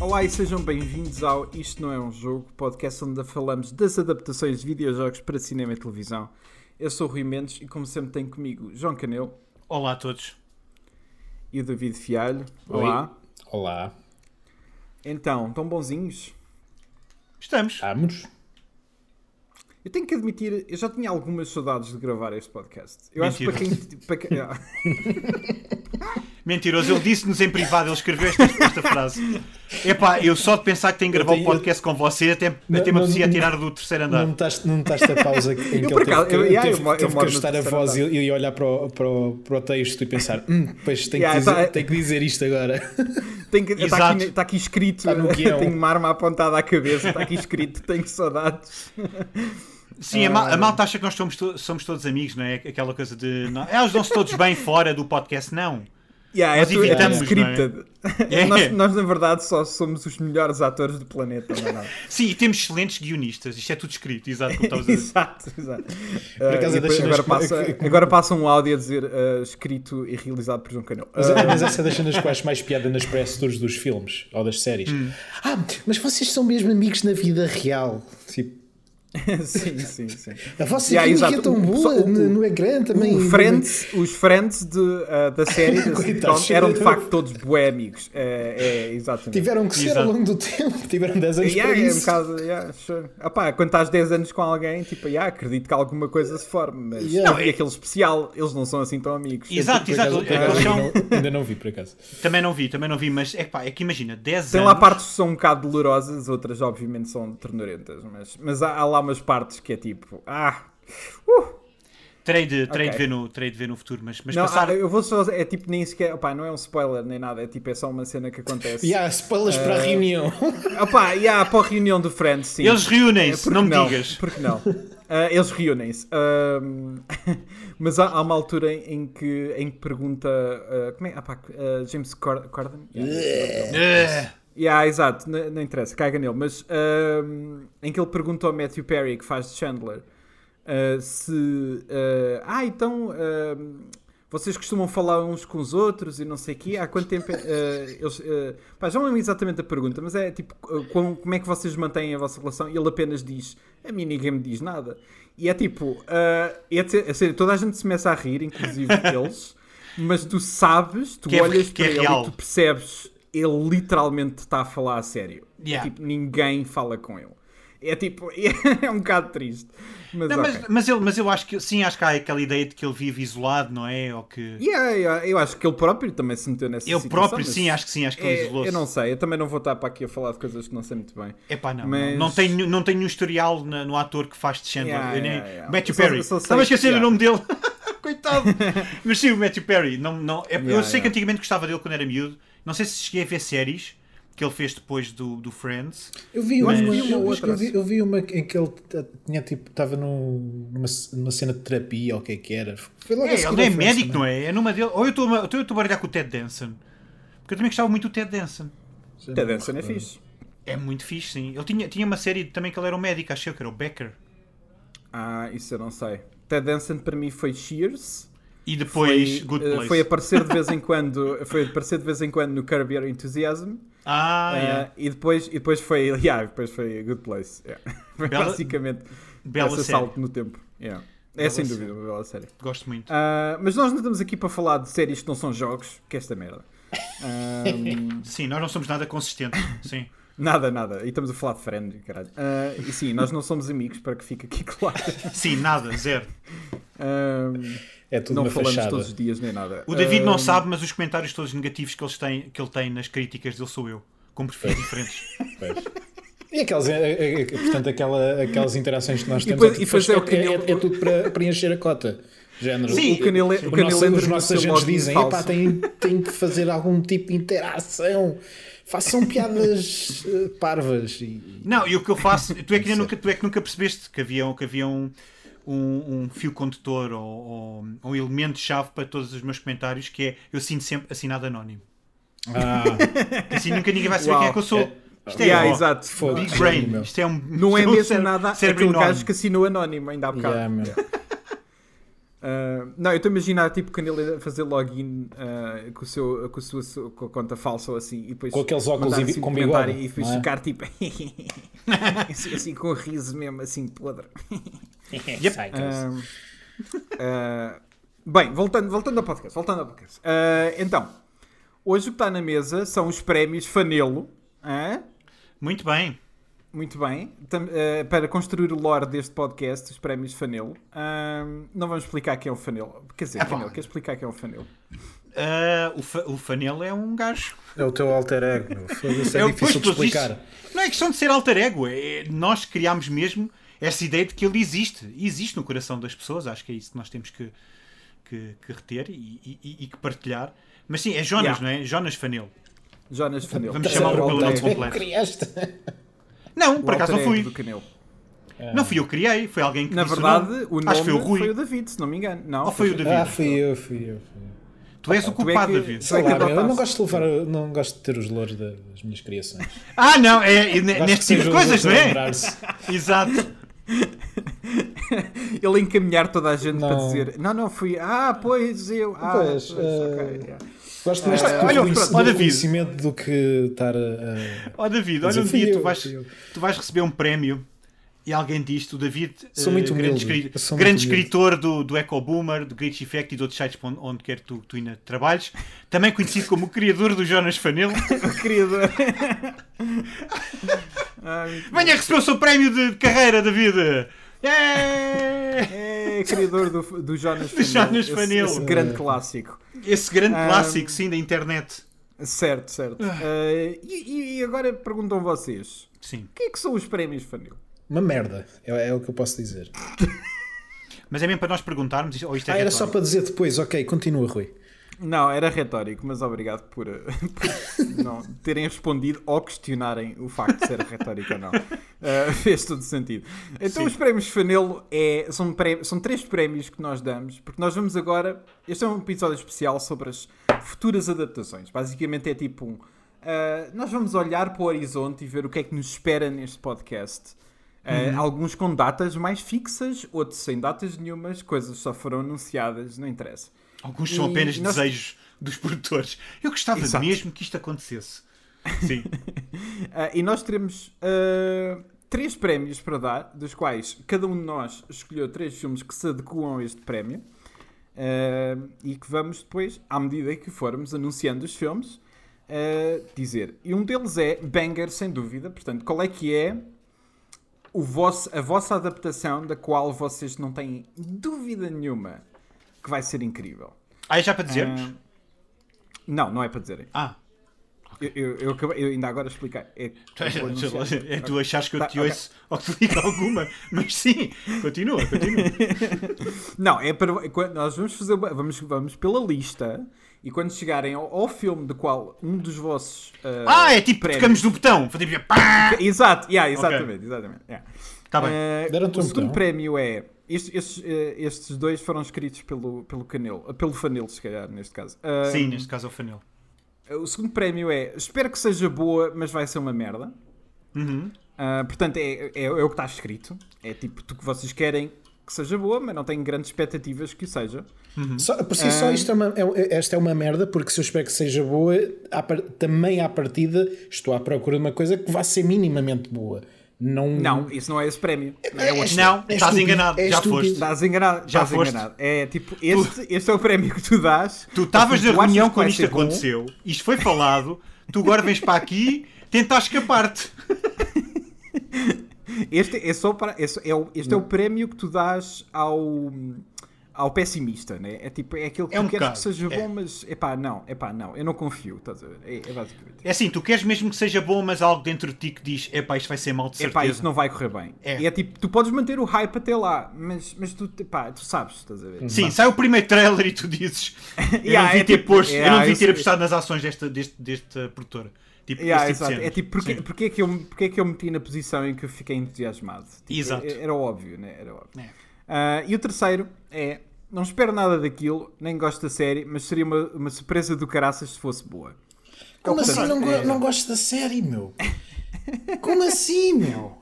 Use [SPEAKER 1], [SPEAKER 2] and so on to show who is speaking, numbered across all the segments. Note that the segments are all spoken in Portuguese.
[SPEAKER 1] Olá e sejam bem-vindos ao Isto Não É Um Jogo, podcast onde falamos das adaptações de videojogos para cinema e televisão. Eu sou o Rui Mendes e como sempre tenho comigo João Canelo
[SPEAKER 2] Olá a todos.
[SPEAKER 1] e o David Fialho. Olá.
[SPEAKER 3] Olá,
[SPEAKER 1] Então, tão bonzinhos?
[SPEAKER 2] Estamos.
[SPEAKER 3] estamos?
[SPEAKER 1] Eu tenho que admitir, eu já tinha algumas saudades de gravar este podcast. Eu acho que para quem... ah, Para quem
[SPEAKER 2] Mentiroso, ele disse-nos em privado, ele escreveu esta, esta frase. Epá, eu só de pensar que tenho que gravar um
[SPEAKER 3] tenho-
[SPEAKER 2] podcast com você até, até
[SPEAKER 3] Não,
[SPEAKER 2] me
[SPEAKER 3] não,
[SPEAKER 2] apetecia
[SPEAKER 3] não-
[SPEAKER 2] tirar do terceiro andar.
[SPEAKER 3] Não notaste, não notaste a pausa em que ele
[SPEAKER 1] Eu, por
[SPEAKER 3] teve,
[SPEAKER 1] acaso,
[SPEAKER 3] que,
[SPEAKER 1] eu- yeah,
[SPEAKER 3] teve-
[SPEAKER 1] eu mo- eu
[SPEAKER 3] teve que
[SPEAKER 1] moro no
[SPEAKER 3] ajustar a
[SPEAKER 1] terceiro
[SPEAKER 3] voz e,
[SPEAKER 1] andar.
[SPEAKER 3] e olhar para o, para, o, para o texto e pensar: hum, pois tenho,
[SPEAKER 1] Yeah,
[SPEAKER 3] que dizer,
[SPEAKER 1] tá-
[SPEAKER 3] tenho que dizer isto agora.
[SPEAKER 1] Tem que, está,
[SPEAKER 2] Exato. Tá
[SPEAKER 1] aqui, está aqui escrito, né?
[SPEAKER 3] Está no guião.
[SPEAKER 1] tenho uma arma apontada à cabeça, está aqui escrito, tenho saudades.
[SPEAKER 2] Sim, a,
[SPEAKER 1] Ah.
[SPEAKER 2] mal, a malta acha que nós somos, to- somos todos amigos, não é? Aquela coisa de. Não, "Ah, eles dão-se todos bem fora do podcast, não.
[SPEAKER 1] Yeah, é,
[SPEAKER 2] Nós
[SPEAKER 1] tu, é tudo
[SPEAKER 2] evitamos, não é?
[SPEAKER 1] scripted.
[SPEAKER 2] É.
[SPEAKER 1] Nós, nós, na verdade, só somos os melhores atores do planeta, não é nada.
[SPEAKER 2] Sim, e temos excelentes guionistas, isto é tudo escrito, exato como estavas a dizer.
[SPEAKER 1] exato, exato. Ah,
[SPEAKER 3] acaso,
[SPEAKER 1] e depois-
[SPEAKER 3] deixa-me
[SPEAKER 1] agora,
[SPEAKER 3] explicar-
[SPEAKER 1] passa,
[SPEAKER 3] que- que-
[SPEAKER 1] agora passa um áudio a dizer ah, escrito e realizado por João Ah, Canel.
[SPEAKER 3] Mas, mas essa é das cenas que eu acho mais piada nas pré-setores dos filmes ou das séries.
[SPEAKER 1] Hum.
[SPEAKER 3] Ah, mas vocês são mesmo amigos na vida real. Tipo,
[SPEAKER 1] sim, sim, sim.
[SPEAKER 3] a vossa
[SPEAKER 1] Yeah,
[SPEAKER 3] química
[SPEAKER 1] exato.
[SPEAKER 3] é tão
[SPEAKER 1] O-
[SPEAKER 3] boa
[SPEAKER 1] o-
[SPEAKER 3] no, no ecrã também. é?"
[SPEAKER 1] O Friends, os friends de, ah, da série da sitcom
[SPEAKER 3] Coitados.
[SPEAKER 1] eram de facto todos bué amigos. É, é, exatamente.
[SPEAKER 3] Tiveram que ser
[SPEAKER 2] Exato.
[SPEAKER 3] ao longo do tempo, tiveram 10 anos
[SPEAKER 1] Yeah,
[SPEAKER 3] para
[SPEAKER 1] é um
[SPEAKER 3] isso.
[SPEAKER 1] bocado, yeah, sure. Opá, quando estás 10 anos com alguém, tipo, yeah, acredito que alguma coisa se forme, mas
[SPEAKER 3] Yeah.
[SPEAKER 1] não, e aquele especial, eles não são assim tão amigos.
[SPEAKER 2] Exato,
[SPEAKER 3] Por
[SPEAKER 2] exato.
[SPEAKER 3] acaso- por
[SPEAKER 2] eles
[SPEAKER 3] acaso
[SPEAKER 2] são-
[SPEAKER 3] ainda não- ainda não vi, por acaso.
[SPEAKER 2] Também não vi, também não vi, mas epá, é que imagina, 10
[SPEAKER 1] Tem
[SPEAKER 2] anos.
[SPEAKER 1] lá partes que são um bocado dolorosas, outras obviamente são ternurentas, mas, mas há, há lá umas partes que é tipo, ah,
[SPEAKER 2] Terei de, terei
[SPEAKER 1] Ok.
[SPEAKER 2] de ver no, terei de ver no futuro, mas, mas
[SPEAKER 1] não,
[SPEAKER 2] passar.
[SPEAKER 1] ah, eu vou só, é tipo nem sequer, opá, não é um spoiler nem nada, é tipo, é só uma cena que acontece.
[SPEAKER 3] Yeah, spoilers para a reunião.
[SPEAKER 1] Opá, yeah, para a reunião do Friends, sim.
[SPEAKER 2] Eles
[SPEAKER 1] É,
[SPEAKER 2] reúnem-se,
[SPEAKER 1] porque
[SPEAKER 2] não me digas.
[SPEAKER 1] Porque não? Ah, eles reúnem-se. Ahm, mas há, há uma altura em que, em que pergunta. ah, como é? Ah, pá, ah, James Cor- Corden? Yeah.
[SPEAKER 2] Eh.
[SPEAKER 1] Yeah, exato, n- não, interessa, caga nele. Mas ahm, em que ele pergunta ao Matthew Perry, que faz de Chandler, ah, se. ah, ah, então. ahm, vocês costumam falar uns com os outros e não sei o quê. Há quanto tempo. ah, eles, ah, pá, já não lembro exatamente a pergunta, mas é tipo. ah, com- como é que vocês mantêm a vossa relação? E ele apenas diz. A mim ninguém me diz nada. E é tipo. ah, é de ser- é sério, toda a gente se começa a rir, inclusive eles. Mas tu sabes, tu
[SPEAKER 2] Que é-
[SPEAKER 1] olhas
[SPEAKER 2] que é
[SPEAKER 1] para ele
[SPEAKER 2] real.
[SPEAKER 1] e tu percebes, ele literalmente está a falar a sério.
[SPEAKER 2] Yeah.
[SPEAKER 1] Tipo, ninguém fala com ele. É tipo, é um bocado triste. Mas,
[SPEAKER 2] Não, mas,
[SPEAKER 1] ok.
[SPEAKER 2] mas, ele, mas eu acho que sim, acho que há aquela ideia de que ele vive isolado, não é? Ou que
[SPEAKER 1] Yeah, yeah, eu acho que ele próprio também se meteu nessa
[SPEAKER 2] ele
[SPEAKER 1] situação.
[SPEAKER 2] próprio,
[SPEAKER 1] mas
[SPEAKER 2] sim, acho que sim, acho que ele
[SPEAKER 1] é- Eu não
[SPEAKER 2] isolou-se.
[SPEAKER 1] sei, eu também não vou estar para aqui a falar de coisas que não sei muito bem.
[SPEAKER 2] É pá, não,
[SPEAKER 1] Mas-
[SPEAKER 2] não, não tenho, nenhum- não tenho nenhum historial na- no ator que faz de Chandler.
[SPEAKER 1] Yeah,
[SPEAKER 2] Eu nem-
[SPEAKER 1] yeah, yeah.
[SPEAKER 2] Matthew
[SPEAKER 1] Eu só-
[SPEAKER 2] Perry.
[SPEAKER 1] eu só sei-
[SPEAKER 2] Estava a esquecer
[SPEAKER 1] yeah.
[SPEAKER 2] o nome dele. Coitado. mas sim, o Matthew Perry. Não, não, é- eu
[SPEAKER 1] Yeah,
[SPEAKER 2] sei
[SPEAKER 1] yeah.
[SPEAKER 2] que antigamente gostava dele quando era miúdo. Não sei se cheguei a ver séries que ele fez depois do, do Friends.
[SPEAKER 3] Eu vi uma,
[SPEAKER 2] Mas-
[SPEAKER 3] eu,
[SPEAKER 2] Eu
[SPEAKER 1] vi uma
[SPEAKER 3] acho que eu,
[SPEAKER 1] outra.
[SPEAKER 3] vi, eu vi uma em que ele t- tinha tipo, estava numa, numa cena de terapia ou o que é que era. Foi logo a
[SPEAKER 2] É, ele não
[SPEAKER 3] seguir ao
[SPEAKER 2] é
[SPEAKER 3] Friends
[SPEAKER 1] né?
[SPEAKER 2] médico, não é? É numa dele. Ou eu estou a- eu estou a baralhar com o Ted Danson. Porque eu também gostava muito do Ted Danson.
[SPEAKER 3] também.
[SPEAKER 1] Até dança não é fixe.
[SPEAKER 2] É muito fixe, sim. Ele tinha, tinha uma série também que ele era um médico, achei que era o Becker.
[SPEAKER 1] Ah, isso eu não sei. Ted Danson para mim foi Cheers.
[SPEAKER 2] E depois
[SPEAKER 1] foi,
[SPEAKER 2] Good
[SPEAKER 1] eh,
[SPEAKER 2] Place.
[SPEAKER 1] foi aparecer de vez em quando, foi aparecer de vez em quando no Curb Your Enthusiasm.
[SPEAKER 2] Ah,
[SPEAKER 1] Ah,
[SPEAKER 2] yeah.
[SPEAKER 1] e, depois, e depois foi yeah, depois foi a Good Place. Yeah. Foi
[SPEAKER 2] Bela-
[SPEAKER 1] basicamente
[SPEAKER 2] bela
[SPEAKER 1] esse
[SPEAKER 2] série.
[SPEAKER 1] salto no tempo. Yeah. É
[SPEAKER 2] Bela
[SPEAKER 1] sem
[SPEAKER 2] série.
[SPEAKER 1] dúvida uma bela série.
[SPEAKER 2] Gosto muito.
[SPEAKER 1] Ah, mas nós não estamos aqui para falar de séries que não são jogos, que é esta merda. Ahm,
[SPEAKER 2] Sim, nós não somos nada consistentes. Sim.
[SPEAKER 1] nada, nada. E estamos a falar de friend, caralho. Ah, e sim, nós não somos amigos, para que fique aqui claro.
[SPEAKER 2] Sim, nada, zero.
[SPEAKER 1] Ahm,
[SPEAKER 3] É tudo
[SPEAKER 1] não
[SPEAKER 3] uma
[SPEAKER 1] falamos
[SPEAKER 3] fachada.
[SPEAKER 1] todos os dias nem nada. Ah,
[SPEAKER 2] O David
[SPEAKER 1] Ahm,
[SPEAKER 2] não sabe, mas os comentários todos negativos que, eles têm, que ele tem nas críticas dele sou eu. Com perfis diferentes.
[SPEAKER 3] Pois. E aquelas, é, é, é, portanto, aquela, aquelas interações que nós
[SPEAKER 1] E
[SPEAKER 3] temos
[SPEAKER 1] depois- e
[SPEAKER 3] é, tudo
[SPEAKER 1] depois
[SPEAKER 3] para-
[SPEAKER 1] é o que
[SPEAKER 3] é-
[SPEAKER 1] ele-
[SPEAKER 3] é- é tudo para preencher a cota. Género.
[SPEAKER 2] Sim,
[SPEAKER 1] O Canelo, é- o
[SPEAKER 3] O
[SPEAKER 1] Canelo
[SPEAKER 3] nosso,
[SPEAKER 1] entra
[SPEAKER 3] os
[SPEAKER 1] no
[SPEAKER 3] nossos
[SPEAKER 1] seu
[SPEAKER 3] agentes
[SPEAKER 1] login
[SPEAKER 3] dizem:
[SPEAKER 1] falso."
[SPEAKER 3] epá, tem, tem que fazer algum tipo de interação, façam piadas eh, parvas. E,
[SPEAKER 2] Não, e o que eu faço. Tu é que, ainda nunca, tu é que nunca percebeste que havia, que havia um, um, um fio condutor ou, ou um elemento-chave para todos os meus comentários que é eu assino sempre assinado anónimo.
[SPEAKER 3] ah,
[SPEAKER 2] Assim nunca ninguém vai saber
[SPEAKER 1] Uau.
[SPEAKER 2] quem é que eu sou. Isto é,
[SPEAKER 1] Yeah,
[SPEAKER 2] ó,
[SPEAKER 1] exato.
[SPEAKER 3] Fogo.
[SPEAKER 2] Big
[SPEAKER 3] Gênio,
[SPEAKER 2] Brain.
[SPEAKER 3] meu.
[SPEAKER 2] Isto é um.
[SPEAKER 1] Não é
[SPEAKER 2] isto um
[SPEAKER 1] mesmo
[SPEAKER 2] cere-
[SPEAKER 1] nada
[SPEAKER 2] cérebro
[SPEAKER 1] aquele
[SPEAKER 2] enorme.
[SPEAKER 1] gajo que assinou anónimo ainda há bocado.
[SPEAKER 3] yeah, meu.
[SPEAKER 1] Ah, não, eu estou a imaginar tipo quando ele ia fazer login ah, com, o seu, com, a sua, sua- com a conta falsa ou assim e depois
[SPEAKER 3] Com aqueles óculos
[SPEAKER 1] mandar,
[SPEAKER 3] e-
[SPEAKER 1] assim,
[SPEAKER 3] com
[SPEAKER 1] um comentário
[SPEAKER 3] bigode,
[SPEAKER 1] e depois
[SPEAKER 3] não é?
[SPEAKER 1] ficar tipo assim, assim, com um riso mesmo assim podre.
[SPEAKER 3] Psychos.
[SPEAKER 1] Ahm, ah, bem, voltando, voltando ao podcast, voltando ao podcast. Ah, então, hoje o que está na mesa são os prémios Fanelo. ah, hã?
[SPEAKER 2] Muito bem.
[SPEAKER 1] Muito bem. Tam- eh, para construir o lore deste podcast, os prémios Fanelo, ahm, não vamos explicar quem é o Fanelo. Quer dizer,
[SPEAKER 2] Ah, pá.
[SPEAKER 1] Fanelo, quer explicar quem é o Fanelo?
[SPEAKER 2] Ah, o, fa- o Fanel é um gajo.
[SPEAKER 3] É o teu alter ego, meu. Isso é
[SPEAKER 2] Eu-
[SPEAKER 3] difícil
[SPEAKER 2] pois,
[SPEAKER 3] de
[SPEAKER 2] pois,
[SPEAKER 3] explicar.
[SPEAKER 2] isso não é questão de ser alter ego. é- nós criámos mesmo essa ideia de que ele existe. E Existe no coração das pessoas. Acho que é isso que nós temos que, que, que reter e, e- e- e que partilhar. Mas sim, é Jonas,
[SPEAKER 1] Yeah.
[SPEAKER 2] não é? Jonas Fanel.
[SPEAKER 1] Jonas Fanelo.
[SPEAKER 2] Vamos
[SPEAKER 1] É
[SPEAKER 2] chamar
[SPEAKER 1] o
[SPEAKER 2] pelo
[SPEAKER 1] alter
[SPEAKER 2] nome
[SPEAKER 1] ego-
[SPEAKER 2] completo.
[SPEAKER 3] Criaste.
[SPEAKER 2] Não,
[SPEAKER 1] o
[SPEAKER 2] por acaso não
[SPEAKER 1] alter ego
[SPEAKER 2] fui.
[SPEAKER 1] do Canelo.
[SPEAKER 2] Não fui eu que criei. Foi alguém que
[SPEAKER 1] Na
[SPEAKER 2] disse
[SPEAKER 1] verdade,
[SPEAKER 2] nome.
[SPEAKER 1] o nome
[SPEAKER 2] Acho que foi o Rui.
[SPEAKER 1] David, se não me engano. Não,
[SPEAKER 2] Ou foi o David?
[SPEAKER 3] Ah, fui eu, fui eu. Fui eu.
[SPEAKER 2] Tu és o
[SPEAKER 1] Tu é
[SPEAKER 2] culpado,
[SPEAKER 1] que-
[SPEAKER 2] David.
[SPEAKER 1] tu é
[SPEAKER 3] Sei
[SPEAKER 1] que
[SPEAKER 3] lá, meu, eu não
[SPEAKER 1] adotaste.
[SPEAKER 3] gosto de levar, não gosto de ter os louros da- das minhas criações.
[SPEAKER 2] Ah, não, é, é ne- neste
[SPEAKER 3] Gosto que
[SPEAKER 2] tipo de
[SPEAKER 3] sejam os
[SPEAKER 2] coisas,
[SPEAKER 3] outros
[SPEAKER 2] não
[SPEAKER 3] a
[SPEAKER 2] é?
[SPEAKER 3] lembrar-se.
[SPEAKER 2] Exato.
[SPEAKER 1] Ele encaminhar toda a gente para
[SPEAKER 3] Não.
[SPEAKER 1] dizer: Não, não fui. Ah, pois eu. Ah,
[SPEAKER 3] Pois,
[SPEAKER 1] ok,
[SPEAKER 3] eh,
[SPEAKER 1] yeah.
[SPEAKER 3] Gosto mais de
[SPEAKER 2] Ah, olha, pronto, olha,
[SPEAKER 3] ter o conhecimento- do
[SPEAKER 2] David.
[SPEAKER 3] conhecimento do que estar a. a-
[SPEAKER 2] Ó David,
[SPEAKER 3] Mas
[SPEAKER 2] olha um
[SPEAKER 3] eu fui
[SPEAKER 2] dia tu
[SPEAKER 3] eu,
[SPEAKER 2] vais,
[SPEAKER 3] fui eu.
[SPEAKER 2] tu vais receber um prémio e alguém diz-te, o David,
[SPEAKER 3] Sou
[SPEAKER 2] eh,
[SPEAKER 3] muito
[SPEAKER 2] grande,
[SPEAKER 3] humilde,
[SPEAKER 2] escri-
[SPEAKER 3] eu sou muito
[SPEAKER 2] grande
[SPEAKER 3] humilde.
[SPEAKER 2] escritor do, do Eco Boomer, do Great Effect e de outros sites onde, onde quer tu, tu ainda trabalhes, também conhecido como o criador do Jonas Fanel,
[SPEAKER 1] Querido. Ah, muito-
[SPEAKER 2] venha receber o seu prémio de, de carreira, David! Yeah!
[SPEAKER 1] é criador do, do Jonas
[SPEAKER 2] Do
[SPEAKER 1] Fanelo.
[SPEAKER 2] Jonas
[SPEAKER 1] Esse-
[SPEAKER 2] Fanelo.
[SPEAKER 1] esse grande clássico.
[SPEAKER 2] Esse grande
[SPEAKER 1] Ah.
[SPEAKER 2] clássico, sim, da internet.
[SPEAKER 1] Certo, certo.
[SPEAKER 2] Ah.
[SPEAKER 1] Eh, e, e agora perguntam vocês:
[SPEAKER 2] Sim,
[SPEAKER 1] o que é que são os prémios Fanil?
[SPEAKER 3] Uma merda, é, é o que eu posso dizer.
[SPEAKER 2] mas é mesmo para nós perguntarmos, isto- ou isto é
[SPEAKER 3] Ah, era só
[SPEAKER 2] retórico?
[SPEAKER 3] para dizer depois, ok, continua, Rui.
[SPEAKER 1] Não, era retórico, mas obrigado por, eh, por não terem respondido ou questionarem o facto de ser retórico ou não. Eh, fez todo sentido. Então,
[SPEAKER 2] Sim.
[SPEAKER 1] os prémios Fanelo é, são, pré- são três prémios que nós damos, porque nós vamos agora. Este é um episódio especial sobre as futuras adaptações. Basicamente, é tipo um. eh, nós vamos olhar para o horizonte e ver o que é que nos espera neste podcast. Eh, Alguns com datas mais fixas, outros sem datas nenhumas, coisas só foram anunciadas, não interessa.
[SPEAKER 2] Alguns são
[SPEAKER 1] E
[SPEAKER 2] apenas
[SPEAKER 1] nós-
[SPEAKER 2] desejos dos produtores. Eu gostava
[SPEAKER 1] Exato.
[SPEAKER 2] mesmo que isto acontecesse. Sim.
[SPEAKER 1] Ah, e nós teremos ah, três prémios para dar, dos quais cada um de nós escolheu três filmes que se adequam a este prémio ah, e que vamos depois, à medida que formos anunciando os filmes, ah, dizer. E um deles é Banger, sem dúvida. Portanto, qual é que é o vosso, a vossa adaptação da qual vocês não têm dúvida nenhuma que vai ser incrível?
[SPEAKER 2] Ah, é já para dizermos?
[SPEAKER 1] Ah, não, não é para dizerem.
[SPEAKER 2] Ah,
[SPEAKER 1] Eu, eu, eu acabei- eu ainda agora explicar. É,
[SPEAKER 2] tu-
[SPEAKER 1] eu vou anunciar.
[SPEAKER 2] é tu achares que eu
[SPEAKER 1] Tá,
[SPEAKER 2] te
[SPEAKER 1] ok.
[SPEAKER 2] ouço ou que te digo alguma, mas sim, continua, continua.
[SPEAKER 1] Não, é para. quando- Nós vamos fazer. Vamos, vamos pela lista e quando chegarem ao, ao filme do qual um dos vossos. ah,
[SPEAKER 2] Ah, é tipo,
[SPEAKER 1] Prémios.
[SPEAKER 2] tocamos no botão, fazemos pá!
[SPEAKER 1] Exato, yeah, exatamente, exatamente. yeah.
[SPEAKER 2] Tá bem.
[SPEAKER 1] Eh,
[SPEAKER 3] Deram-te
[SPEAKER 1] o
[SPEAKER 3] um
[SPEAKER 1] segundo
[SPEAKER 3] botão.
[SPEAKER 1] prémio é. Estes, estes, eh, estes dois foram escritos pelo, pelo Canelo, eh, pelo Fanil, se calhar, neste caso. Ah,
[SPEAKER 2] Sim, neste caso é o Fanel.
[SPEAKER 1] O segundo prémio é espero que seja boa, mas vai ser uma merda.
[SPEAKER 2] Uhum.
[SPEAKER 1] Ah, portanto, é, é, é o que está escrito. É tipo do que vocês querem que seja boa, mas não têm grandes expectativas que o seja.
[SPEAKER 2] Uhum.
[SPEAKER 3] Só- por si
[SPEAKER 2] Ah.
[SPEAKER 3] só, isto é uma, é- é- esta é uma merda, porque se eu espero que seja boa, à par- também à partida estou à procura de uma coisa que vá ser minimamente boa. Não,
[SPEAKER 1] Não, isso não é esse prémio. É outro.
[SPEAKER 2] Não,
[SPEAKER 3] estúpido,
[SPEAKER 2] estás
[SPEAKER 3] estúpido,
[SPEAKER 2] enganado,
[SPEAKER 3] é
[SPEAKER 2] já
[SPEAKER 3] estúpido.
[SPEAKER 2] foste.
[SPEAKER 1] Estás enganado.
[SPEAKER 2] Já
[SPEAKER 1] estás
[SPEAKER 2] foste.
[SPEAKER 1] enganado. É tipo, este, este é o prémio que tu dás.
[SPEAKER 2] Tu estavas
[SPEAKER 1] Assim,
[SPEAKER 2] na
[SPEAKER 1] achas
[SPEAKER 2] reunião
[SPEAKER 1] que vai
[SPEAKER 2] quando isto
[SPEAKER 1] ser bom.
[SPEAKER 2] aconteceu, isto foi falado, tu agora vens para aqui tentar escapar-te.
[SPEAKER 1] Este é só para. Este é o, este é o prémio que tu dás ao. Ao pessimista, né? É tipo, é aquilo que
[SPEAKER 2] É
[SPEAKER 1] tu
[SPEAKER 2] um
[SPEAKER 1] queres
[SPEAKER 2] bocado,
[SPEAKER 1] que seja
[SPEAKER 2] é.
[SPEAKER 1] bom, mas epá, não, epá, não, eu não confio, estás a ver? É, é basicamente.
[SPEAKER 2] É assim, tu queres mesmo que seja bom, mas algo dentro de ti que diz, epá, isto vai ser mal de
[SPEAKER 1] isso.
[SPEAKER 2] certeza.
[SPEAKER 1] Epá, isto não vai correr bem.
[SPEAKER 2] É.
[SPEAKER 1] E é tipo, tu podes manter o hype até lá, mas, mas tu, epá, tu sabes, estás a ver?
[SPEAKER 2] Sim, sai o primeiro trailer e tu dizes Eu
[SPEAKER 1] Yeah,
[SPEAKER 2] não devia
[SPEAKER 1] é
[SPEAKER 2] ter,
[SPEAKER 1] tipo-
[SPEAKER 2] posto, eu
[SPEAKER 1] yeah,
[SPEAKER 2] não devia
[SPEAKER 1] eu
[SPEAKER 2] ter
[SPEAKER 1] sei.
[SPEAKER 2] apostado nas ações desta, deste, deste produtor. Tipo,
[SPEAKER 1] Yeah,
[SPEAKER 2] esse tipo
[SPEAKER 1] exato.
[SPEAKER 2] de
[SPEAKER 1] É
[SPEAKER 2] cenas.
[SPEAKER 1] tipo, porque,
[SPEAKER 2] Sim.
[SPEAKER 1] porque, é que eu, me- porque é que eu me meti na posição em que eu fiquei entusiasmado? Tipo,
[SPEAKER 2] Exato.
[SPEAKER 1] é- Era óbvio, né? Era óbvio.
[SPEAKER 2] É.
[SPEAKER 1] Ah, e o terceiro é: não espero nada daquilo, nem gosto da série, mas seria uma, uma surpresa do caraças se fosse boa.
[SPEAKER 3] Como assim
[SPEAKER 2] é.
[SPEAKER 1] contrário.
[SPEAKER 3] não, go- não gosto da série, meu? Como assim, meu?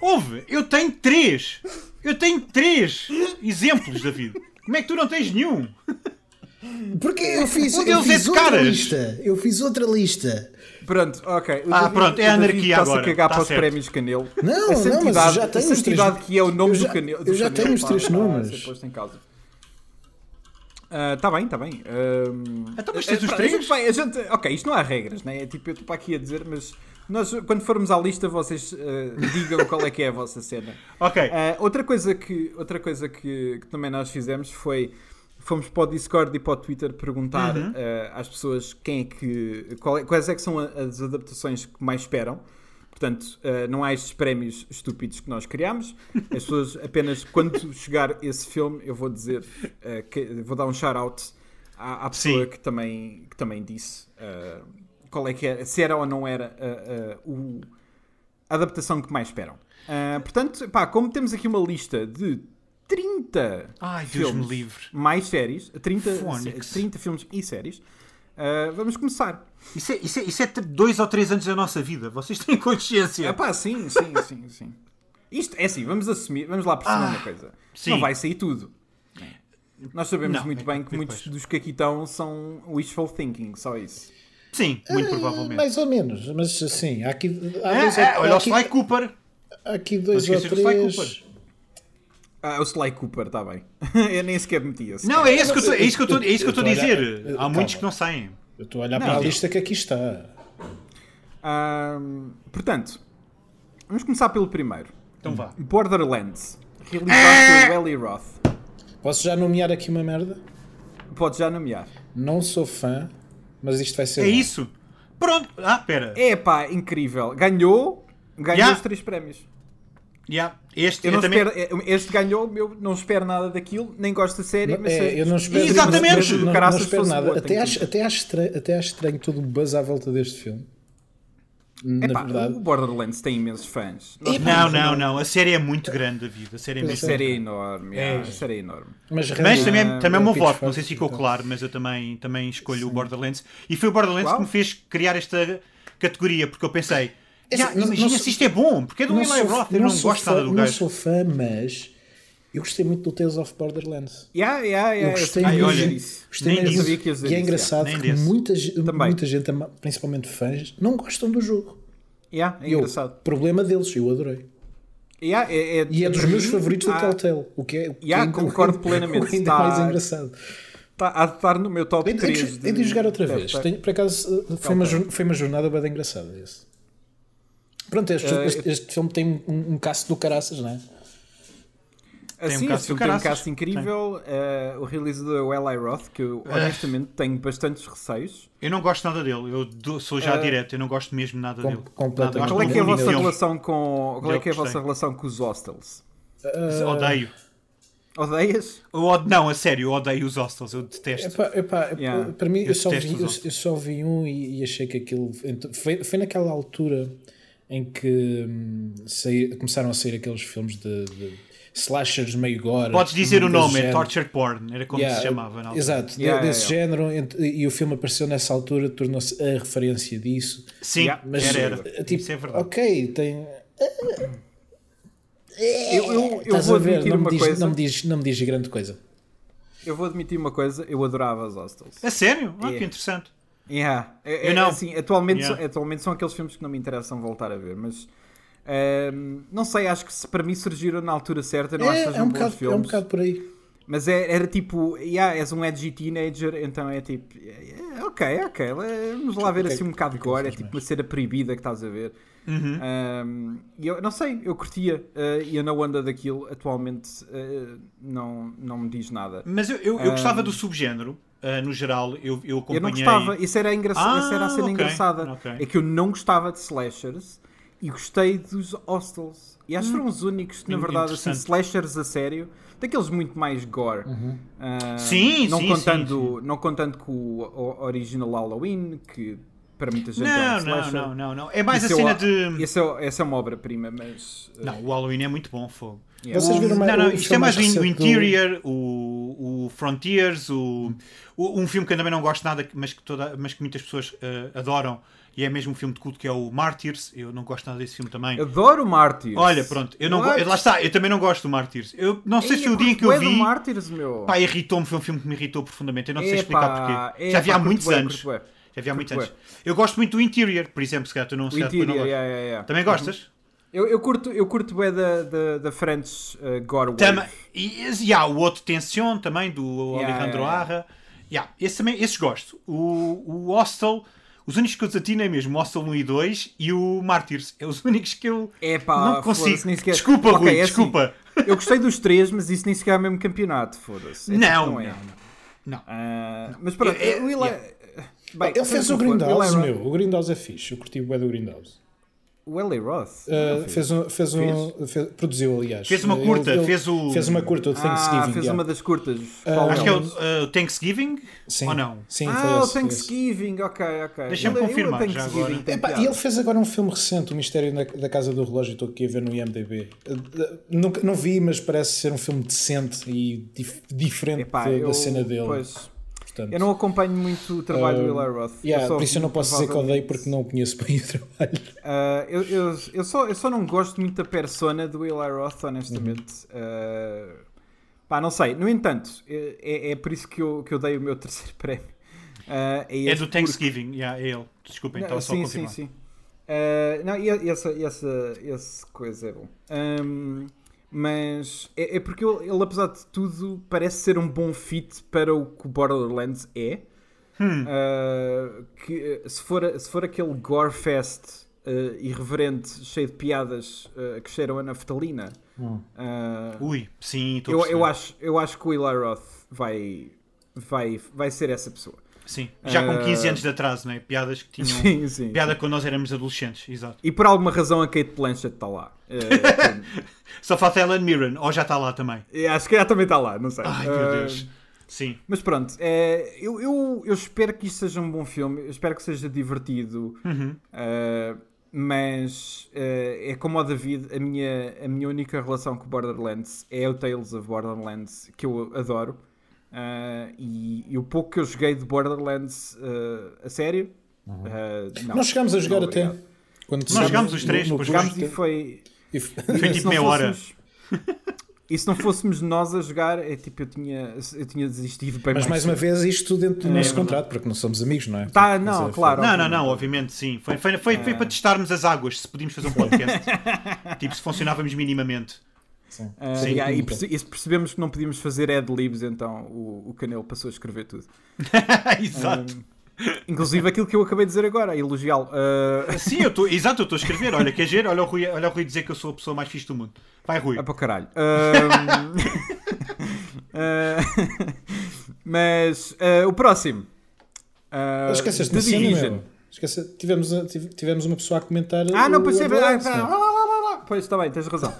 [SPEAKER 2] Houve, eu tenho três. Eu tenho três exemplos, David. Como é que tu não tens nenhum?
[SPEAKER 3] Porque eu fiz,
[SPEAKER 2] Um
[SPEAKER 3] eu
[SPEAKER 2] deles é
[SPEAKER 3] fiz
[SPEAKER 2] de
[SPEAKER 3] outra
[SPEAKER 2] caras.
[SPEAKER 3] lista. Eu fiz outra lista.
[SPEAKER 1] Pronto, ok. O
[SPEAKER 2] Ah,
[SPEAKER 1] David-
[SPEAKER 2] pronto, é
[SPEAKER 1] o David
[SPEAKER 2] anarquia
[SPEAKER 1] Está-se a
[SPEAKER 2] agora.
[SPEAKER 1] cagar
[SPEAKER 2] Tá
[SPEAKER 1] para os
[SPEAKER 2] certo.
[SPEAKER 1] prémios Canelo. Essa
[SPEAKER 3] Não, não, mas eu
[SPEAKER 1] entidade-
[SPEAKER 3] já tenho
[SPEAKER 1] essa
[SPEAKER 3] os três.
[SPEAKER 1] entidade que é o nome do
[SPEAKER 3] eu já,
[SPEAKER 1] Canelo.
[SPEAKER 3] Eu já tenho os
[SPEAKER 1] pá,
[SPEAKER 3] três
[SPEAKER 1] pá, a ser
[SPEAKER 3] números.
[SPEAKER 1] posto em causa. Está bem, está bem. Ah,
[SPEAKER 2] Então, mas
[SPEAKER 1] é,
[SPEAKER 2] tens os
[SPEAKER 1] pá,
[SPEAKER 2] três?
[SPEAKER 1] A gente vai- a gente- ok, isto não há regras, né? é? Tipo, eu estou para aqui a dizer, mas nós, quando formos à lista, vocês ah, digam qual é que é a vossa cena.
[SPEAKER 2] Ok.
[SPEAKER 1] Ah, outra coisa, que, outra coisa que, que também nós fizemos foi fomos para o Discord e para o Twitter perguntar
[SPEAKER 2] Uhum.
[SPEAKER 1] ah, às pessoas quem é que qual é- quais é que são a- as adaptações que mais esperam. Portanto, ah, não há estes prémios estúpidos que nós criámos. As pessoas apenas quando chegar esse filme, eu vou dizer, ah, que- vou dar um shout out à, à pessoa
[SPEAKER 2] Sim.
[SPEAKER 1] que também, que também disse ah, qual é que era, se era ou não era ah, ah, o a adaptação que mais esperam. Ah, portanto, pá, como temos aqui uma lista de 30
[SPEAKER 2] Ai, Deus
[SPEAKER 1] filmes
[SPEAKER 2] me livre.
[SPEAKER 1] mais séries, 30,
[SPEAKER 2] Fónix.
[SPEAKER 1] 30 filmes e séries, ah, vamos começar.
[SPEAKER 2] Isso é, isso, é, isso é t- dois ou três anos da nossa vida. Vocês têm consciência.
[SPEAKER 1] É pá, sim, sim, sim, sim. Isto é assim, vamos assumir, vamos lá por cima uma coisa.
[SPEAKER 2] Ah, sim.
[SPEAKER 1] Não vai sair tudo. Nós sabemos
[SPEAKER 2] Não,
[SPEAKER 1] muito
[SPEAKER 2] é-
[SPEAKER 1] bem que
[SPEAKER 2] depois.
[SPEAKER 1] muitos dos que aqui estão são wishful thinking, só isso.
[SPEAKER 2] Sim, muito provavelmente.
[SPEAKER 3] Mais ou menos, Ah, mas assim, há aqui, há dois,
[SPEAKER 2] É,
[SPEAKER 3] ou-
[SPEAKER 2] é, olha
[SPEAKER 3] há
[SPEAKER 2] o
[SPEAKER 3] aqui,
[SPEAKER 2] Sly Cooper.
[SPEAKER 3] há aqui dois
[SPEAKER 2] Não
[SPEAKER 3] ou
[SPEAKER 2] esquecer do Sly
[SPEAKER 3] três.
[SPEAKER 2] Cooper.
[SPEAKER 1] Ah, o Sly Cooper, está bem. Eu nem sequer metia.
[SPEAKER 2] Não, é isso que eu tô- é isso que eu tô- é isso que eu estou a
[SPEAKER 3] Eu tô a olhar-
[SPEAKER 2] dizer. Há
[SPEAKER 3] Calma.
[SPEAKER 2] muitos que não saem.
[SPEAKER 3] Eu estou a olhar para a
[SPEAKER 2] Não.
[SPEAKER 3] lista que aqui está.
[SPEAKER 1] Ahm, Ah, portanto, vamos começar pelo primeiro.
[SPEAKER 2] Então vá.
[SPEAKER 1] Borderlands, realizado
[SPEAKER 2] É.
[SPEAKER 1] por Eli Roth.
[SPEAKER 3] Posso já nomear aqui uma merda?
[SPEAKER 1] Podes já nomear.
[SPEAKER 3] Não sou fã, mas isto vai ser.
[SPEAKER 2] É
[SPEAKER 3] bom.
[SPEAKER 2] isso. Pronto. Ah, pera.
[SPEAKER 1] É pá, incrível. Ganhou, ganhou
[SPEAKER 2] Yeah.
[SPEAKER 1] os três prémios.
[SPEAKER 2] Yeah. Este
[SPEAKER 1] Eu não
[SPEAKER 2] eu também.
[SPEAKER 1] espero- eh, este ganhou, eu não espero nada daquilo, nem gosto da série, mas
[SPEAKER 3] É,
[SPEAKER 1] sei-
[SPEAKER 3] eu não espero,
[SPEAKER 2] Exatamente!
[SPEAKER 3] mas- mas-
[SPEAKER 1] Do
[SPEAKER 3] Não, não
[SPEAKER 1] caraças
[SPEAKER 3] espero
[SPEAKER 1] fosse
[SPEAKER 3] nada.
[SPEAKER 1] boa,
[SPEAKER 3] Até
[SPEAKER 1] tenho
[SPEAKER 3] acho,
[SPEAKER 1] que
[SPEAKER 3] até, acho estranho, até acho estranho todo o buzz à volta deste filme. Na
[SPEAKER 1] Epá,
[SPEAKER 3] verdade.
[SPEAKER 1] o Borderlands tem imensos fãs.
[SPEAKER 3] Epá,
[SPEAKER 2] Não, não, não. A série é muito grande, David. A série é
[SPEAKER 1] A
[SPEAKER 2] mesmo.
[SPEAKER 1] série é enorme, yeah, a série é enorme.
[SPEAKER 3] Mas,
[SPEAKER 2] Mas
[SPEAKER 3] realmente-
[SPEAKER 2] também,
[SPEAKER 1] Ah,
[SPEAKER 2] também é o meu
[SPEAKER 3] é
[SPEAKER 2] voto,
[SPEAKER 3] Pitchfork,
[SPEAKER 2] não sei se ficou
[SPEAKER 3] então.
[SPEAKER 2] claro, mas eu também, também escolho o Borderlands. E foi o Borderlands
[SPEAKER 1] Uau.
[SPEAKER 2] que me fez criar esta categoria, porque eu pensei,
[SPEAKER 3] É
[SPEAKER 2] "Ya,
[SPEAKER 3] assim, não-
[SPEAKER 2] imagina
[SPEAKER 3] não
[SPEAKER 2] se
[SPEAKER 3] sou-
[SPEAKER 2] isto é bom, porque é de um
[SPEAKER 3] não
[SPEAKER 2] Eli
[SPEAKER 3] sou-
[SPEAKER 2] Roth, eu não,
[SPEAKER 3] sou
[SPEAKER 2] gosto
[SPEAKER 3] fã-
[SPEAKER 2] nada do
[SPEAKER 3] Não
[SPEAKER 2] gajo.
[SPEAKER 3] sou fã, mas eu gostei muito do Tales of Borderlands.
[SPEAKER 1] Yeah, yeah,
[SPEAKER 3] Eu
[SPEAKER 1] yeah,
[SPEAKER 3] gostei
[SPEAKER 1] sei- é
[SPEAKER 2] Ai,
[SPEAKER 3] mesmo.
[SPEAKER 1] eu
[SPEAKER 2] É, olha,
[SPEAKER 1] disse.
[SPEAKER 3] gostei
[SPEAKER 2] nem
[SPEAKER 3] mesmo.
[SPEAKER 1] sabia que ias dizer
[SPEAKER 3] E é
[SPEAKER 1] isso,
[SPEAKER 3] engraçado
[SPEAKER 2] yeah, nem
[SPEAKER 3] que
[SPEAKER 2] disse.
[SPEAKER 3] muita, ge-
[SPEAKER 1] Também.
[SPEAKER 3] muita gente, ama- principalmente fãs, não gostam do jogo.
[SPEAKER 1] Yeah, é
[SPEAKER 3] Eu,
[SPEAKER 1] engraçado.
[SPEAKER 3] problema deles, eu adorei.
[SPEAKER 1] Yeah, é, é-
[SPEAKER 3] E é dos
[SPEAKER 1] para
[SPEAKER 2] Uhum.
[SPEAKER 3] meus
[SPEAKER 1] mim,
[SPEAKER 3] favoritos
[SPEAKER 2] Ah.
[SPEAKER 3] da
[SPEAKER 1] há-
[SPEAKER 3] Telltale, o que é o que
[SPEAKER 1] Yeah,
[SPEAKER 3] ainda-
[SPEAKER 1] concordo
[SPEAKER 3] o
[SPEAKER 1] plenamente,
[SPEAKER 3] que ainda é
[SPEAKER 1] está-
[SPEAKER 3] mais engraçado.
[SPEAKER 1] Tá, há de estar no meu top
[SPEAKER 3] Hei de- hei
[SPEAKER 1] 3.
[SPEAKER 3] de- hei de jogar outra
[SPEAKER 1] Tá,
[SPEAKER 3] vez.
[SPEAKER 1] tá.
[SPEAKER 3] Tenho- por acaso uh, foi uma, jor- foi uma jornada bem engraçada esse. Pronto, este,
[SPEAKER 1] Eh,
[SPEAKER 3] este- este filme tem um, um caço do caraças, não é?
[SPEAKER 2] um
[SPEAKER 1] Assim,
[SPEAKER 2] cast
[SPEAKER 1] esse filme
[SPEAKER 2] do
[SPEAKER 1] tem um
[SPEAKER 2] caraças.
[SPEAKER 1] cast incrível. eh, o realizador é o Eli Roth, que eu honestamente tenho bastantes receios.
[SPEAKER 2] Eu não gosto nada dele, eu do- sou já direto, eu não gosto mesmo nada
[SPEAKER 3] Ah. com-
[SPEAKER 2] dele.
[SPEAKER 3] completamente.
[SPEAKER 2] Nada, eu
[SPEAKER 1] Qual é
[SPEAKER 2] gosto
[SPEAKER 1] que é a
[SPEAKER 2] muito
[SPEAKER 1] vossa
[SPEAKER 2] dele.
[SPEAKER 1] relação com. Qual é
[SPEAKER 2] Eu
[SPEAKER 1] que é a vossa
[SPEAKER 2] gostei.
[SPEAKER 1] relação com os hostels?
[SPEAKER 3] Ah.
[SPEAKER 2] Odeio.
[SPEAKER 1] Odeias?
[SPEAKER 2] Eu od- Não, a sério, eu odeio os hostels, eu detesto.
[SPEAKER 3] Epá, epá,
[SPEAKER 1] Yeah.
[SPEAKER 3] Para mim, eu,
[SPEAKER 2] Eu
[SPEAKER 3] só
[SPEAKER 2] detesto
[SPEAKER 3] vi,
[SPEAKER 2] os
[SPEAKER 3] eu,
[SPEAKER 2] outros.
[SPEAKER 3] eu só vi um e, e achei que aquilo. ent- Foi, foi naquela altura em que hum, saí- começaram a sair aqueles filmes de, de slashers meio gore.
[SPEAKER 2] Podes dizer o
[SPEAKER 3] desse
[SPEAKER 2] nome, é
[SPEAKER 3] género.
[SPEAKER 2] Tortured Porn, era como
[SPEAKER 3] Yeah,
[SPEAKER 2] se chamava. na altura.
[SPEAKER 3] Exato, de-
[SPEAKER 1] Yeah, yeah,
[SPEAKER 3] desse género. ent- E o filme apareceu nessa altura, tornou-se a referência disso.
[SPEAKER 2] Sim,
[SPEAKER 1] Yeah,
[SPEAKER 3] Mas,
[SPEAKER 2] era, era.
[SPEAKER 3] eh, Tipo,
[SPEAKER 2] Isso é verdade.
[SPEAKER 3] Ok, tem. eh,
[SPEAKER 1] Eu, eu, eu
[SPEAKER 3] Estás
[SPEAKER 1] vou
[SPEAKER 3] a ver,
[SPEAKER 1] admitir
[SPEAKER 3] não me,
[SPEAKER 1] uma
[SPEAKER 3] diz,
[SPEAKER 1] coisa.
[SPEAKER 3] não, me diz, não me diz grande coisa.
[SPEAKER 1] Eu vou admitir uma coisa. Eu adorava os hostels.
[SPEAKER 2] A sério? Ah, que
[SPEAKER 1] Yeah.
[SPEAKER 2] interessante.
[SPEAKER 1] Yeah. É,
[SPEAKER 2] Eu
[SPEAKER 1] é,
[SPEAKER 2] não.
[SPEAKER 1] Assim, atualmente,
[SPEAKER 2] Yeah.
[SPEAKER 1] são- atualmente são aqueles filmes que não me interessam voltar a ver, mas. ehm, não sei, acho que se para mim surgiram na altura certa, não acho que
[SPEAKER 3] É, é,
[SPEAKER 1] sejam
[SPEAKER 3] um
[SPEAKER 1] bons
[SPEAKER 3] bocado, é
[SPEAKER 1] filmes.
[SPEAKER 3] um bocado por aí.
[SPEAKER 1] Mas é- era tipo, yeah, és um edgy teenager, então é tipo, é, é, ok, ok, le- vamos lá ver
[SPEAKER 3] Ok,
[SPEAKER 1] assim um bocado de gore, é
[SPEAKER 3] fazes
[SPEAKER 1] tipo uma cena proibida que estás a ver. Um, e eu não sei, eu curtia uh, e eu na onda daquilo atualmente uh, não, não me diz nada.
[SPEAKER 2] Mas eu, eu, eu gostava do subgénero, ah, no geral, eu, eu
[SPEAKER 1] Eu não
[SPEAKER 2] acompanhei.
[SPEAKER 1] gostava, isso era, engra
[SPEAKER 2] Ah,
[SPEAKER 1] essa era a cena
[SPEAKER 2] ok,
[SPEAKER 1] engraçada.
[SPEAKER 2] ok.
[SPEAKER 1] É que eu não gostava de slashers e gostei dos hostels. E acho que foram os únicos que, na
[SPEAKER 2] Hum. In-
[SPEAKER 1] verdade, assim,
[SPEAKER 2] interessante.
[SPEAKER 1] slashers a sério, daqueles muito mais gore. Ah,
[SPEAKER 2] Sim,
[SPEAKER 1] não
[SPEAKER 2] sim,
[SPEAKER 1] contando, Não contando com o, o original Halloween, que para muita gente é um
[SPEAKER 2] Não, não,
[SPEAKER 1] slasher.
[SPEAKER 2] não, não, não. É mais
[SPEAKER 1] Isso
[SPEAKER 2] a
[SPEAKER 1] é
[SPEAKER 2] cena
[SPEAKER 1] o-
[SPEAKER 2] de.
[SPEAKER 1] esse é o- essa é uma obra-prima, mas. ah,
[SPEAKER 2] Não, o Halloween é muito bom, fogo.
[SPEAKER 1] Yeah.
[SPEAKER 3] Vocês viram
[SPEAKER 2] não,
[SPEAKER 3] mais-
[SPEAKER 2] não,
[SPEAKER 3] o
[SPEAKER 2] isto é
[SPEAKER 3] filme
[SPEAKER 2] mais o
[SPEAKER 3] mais
[SPEAKER 2] in- o
[SPEAKER 3] recente do-
[SPEAKER 2] interior, o, o o Frontiers, o, o- um filme que eu também não gosto nada, mas que, toda, mas que muitas pessoas eh, adoram, e é mesmo um filme de culto, que é o Martyrs. Eu não gosto nada desse filme também.
[SPEAKER 1] Adoro Martyrs.
[SPEAKER 2] Olha, pronto, eu não go-
[SPEAKER 1] What?
[SPEAKER 2] lá está, eu também não gosto do Martyrs. Eu não sei
[SPEAKER 1] Ei, é
[SPEAKER 2] se o dia em
[SPEAKER 1] curto
[SPEAKER 2] que eu
[SPEAKER 1] bué do
[SPEAKER 2] vi.
[SPEAKER 1] Martyrs, um meu.
[SPEAKER 2] Pá, irritou-me, foi um filme que me irritou profundamente. Eu não
[SPEAKER 1] Epá,
[SPEAKER 2] sei
[SPEAKER 1] é
[SPEAKER 2] explicar porquê. Já
[SPEAKER 1] epá,
[SPEAKER 2] vi há
[SPEAKER 1] curto
[SPEAKER 2] muitos
[SPEAKER 1] bué,
[SPEAKER 2] anos.
[SPEAKER 1] curto bué.
[SPEAKER 2] Já vi há muitos
[SPEAKER 1] bué.
[SPEAKER 2] anos. Eu gosto muito do Interior, por exemplo, se calhar tu não,
[SPEAKER 1] O
[SPEAKER 2] se calhar tu não
[SPEAKER 1] interior,
[SPEAKER 2] gostas.
[SPEAKER 1] yeah, Uhum. yeah, yeah.
[SPEAKER 2] Também gostas?
[SPEAKER 1] Eu, eu curto, eu curto bem da, da, da French uh, Gore Wave.
[SPEAKER 2] Também. E, e há o outro Tension também, do
[SPEAKER 1] Yeah,
[SPEAKER 2] Alejandro
[SPEAKER 1] yeah,
[SPEAKER 2] Arra. Yeah, esse também, esses gosto. O, o Hostel, os únicos que eu desatino é mesmo o Hostel 1 e 2 e o Martyrs. É os únicos que eu
[SPEAKER 1] É pá,
[SPEAKER 2] não
[SPEAKER 1] foda-se,
[SPEAKER 2] consigo.
[SPEAKER 1] nem sequer-
[SPEAKER 2] Desculpa,
[SPEAKER 1] Ok,
[SPEAKER 2] Rui,
[SPEAKER 1] é assim,
[SPEAKER 2] desculpa.
[SPEAKER 1] eu gostei dos três, mas isso nem sequer é o mesmo campeonato, foda-se. É tipo,
[SPEAKER 2] Não,
[SPEAKER 1] é.
[SPEAKER 2] não, não. Não. É,
[SPEAKER 1] Ah, mas pronto,
[SPEAKER 2] Eu- eu-
[SPEAKER 1] o Eli... Bem,
[SPEAKER 3] Ele fez o
[SPEAKER 1] tanto me for,
[SPEAKER 3] Grindhouse,
[SPEAKER 1] Eli Roth-
[SPEAKER 3] meu. O Grindhouse é fixe. Eu curti o bué do Grindhouse.
[SPEAKER 1] O Eli Roth?
[SPEAKER 3] Uh,
[SPEAKER 1] não fez?
[SPEAKER 3] fez um, fez um, fez- produziu, aliás.
[SPEAKER 2] Fez uma
[SPEAKER 3] Ele-
[SPEAKER 2] curta,
[SPEAKER 3] ele-
[SPEAKER 2] fez o-
[SPEAKER 3] Fez uma curta, o Thanksgiving.
[SPEAKER 1] Ah, fez
[SPEAKER 3] yeah.
[SPEAKER 1] uma das curtas.
[SPEAKER 2] Acho que é o eh, o Thanksgiving
[SPEAKER 3] Sim,
[SPEAKER 2] ou não?
[SPEAKER 3] Sim, foi
[SPEAKER 1] Ah, o
[SPEAKER 3] esse, foi esse.
[SPEAKER 1] Thanksgiving, ok, ok.
[SPEAKER 2] Deixa-me
[SPEAKER 1] Eu- eu-
[SPEAKER 2] confirmar
[SPEAKER 1] o
[SPEAKER 2] já
[SPEAKER 1] Thanksgiving
[SPEAKER 2] agora.
[SPEAKER 1] tem
[SPEAKER 3] Epá, e
[SPEAKER 1] piada.
[SPEAKER 3] ele fez agora um filme recente, O Mistério na- da Casa do Relógio. Estou aqui a ver no IMDb. Uh, uh, Nunca, não vi, mas parece ser um filme decente e dif- diferente
[SPEAKER 1] Epá,
[SPEAKER 3] da, da
[SPEAKER 1] eu-
[SPEAKER 3] cena dele.
[SPEAKER 1] pois,
[SPEAKER 3] portanto.
[SPEAKER 1] eu não acompanho muito o trabalho do Eli Roth. Eu
[SPEAKER 3] Yeah,
[SPEAKER 1] só
[SPEAKER 3] por isso eu não
[SPEAKER 1] vi,
[SPEAKER 3] posso dizer que
[SPEAKER 1] provavelmente-
[SPEAKER 3] odeio porque não o conheço bem o trabalho.
[SPEAKER 1] Ah, eu, eu, eu, só, eu só não gosto muito da persona do Eli Roth, honestamente.
[SPEAKER 3] Uhum.
[SPEAKER 1] Ah, pá, não sei. No entanto, é- é, é por isso que eu, que eu dei o meu terceiro prémio. Ah,
[SPEAKER 2] É
[SPEAKER 1] este
[SPEAKER 2] do
[SPEAKER 1] porque-
[SPEAKER 2] Thanksgiving, yeah, é ele. Desculpem,
[SPEAKER 1] Não,
[SPEAKER 2] estava só a
[SPEAKER 1] sim, sim,
[SPEAKER 2] confirmar.
[SPEAKER 1] sim. Ah, não, e e essa, e essa, essa coisa é bom. Ahm, mas é, é porque ele, ele, apesar de tudo, parece ser um bom fit para o que o Borderlands é.
[SPEAKER 2] Hum.
[SPEAKER 1] Ah, que, eh, se, for, se for aquele gore fest eh, irreverente, cheio de piadas eh, que cheiram a naftalina,
[SPEAKER 2] Hum.
[SPEAKER 1] ah,
[SPEAKER 2] Ui, sim, estou a
[SPEAKER 1] eu,
[SPEAKER 2] perceber.
[SPEAKER 1] eu, acho, eu acho que o Eli Roth vai, vai, vai ser essa pessoa.
[SPEAKER 2] Sim, já com
[SPEAKER 1] Ah.
[SPEAKER 2] 15 anos de atraso, não é? Piadas que tinham.
[SPEAKER 1] Sim, sim.
[SPEAKER 2] Piada quando nós éramos adolescentes, exato.
[SPEAKER 1] E por alguma razão a Kate Blanchett está lá. Eh,
[SPEAKER 2] Só falta Ellen Mirren, ou já está lá também.
[SPEAKER 1] É, Acho que ela também está lá, não sei.
[SPEAKER 2] Ai
[SPEAKER 1] Ah,
[SPEAKER 2] meu Deus. Sim.
[SPEAKER 1] Mas pronto, é, eu, eu, eu espero que isto seja um bom filme, eu espero que seja divertido,
[SPEAKER 2] Uhum.
[SPEAKER 1] ah, mas ah, é como o David, a minha, a minha única relação com Borderlands é o Tales of Borderlands, que eu adoro, Ah, e, e o pouco que eu joguei de Borderlands ah, a sério.
[SPEAKER 2] Uhum.
[SPEAKER 1] ah, não.
[SPEAKER 3] Nós chegámos a jogar
[SPEAKER 1] Não,
[SPEAKER 3] até.
[SPEAKER 1] obrigado.
[SPEAKER 3] Quando
[SPEAKER 2] Nós jogámos
[SPEAKER 3] saímos
[SPEAKER 2] os três,
[SPEAKER 3] no- no
[SPEAKER 2] pois
[SPEAKER 1] Jogámos e
[SPEAKER 3] curso,
[SPEAKER 1] foi,
[SPEAKER 3] e f-
[SPEAKER 2] Foi
[SPEAKER 1] se
[SPEAKER 2] tipo
[SPEAKER 1] não
[SPEAKER 2] meia hora.
[SPEAKER 1] fôssemos- E se não fôssemos nós a jogar, é tipo, eu tinha, eu tinha desistido bem
[SPEAKER 3] Mas mais uma vez, isto dentro do nosso contrato, porque não somos amigos, não é?
[SPEAKER 1] Tá,
[SPEAKER 3] Mas
[SPEAKER 1] não,
[SPEAKER 3] é,
[SPEAKER 1] claro.
[SPEAKER 2] Não, não, Ah. não, obviamente sim. Foi, foi, foi, foi para testarmos as águas, se podíamos fazer um podcast. tipo, se funcionávamos minimamente.
[SPEAKER 3] foi- sim.
[SPEAKER 1] Ah,
[SPEAKER 2] Sim,
[SPEAKER 1] e, aí
[SPEAKER 3] muito
[SPEAKER 1] perce- e percebemos que não podíamos fazer ad libs, então o, o Canelo passou a escrever tudo.
[SPEAKER 2] Ah, exato.
[SPEAKER 1] Inclusive aquilo que eu acabei de dizer agora, a elogiá-lo. Ah,
[SPEAKER 2] Sim, eu estou. Exato, eu estou a escrever. Olha, quer dizer, olha o, Rui, olha o Rui dizer que eu sou a pessoa mais fixe do mundo. Vai, Rui.
[SPEAKER 1] Ah, para o caralho. Ah, ah, mas ah, o próximo. Ah,
[SPEAKER 3] Esqueceste
[SPEAKER 1] The
[SPEAKER 3] de cena,
[SPEAKER 1] Division.
[SPEAKER 3] meu. Esquece, tivemos, tive- tivemos uma pessoa a comentar.
[SPEAKER 1] Ah, não,
[SPEAKER 3] o
[SPEAKER 1] pois é. Ah,
[SPEAKER 3] Borderlands,
[SPEAKER 1] tá, lá,
[SPEAKER 3] não é?
[SPEAKER 1] lá, lá, lá. Pois está bem, tens razão.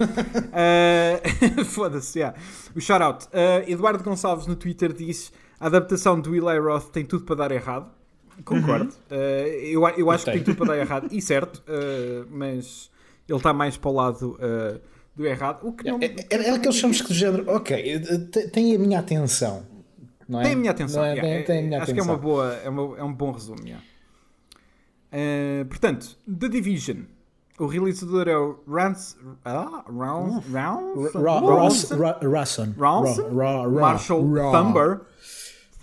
[SPEAKER 1] Ah, Foda-se, já. O shout-out. Ah, Eduardo Gonçalves no Twitter diz: a adaptação do Eli Roth tem tudo para dar errado.
[SPEAKER 3] Uhum.
[SPEAKER 1] Concordo. Ah, eu, a- eu acho que tem
[SPEAKER 3] Tem.
[SPEAKER 1] tudo para dar errado. E certo, ah, mas ele está mais para o lado ah, do errado. O que não.
[SPEAKER 3] É- É, é
[SPEAKER 1] um
[SPEAKER 3] aqueles filmes que do género, ok, eh, te- tem a minha atenção. Não é?
[SPEAKER 1] Tem a minha atenção.
[SPEAKER 3] Não é?
[SPEAKER 1] yeah.
[SPEAKER 3] Tem- tem a minha
[SPEAKER 1] acho que é
[SPEAKER 3] atenção.
[SPEAKER 1] uma boa, é, uma- é um bom resumo. yeah. Ah, portanto, The Division. O realizador é o Rance. Ah, Rounds. Rounds?
[SPEAKER 3] Ra- Ross- Ra- Rawson.
[SPEAKER 1] Ronson,
[SPEAKER 3] Ra- Ra- Ra-
[SPEAKER 1] Marshall
[SPEAKER 3] Ra-
[SPEAKER 1] Thumber,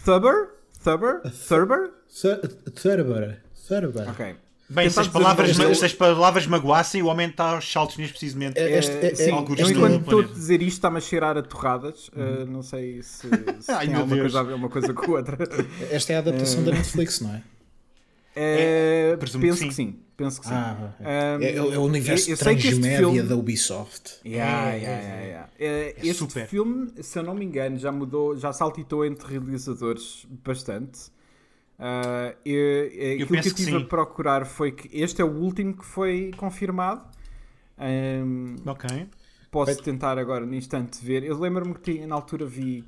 [SPEAKER 1] Thumber, Thumber, Thumber.
[SPEAKER 3] Thu- Thurber. Thurber.
[SPEAKER 1] Ok.
[SPEAKER 2] Bem, se as,
[SPEAKER 1] Tentar
[SPEAKER 2] palavras,
[SPEAKER 1] dizer
[SPEAKER 2] ma-
[SPEAKER 3] isto-
[SPEAKER 2] se as palavras magoassem, o homem está aos saltos neste precisamente.
[SPEAKER 3] É, este- é-
[SPEAKER 1] Sim,
[SPEAKER 3] é-
[SPEAKER 2] alguns
[SPEAKER 1] eu
[SPEAKER 2] do
[SPEAKER 1] enquanto estou a
[SPEAKER 2] planeta.
[SPEAKER 1] dizer isto está-me a cheirar a torradas.
[SPEAKER 3] Uhum.
[SPEAKER 1] Uh, não sei se, se
[SPEAKER 2] Ai,
[SPEAKER 1] tem
[SPEAKER 2] meu
[SPEAKER 1] alguma
[SPEAKER 2] Deus.
[SPEAKER 1] coisa a ver uma coisa com a outra.
[SPEAKER 3] Esta é a adaptação da
[SPEAKER 1] Eh,
[SPEAKER 3] Netflix, não é?
[SPEAKER 1] Uh,
[SPEAKER 2] É, presumo
[SPEAKER 1] penso
[SPEAKER 2] que
[SPEAKER 1] que sim. Penso que sim.
[SPEAKER 3] Ah, ok.
[SPEAKER 1] Um,
[SPEAKER 3] é, é o universo
[SPEAKER 1] eu- eu sei que este
[SPEAKER 3] transmédia
[SPEAKER 1] filme-
[SPEAKER 3] da Ubisoft.
[SPEAKER 1] É,
[SPEAKER 2] É,
[SPEAKER 1] Yeah, yeah, yeah, yeah. Uh, este
[SPEAKER 2] super.
[SPEAKER 1] filme, se eu não me engano, já mudou, já saltitou entre realizadores bastante. Uh, eu, eu, aquilo
[SPEAKER 2] penso
[SPEAKER 1] que eu
[SPEAKER 2] que
[SPEAKER 1] estive
[SPEAKER 2] sim.
[SPEAKER 1] a procurar foi que este é o último que foi confirmado. Um,
[SPEAKER 2] Ok.
[SPEAKER 1] posso
[SPEAKER 3] Perfeito.
[SPEAKER 1] tentar agora no instante ver. Eu lembro-me que tinha- na altura vi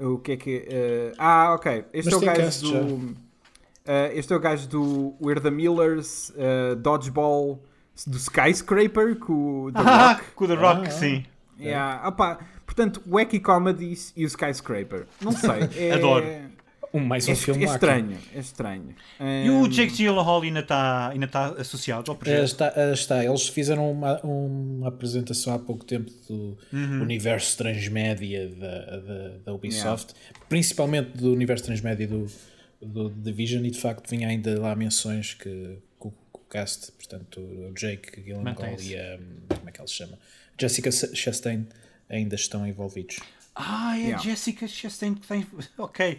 [SPEAKER 1] o que é que. eh, ah, ok. Este
[SPEAKER 3] Mas
[SPEAKER 1] é o
[SPEAKER 3] tem
[SPEAKER 1] gajo
[SPEAKER 3] cast
[SPEAKER 1] do. eh, este é o gajo do We're the Millers, eh, Dodgeball, do Skyscraper, com o The
[SPEAKER 2] Ah,
[SPEAKER 1] Rock.
[SPEAKER 2] com o The Rock,
[SPEAKER 3] Ah,
[SPEAKER 2] sim.
[SPEAKER 1] Yeah. Opa, portanto, Wacky Comedies e o Skyscraper. Não sei. É...
[SPEAKER 2] Adoro.
[SPEAKER 3] Um, mais um
[SPEAKER 1] É,
[SPEAKER 3] filme
[SPEAKER 1] é
[SPEAKER 3] lá,
[SPEAKER 1] estranho, é estranho.
[SPEAKER 2] E o Jake Gyllenhaal ainda está ainda tá associado ao
[SPEAKER 3] que- Ah,
[SPEAKER 2] projeto.
[SPEAKER 3] Está, ah, está, eles fizeram uma, uma apresentação há pouco tempo do
[SPEAKER 2] Uhum.
[SPEAKER 3] universo transmédia da, da, da Ubisoft, principalmente do universo transmédia do, do Division, e de facto vinha ainda lá menções que, com, com o cast, portanto, o Jake Gyllenhaal
[SPEAKER 2] Mantém-se.
[SPEAKER 3] e a. Como é que ela se chama? Jessica Sa- Chastain ainda estão envolvidos.
[SPEAKER 2] Ah, é
[SPEAKER 1] Yeah.
[SPEAKER 2] Jessica Chastain que tem. Ok.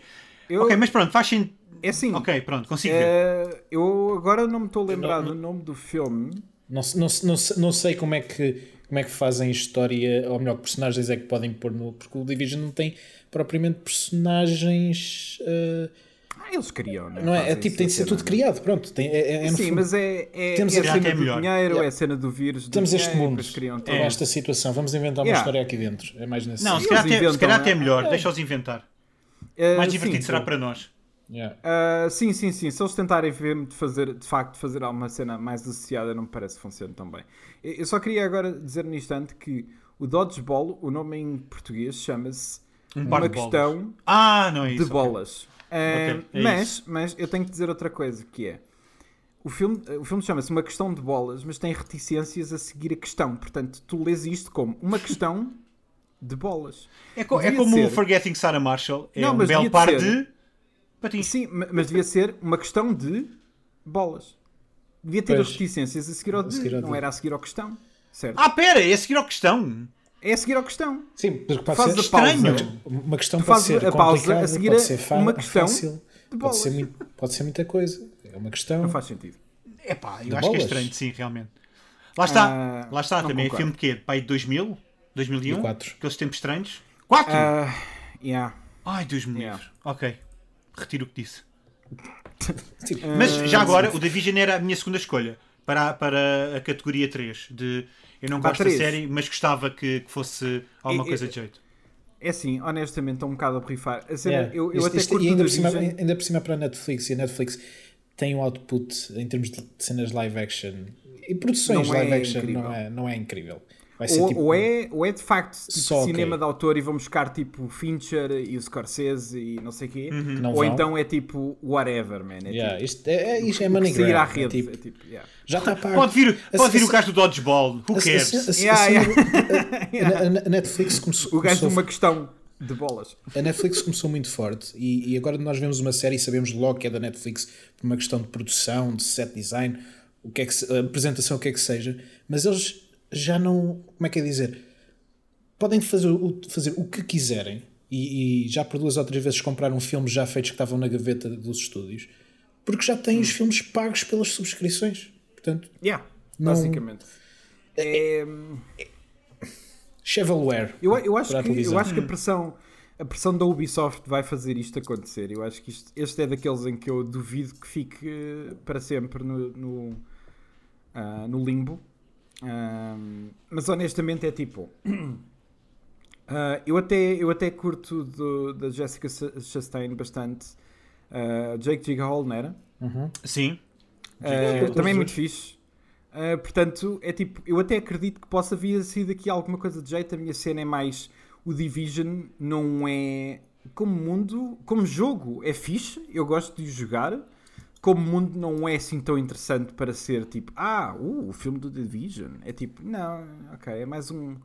[SPEAKER 1] Eu-
[SPEAKER 2] Ok, mas pronto, faz sentido.
[SPEAKER 1] É assim.
[SPEAKER 2] Ok, pronto, consigo ver.
[SPEAKER 1] eh, eu agora não me estou a lembrar do nome do filme.
[SPEAKER 3] Não, se- não, se- não, se- não sei como é, que, como é que fazem história, ou melhor, que personagens é que podem pôr no. Porque o Division não tem propriamente personagens. eh,
[SPEAKER 1] Ah, eles queriam, né?
[SPEAKER 3] não é? É
[SPEAKER 1] Fazem
[SPEAKER 3] tipo, tem de
[SPEAKER 1] essa
[SPEAKER 3] ser tudo
[SPEAKER 1] cena.
[SPEAKER 3] criado, pronto. Tem, é, é, é no
[SPEAKER 1] Sim,
[SPEAKER 3] fundo,
[SPEAKER 1] mas é, é,
[SPEAKER 3] Temos
[SPEAKER 1] é a
[SPEAKER 3] este-
[SPEAKER 1] cena
[SPEAKER 2] Até é
[SPEAKER 1] do
[SPEAKER 2] melhor. É.
[SPEAKER 1] dinheiro, é a cena do vírus. do
[SPEAKER 3] temos este
[SPEAKER 1] dinheiro,
[SPEAKER 3] mundo.
[SPEAKER 1] depois criam
[SPEAKER 3] com
[SPEAKER 1] tudo.
[SPEAKER 3] esta situação. Vamos inventar uma
[SPEAKER 1] Yeah.
[SPEAKER 3] história aqui dentro. É mais nesse
[SPEAKER 2] Não, se
[SPEAKER 3] sentido.
[SPEAKER 1] eles
[SPEAKER 2] calhar, até, se
[SPEAKER 1] inventam,
[SPEAKER 2] calhar até é
[SPEAKER 1] né?
[SPEAKER 2] melhor, deixa-os inventar.
[SPEAKER 1] Eh,
[SPEAKER 2] Mais
[SPEAKER 1] sim,
[SPEAKER 2] divertido será
[SPEAKER 1] pô.
[SPEAKER 2] para nós.
[SPEAKER 3] Yeah.
[SPEAKER 1] Ah, sim, sim, sim. Se eles tentarem ver-me de fazer, de facto, fazer alguma cena mais associada, não me parece que funcione tão bem. Eu eu só queria agora dizer no instante que o Dodgeball, o nome em português, chama-se
[SPEAKER 2] Um par
[SPEAKER 1] Uma
[SPEAKER 2] de bolas.
[SPEAKER 1] Questão
[SPEAKER 2] Ah, não é isso.
[SPEAKER 1] de
[SPEAKER 2] ok.
[SPEAKER 1] Bolas. Ah,
[SPEAKER 2] Ok, é
[SPEAKER 1] mas, mas eu tenho que dizer outra coisa, que é... O filme, o filme chama-se Uma Questão de Bolas, mas tem reticências a seguir a questão. Portanto, tu lês isto como Uma Questão de Bolas.
[SPEAKER 2] É, co- é
[SPEAKER 1] Devia
[SPEAKER 2] como o
[SPEAKER 1] ser.
[SPEAKER 2] Forgetting Sarah Marshall. É
[SPEAKER 1] Não,
[SPEAKER 2] um
[SPEAKER 1] mas
[SPEAKER 2] belo
[SPEAKER 1] devia
[SPEAKER 2] par
[SPEAKER 1] ser.
[SPEAKER 2] de. Patins.
[SPEAKER 1] Sim, ma- mas devia ser uma questão de bolas. Devia ter
[SPEAKER 3] Pois.
[SPEAKER 1] as reticências a seguir ao de,
[SPEAKER 3] seguir ao
[SPEAKER 1] não
[SPEAKER 3] de.
[SPEAKER 1] era a seguir ao questão, certo?
[SPEAKER 2] Ah, pera, é a seguir ao questão.
[SPEAKER 1] É a seguir ao questão.
[SPEAKER 3] Sim, porque pode
[SPEAKER 1] Faz
[SPEAKER 3] ser
[SPEAKER 1] a pausa.
[SPEAKER 2] Estranho.
[SPEAKER 3] Uma questão
[SPEAKER 1] Tu
[SPEAKER 3] pode
[SPEAKER 1] fazes
[SPEAKER 3] ser
[SPEAKER 1] a pausa,
[SPEAKER 3] complicada,
[SPEAKER 1] a seguir
[SPEAKER 3] pode
[SPEAKER 1] a
[SPEAKER 3] ser fa-
[SPEAKER 1] uma questão
[SPEAKER 3] fácil, pode
[SPEAKER 1] bolas.
[SPEAKER 3] ser, mui- pode ser muita coisa. É uma questão.
[SPEAKER 1] Não faz sentido.
[SPEAKER 2] É pá, eu
[SPEAKER 3] De
[SPEAKER 2] acho que é
[SPEAKER 3] bolas?
[SPEAKER 2] estranho, sim, realmente. Lá está,
[SPEAKER 1] Ah,
[SPEAKER 2] lá está
[SPEAKER 1] não
[SPEAKER 2] também. É
[SPEAKER 1] concordo.
[SPEAKER 2] filme de quê? Pai de 2000? 2001?
[SPEAKER 3] E quatro.
[SPEAKER 2] Aqueles tempos estranhos. 4?
[SPEAKER 1] Ah, yeah.
[SPEAKER 2] Ai, Deus me
[SPEAKER 1] yeah.
[SPEAKER 2] livre. Ok, retiro o que disse.
[SPEAKER 3] Tipo,
[SPEAKER 1] Ah,
[SPEAKER 2] Mas já agora, o Division era a minha segunda escolha para a, para a categoria 3. De, eu não
[SPEAKER 1] Para a
[SPEAKER 2] gosto da
[SPEAKER 1] três.
[SPEAKER 2] série, mas gostava que, que fosse alguma
[SPEAKER 1] E-
[SPEAKER 2] coisa
[SPEAKER 1] e-
[SPEAKER 2] de jeito.
[SPEAKER 1] É assim, honestamente, estou um bocado a borrifar. A cena,
[SPEAKER 3] Yeah.
[SPEAKER 1] eu, eu
[SPEAKER 3] É. Isto-
[SPEAKER 1] até
[SPEAKER 3] isto-
[SPEAKER 1] curto
[SPEAKER 3] e
[SPEAKER 1] o
[SPEAKER 3] ainda,
[SPEAKER 1] da
[SPEAKER 3] por cima, é
[SPEAKER 1] Vision.
[SPEAKER 3] ainda por cima para a Netflix e a Netflix tem um output em termos de cenas live action e produções
[SPEAKER 1] Não é
[SPEAKER 3] live action
[SPEAKER 1] incrível.
[SPEAKER 3] não é, não é incrível vai ser
[SPEAKER 1] Ou,
[SPEAKER 3] tipo
[SPEAKER 1] ou é, ou é de facto tipo,
[SPEAKER 3] Só ok.
[SPEAKER 1] cinema de autor e vão buscar tipo Fincher e o Scorsese e não sei o quê.
[SPEAKER 3] Não
[SPEAKER 1] Ou
[SPEAKER 3] vão.
[SPEAKER 1] então é tipo whatever, man. É
[SPEAKER 3] yeah, isto é, é, isto é money
[SPEAKER 1] tipo, sair à
[SPEAKER 3] grab é
[SPEAKER 1] rede.
[SPEAKER 3] tipo,
[SPEAKER 1] é tipo, yeah.
[SPEAKER 3] já está pago
[SPEAKER 2] Pode vir,
[SPEAKER 3] A-
[SPEAKER 2] pode vir
[SPEAKER 3] a-
[SPEAKER 2] o gajo do Dodgeball, who
[SPEAKER 3] a- a-
[SPEAKER 2] cares?
[SPEAKER 3] a- a- a-
[SPEAKER 1] Yeah,
[SPEAKER 3] a-
[SPEAKER 1] yeah.
[SPEAKER 3] a- a- a- a Netflix começou,
[SPEAKER 1] O gajo de
[SPEAKER 3] começou-
[SPEAKER 1] uma questão de bolas.
[SPEAKER 3] a Netflix começou muito forte e, e agora nós vemos uma série e sabemos logo que é da Netflix por uma questão de produção, de set design, o que é que se- a apresentação, o que é que seja, mas eles já não, como é que é dizer, podem fazer o, fazer o que quiserem e, e já por duas ou três vezes compraram filmes já feitos que estavam na gaveta dos estúdios porque já têm
[SPEAKER 2] Hum.
[SPEAKER 3] os filmes pagos pelas subscrições, portanto,
[SPEAKER 1] Yeah,
[SPEAKER 3] Não-
[SPEAKER 1] basicamente. É,
[SPEAKER 3] Chevalware.
[SPEAKER 1] eu, eu, acho
[SPEAKER 3] Para a
[SPEAKER 1] que,
[SPEAKER 3] televisão.
[SPEAKER 1] eu acho que a pressão, a pressão da Ubisoft vai fazer isto acontecer. Eu acho que isto, este é daqueles em que eu duvido que fique eh, para sempre no, no, ah, no limbo. Ah, mas honestamente é tipo. ah, eu, até, eu até curto do- da Jessica Sa- Chastain bastante. Ah, Jake Gyllenhaal, não era?
[SPEAKER 2] Sim.
[SPEAKER 1] Uh,
[SPEAKER 3] Sim.
[SPEAKER 1] também é muito fixe. Uh, portanto, é tipo, eu até acredito que possa vir a sair daqui alguma coisa de jeito. A minha cena é mais o Division, não é como mundo, como jogo é fixe, eu gosto de o jogar. Como mundo não é assim tão interessante para ser tipo, ah, uh, o filme do Division. É tipo, não, ok, é mais um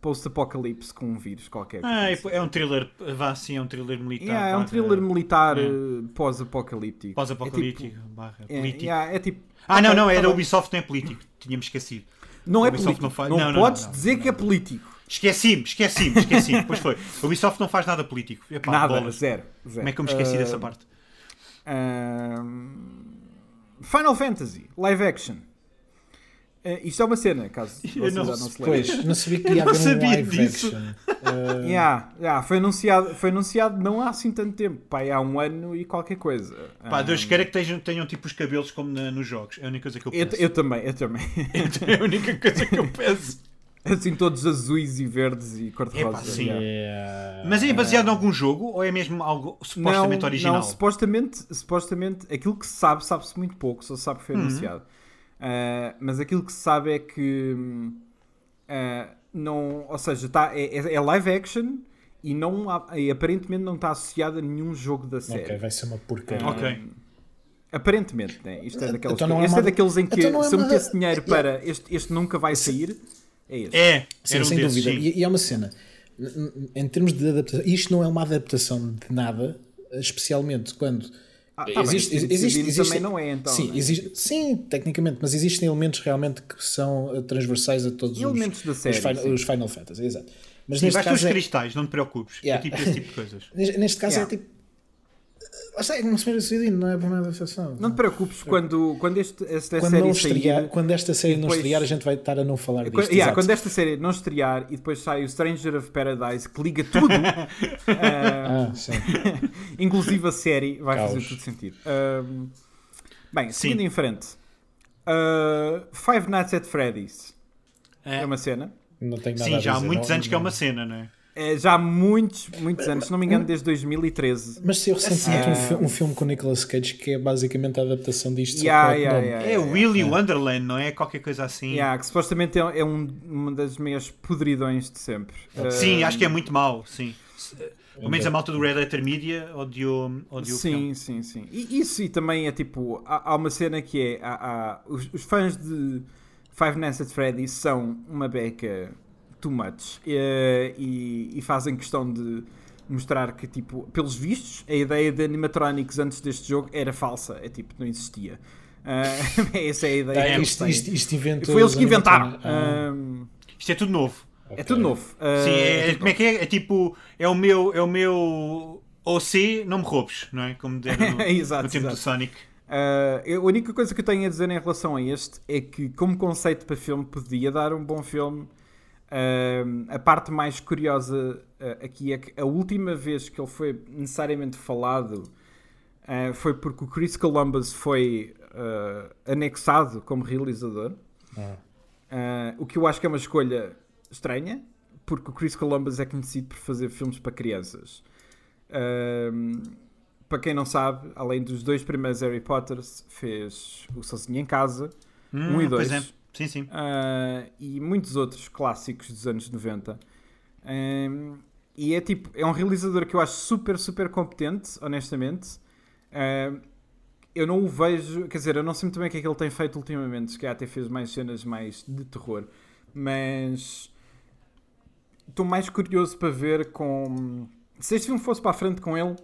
[SPEAKER 1] post-apocalipse com um vírus qualquer. que
[SPEAKER 2] Ah, é,
[SPEAKER 1] acontece.
[SPEAKER 2] é um thriller, vá sim, é um thriller militar.
[SPEAKER 1] Yeah, é um
[SPEAKER 2] barra-
[SPEAKER 1] thriller militar
[SPEAKER 2] é.
[SPEAKER 1] uh, pós-apocalíptico.
[SPEAKER 2] Pós-apocalíptico,
[SPEAKER 1] É tipo,
[SPEAKER 2] barra,
[SPEAKER 1] é,
[SPEAKER 2] político.
[SPEAKER 1] yeah, é tipo,
[SPEAKER 2] Ah, não,
[SPEAKER 1] ok,
[SPEAKER 2] não, é
[SPEAKER 1] tá
[SPEAKER 2] da
[SPEAKER 1] bem.
[SPEAKER 2] Ubisoft, não é político. Tínhamos esquecido.
[SPEAKER 1] Não é
[SPEAKER 2] Ubisoft
[SPEAKER 1] político.
[SPEAKER 2] não
[SPEAKER 1] Não,
[SPEAKER 2] faz- não, não,
[SPEAKER 1] podes
[SPEAKER 2] não, não,
[SPEAKER 1] dizer que é político.
[SPEAKER 2] Esqueci-me, esqueci-me, esqueci-me. pois foi. A Ubisoft não faz nada político. Epá,
[SPEAKER 1] Nada,
[SPEAKER 2] bolas.
[SPEAKER 1] zero, zero.
[SPEAKER 2] Como é que eu me esqueci
[SPEAKER 1] Ah,
[SPEAKER 2] dessa parte?
[SPEAKER 1] ah, Final Fantasy, live action. Ah, isto é uma cena, caso
[SPEAKER 2] Eu
[SPEAKER 1] vocês
[SPEAKER 2] não-
[SPEAKER 1] já não se lembrem.
[SPEAKER 3] Pois, não sabia que
[SPEAKER 2] Eu
[SPEAKER 3] ia
[SPEAKER 2] não
[SPEAKER 3] haver um
[SPEAKER 2] sabia
[SPEAKER 3] live
[SPEAKER 2] disso.
[SPEAKER 3] action. Uh,
[SPEAKER 1] Yeah, yeah, foi, anunciado, foi anunciado não há assim tanto tempo, pá, há um ano e qualquer coisa.
[SPEAKER 2] Pá,
[SPEAKER 1] Ah,
[SPEAKER 2] Deus queira que tenham, tenham tipo os cabelos como na- nos jogos. É a única coisa que eu
[SPEAKER 1] eu,
[SPEAKER 2] peço.
[SPEAKER 1] eu também, eu também.
[SPEAKER 2] É a única coisa que eu peço.
[SPEAKER 1] assim, todos azuis e verdes e
[SPEAKER 2] Epá,
[SPEAKER 1] cor-de-rosa.
[SPEAKER 2] sim.
[SPEAKER 1] yeah.
[SPEAKER 3] yeah.
[SPEAKER 2] Mas é baseado em algum jogo ou é mesmo algo supostamente
[SPEAKER 1] não,
[SPEAKER 2] original?
[SPEAKER 1] Não, supostamente, supostamente aquilo que se sabe, sabe-se muito pouco, só se
[SPEAKER 3] Uhum.
[SPEAKER 1] sabe que foi anunciado. Ah, mas aquilo que se sabe é que hum, ah, não, ou seja, tá, é, é- é live action e, não, há- e aparentemente não está associado a nenhum jogo da série.
[SPEAKER 3] É, Ok, vai ser uma porcaria.
[SPEAKER 2] Ok.
[SPEAKER 1] Aparentemente, né? Isto é daqueles,
[SPEAKER 3] Então não é
[SPEAKER 1] este é
[SPEAKER 3] uma-
[SPEAKER 1] daqueles em que
[SPEAKER 3] então não é
[SPEAKER 1] se eu
[SPEAKER 3] uma-
[SPEAKER 1] metesse dinheiro
[SPEAKER 3] é-
[SPEAKER 1] para este, este nunca vai sair, é este.
[SPEAKER 2] É, era
[SPEAKER 3] Sim,
[SPEAKER 2] um
[SPEAKER 3] sem
[SPEAKER 2] desses,
[SPEAKER 3] dúvida.
[SPEAKER 2] sim.
[SPEAKER 3] E, e é uma cena. n- n- Em termos de adaptação, isto não é uma adaptação de nada, especialmente quando.
[SPEAKER 1] Ah, tá bem, este decidido também não é, então,
[SPEAKER 3] sim,
[SPEAKER 1] né?
[SPEAKER 3] existe- sim, tecnicamente, mas existem elementos realmente que são eh, transversais a todos os-
[SPEAKER 1] Elementos da
[SPEAKER 3] os,
[SPEAKER 1] série,
[SPEAKER 3] Final,
[SPEAKER 1] sim.
[SPEAKER 3] os Final Fantasy, exato. Mas
[SPEAKER 2] Sim,
[SPEAKER 3] neste
[SPEAKER 2] basta os
[SPEAKER 3] caso, é,
[SPEAKER 2] cristais, não te preocupes.
[SPEAKER 3] Yeah.
[SPEAKER 2] É tipo esse tipo de coisas.
[SPEAKER 3] neste neste caso
[SPEAKER 1] Yeah.
[SPEAKER 3] é tipo. Lá está, é como se fosse decidido, não é a primeira adaptação.
[SPEAKER 1] Não te preocupes, quando, quando este, esta
[SPEAKER 3] quando,
[SPEAKER 1] série
[SPEAKER 3] não
[SPEAKER 1] sair.
[SPEAKER 3] estrear, quando esta série não
[SPEAKER 1] depois-
[SPEAKER 3] estrear, a gente vai estar a não falar disto.
[SPEAKER 1] Quando, yeah,
[SPEAKER 3] exato.
[SPEAKER 1] quando é- esta série não estrear e depois sai o Stranger of Paradise que liga tudo,
[SPEAKER 3] Ah, sim.
[SPEAKER 1] inclusive a série, vai fazer
[SPEAKER 3] Caos.
[SPEAKER 1] tudo sentido. Ahm, bem,
[SPEAKER 2] Sim.
[SPEAKER 1] seguindo em frente, ah, Five Nights at Freddy's é,
[SPEAKER 2] É.
[SPEAKER 1] uma cena.
[SPEAKER 3] Não tenho nada a
[SPEAKER 2] Sim, já há
[SPEAKER 3] dizer,
[SPEAKER 2] muitos
[SPEAKER 3] não-
[SPEAKER 2] anos que é uma cena, não é?
[SPEAKER 1] É, já há muitos, muitos anos, se não me
[SPEAKER 2] Hum.
[SPEAKER 1] engano, desde 2013.
[SPEAKER 3] Mas saiu
[SPEAKER 1] assim,
[SPEAKER 3] recentemente
[SPEAKER 1] é.
[SPEAKER 3] um, fi- um filme com Nicolas Cage que é basicamente a adaptação disto. só
[SPEAKER 1] Yeah,
[SPEAKER 3] com outro
[SPEAKER 1] yeah,
[SPEAKER 3] nome.
[SPEAKER 1] yeah.
[SPEAKER 2] É Willy Wonderland, não é? Qualquer coisa assim.
[SPEAKER 1] Yeah, que supostamente é, é um- uma das meias podridões de sempre. Ah,
[SPEAKER 2] Sim, acho que é muito mau, sim. Se- eh,
[SPEAKER 3] É
[SPEAKER 2] Pelo menos a malta do Red Letter Media odiou, odiou o filme.
[SPEAKER 1] Sim, sim, sim. E isso e também é tipo, há, há uma cena que é, há- há- os, os fãs de Five Nights at Freddy's são uma beca too much eh, e, e fazem questão de mostrar que, tipo, pelos vistos, a ideia de animatronics antes deste jogo era falsa, é tipo, não existia. Ah, essa é a ideia.
[SPEAKER 3] Tá,
[SPEAKER 1] que eles
[SPEAKER 3] isto,
[SPEAKER 1] têm.
[SPEAKER 3] isto, isto inventou.
[SPEAKER 1] Foi eles
[SPEAKER 3] os
[SPEAKER 1] que inventaram.
[SPEAKER 3] animatronics.
[SPEAKER 1] Ah,
[SPEAKER 2] Isto é tudo novo.
[SPEAKER 1] é
[SPEAKER 3] Ah, ok.
[SPEAKER 1] tudo novo. Ah,
[SPEAKER 2] Sim, é,
[SPEAKER 1] tudo
[SPEAKER 2] como é que é? É tipo, é o meu, é o meu OC, não me roubes, não é? Como deram no,
[SPEAKER 1] Exato,
[SPEAKER 2] no tempo
[SPEAKER 1] exato.
[SPEAKER 2] do Sonic.
[SPEAKER 1] Ah, eu- a única coisa que eu tenho a dizer em relação a este é que, como conceito para filme, podia dar um bom filme. Ahm, a parte mais curiosa ah, aqui é que a última vez que ele foi necessariamente falado ah, foi porque o Chris Columbus foi ah, anexado como realizador.
[SPEAKER 3] Ah.
[SPEAKER 1] Ah, o que eu acho que é uma escolha estranha, porque o Chris Columbus é conhecido por fazer filmes para crianças. Ahm, para quem não sabe, além dos dois primeiros Harry Potters, fez o Sozinho em Casa,
[SPEAKER 2] Hum,
[SPEAKER 1] um e dois,
[SPEAKER 2] Pois é. Sim, sim.
[SPEAKER 1] ah, e muitos outros clássicos dos anos 90. Ahm, e é tipo, é um realizador que eu acho super, super competente, honestamente. Ahm, eu não o vejo, quer dizer, eu não sei muito bem o que é que ele tem feito ultimamente, se calhar até fez mais cenas mais de terror, mas estou mais curioso para ver com. Se este filme fosse para a frente com ele,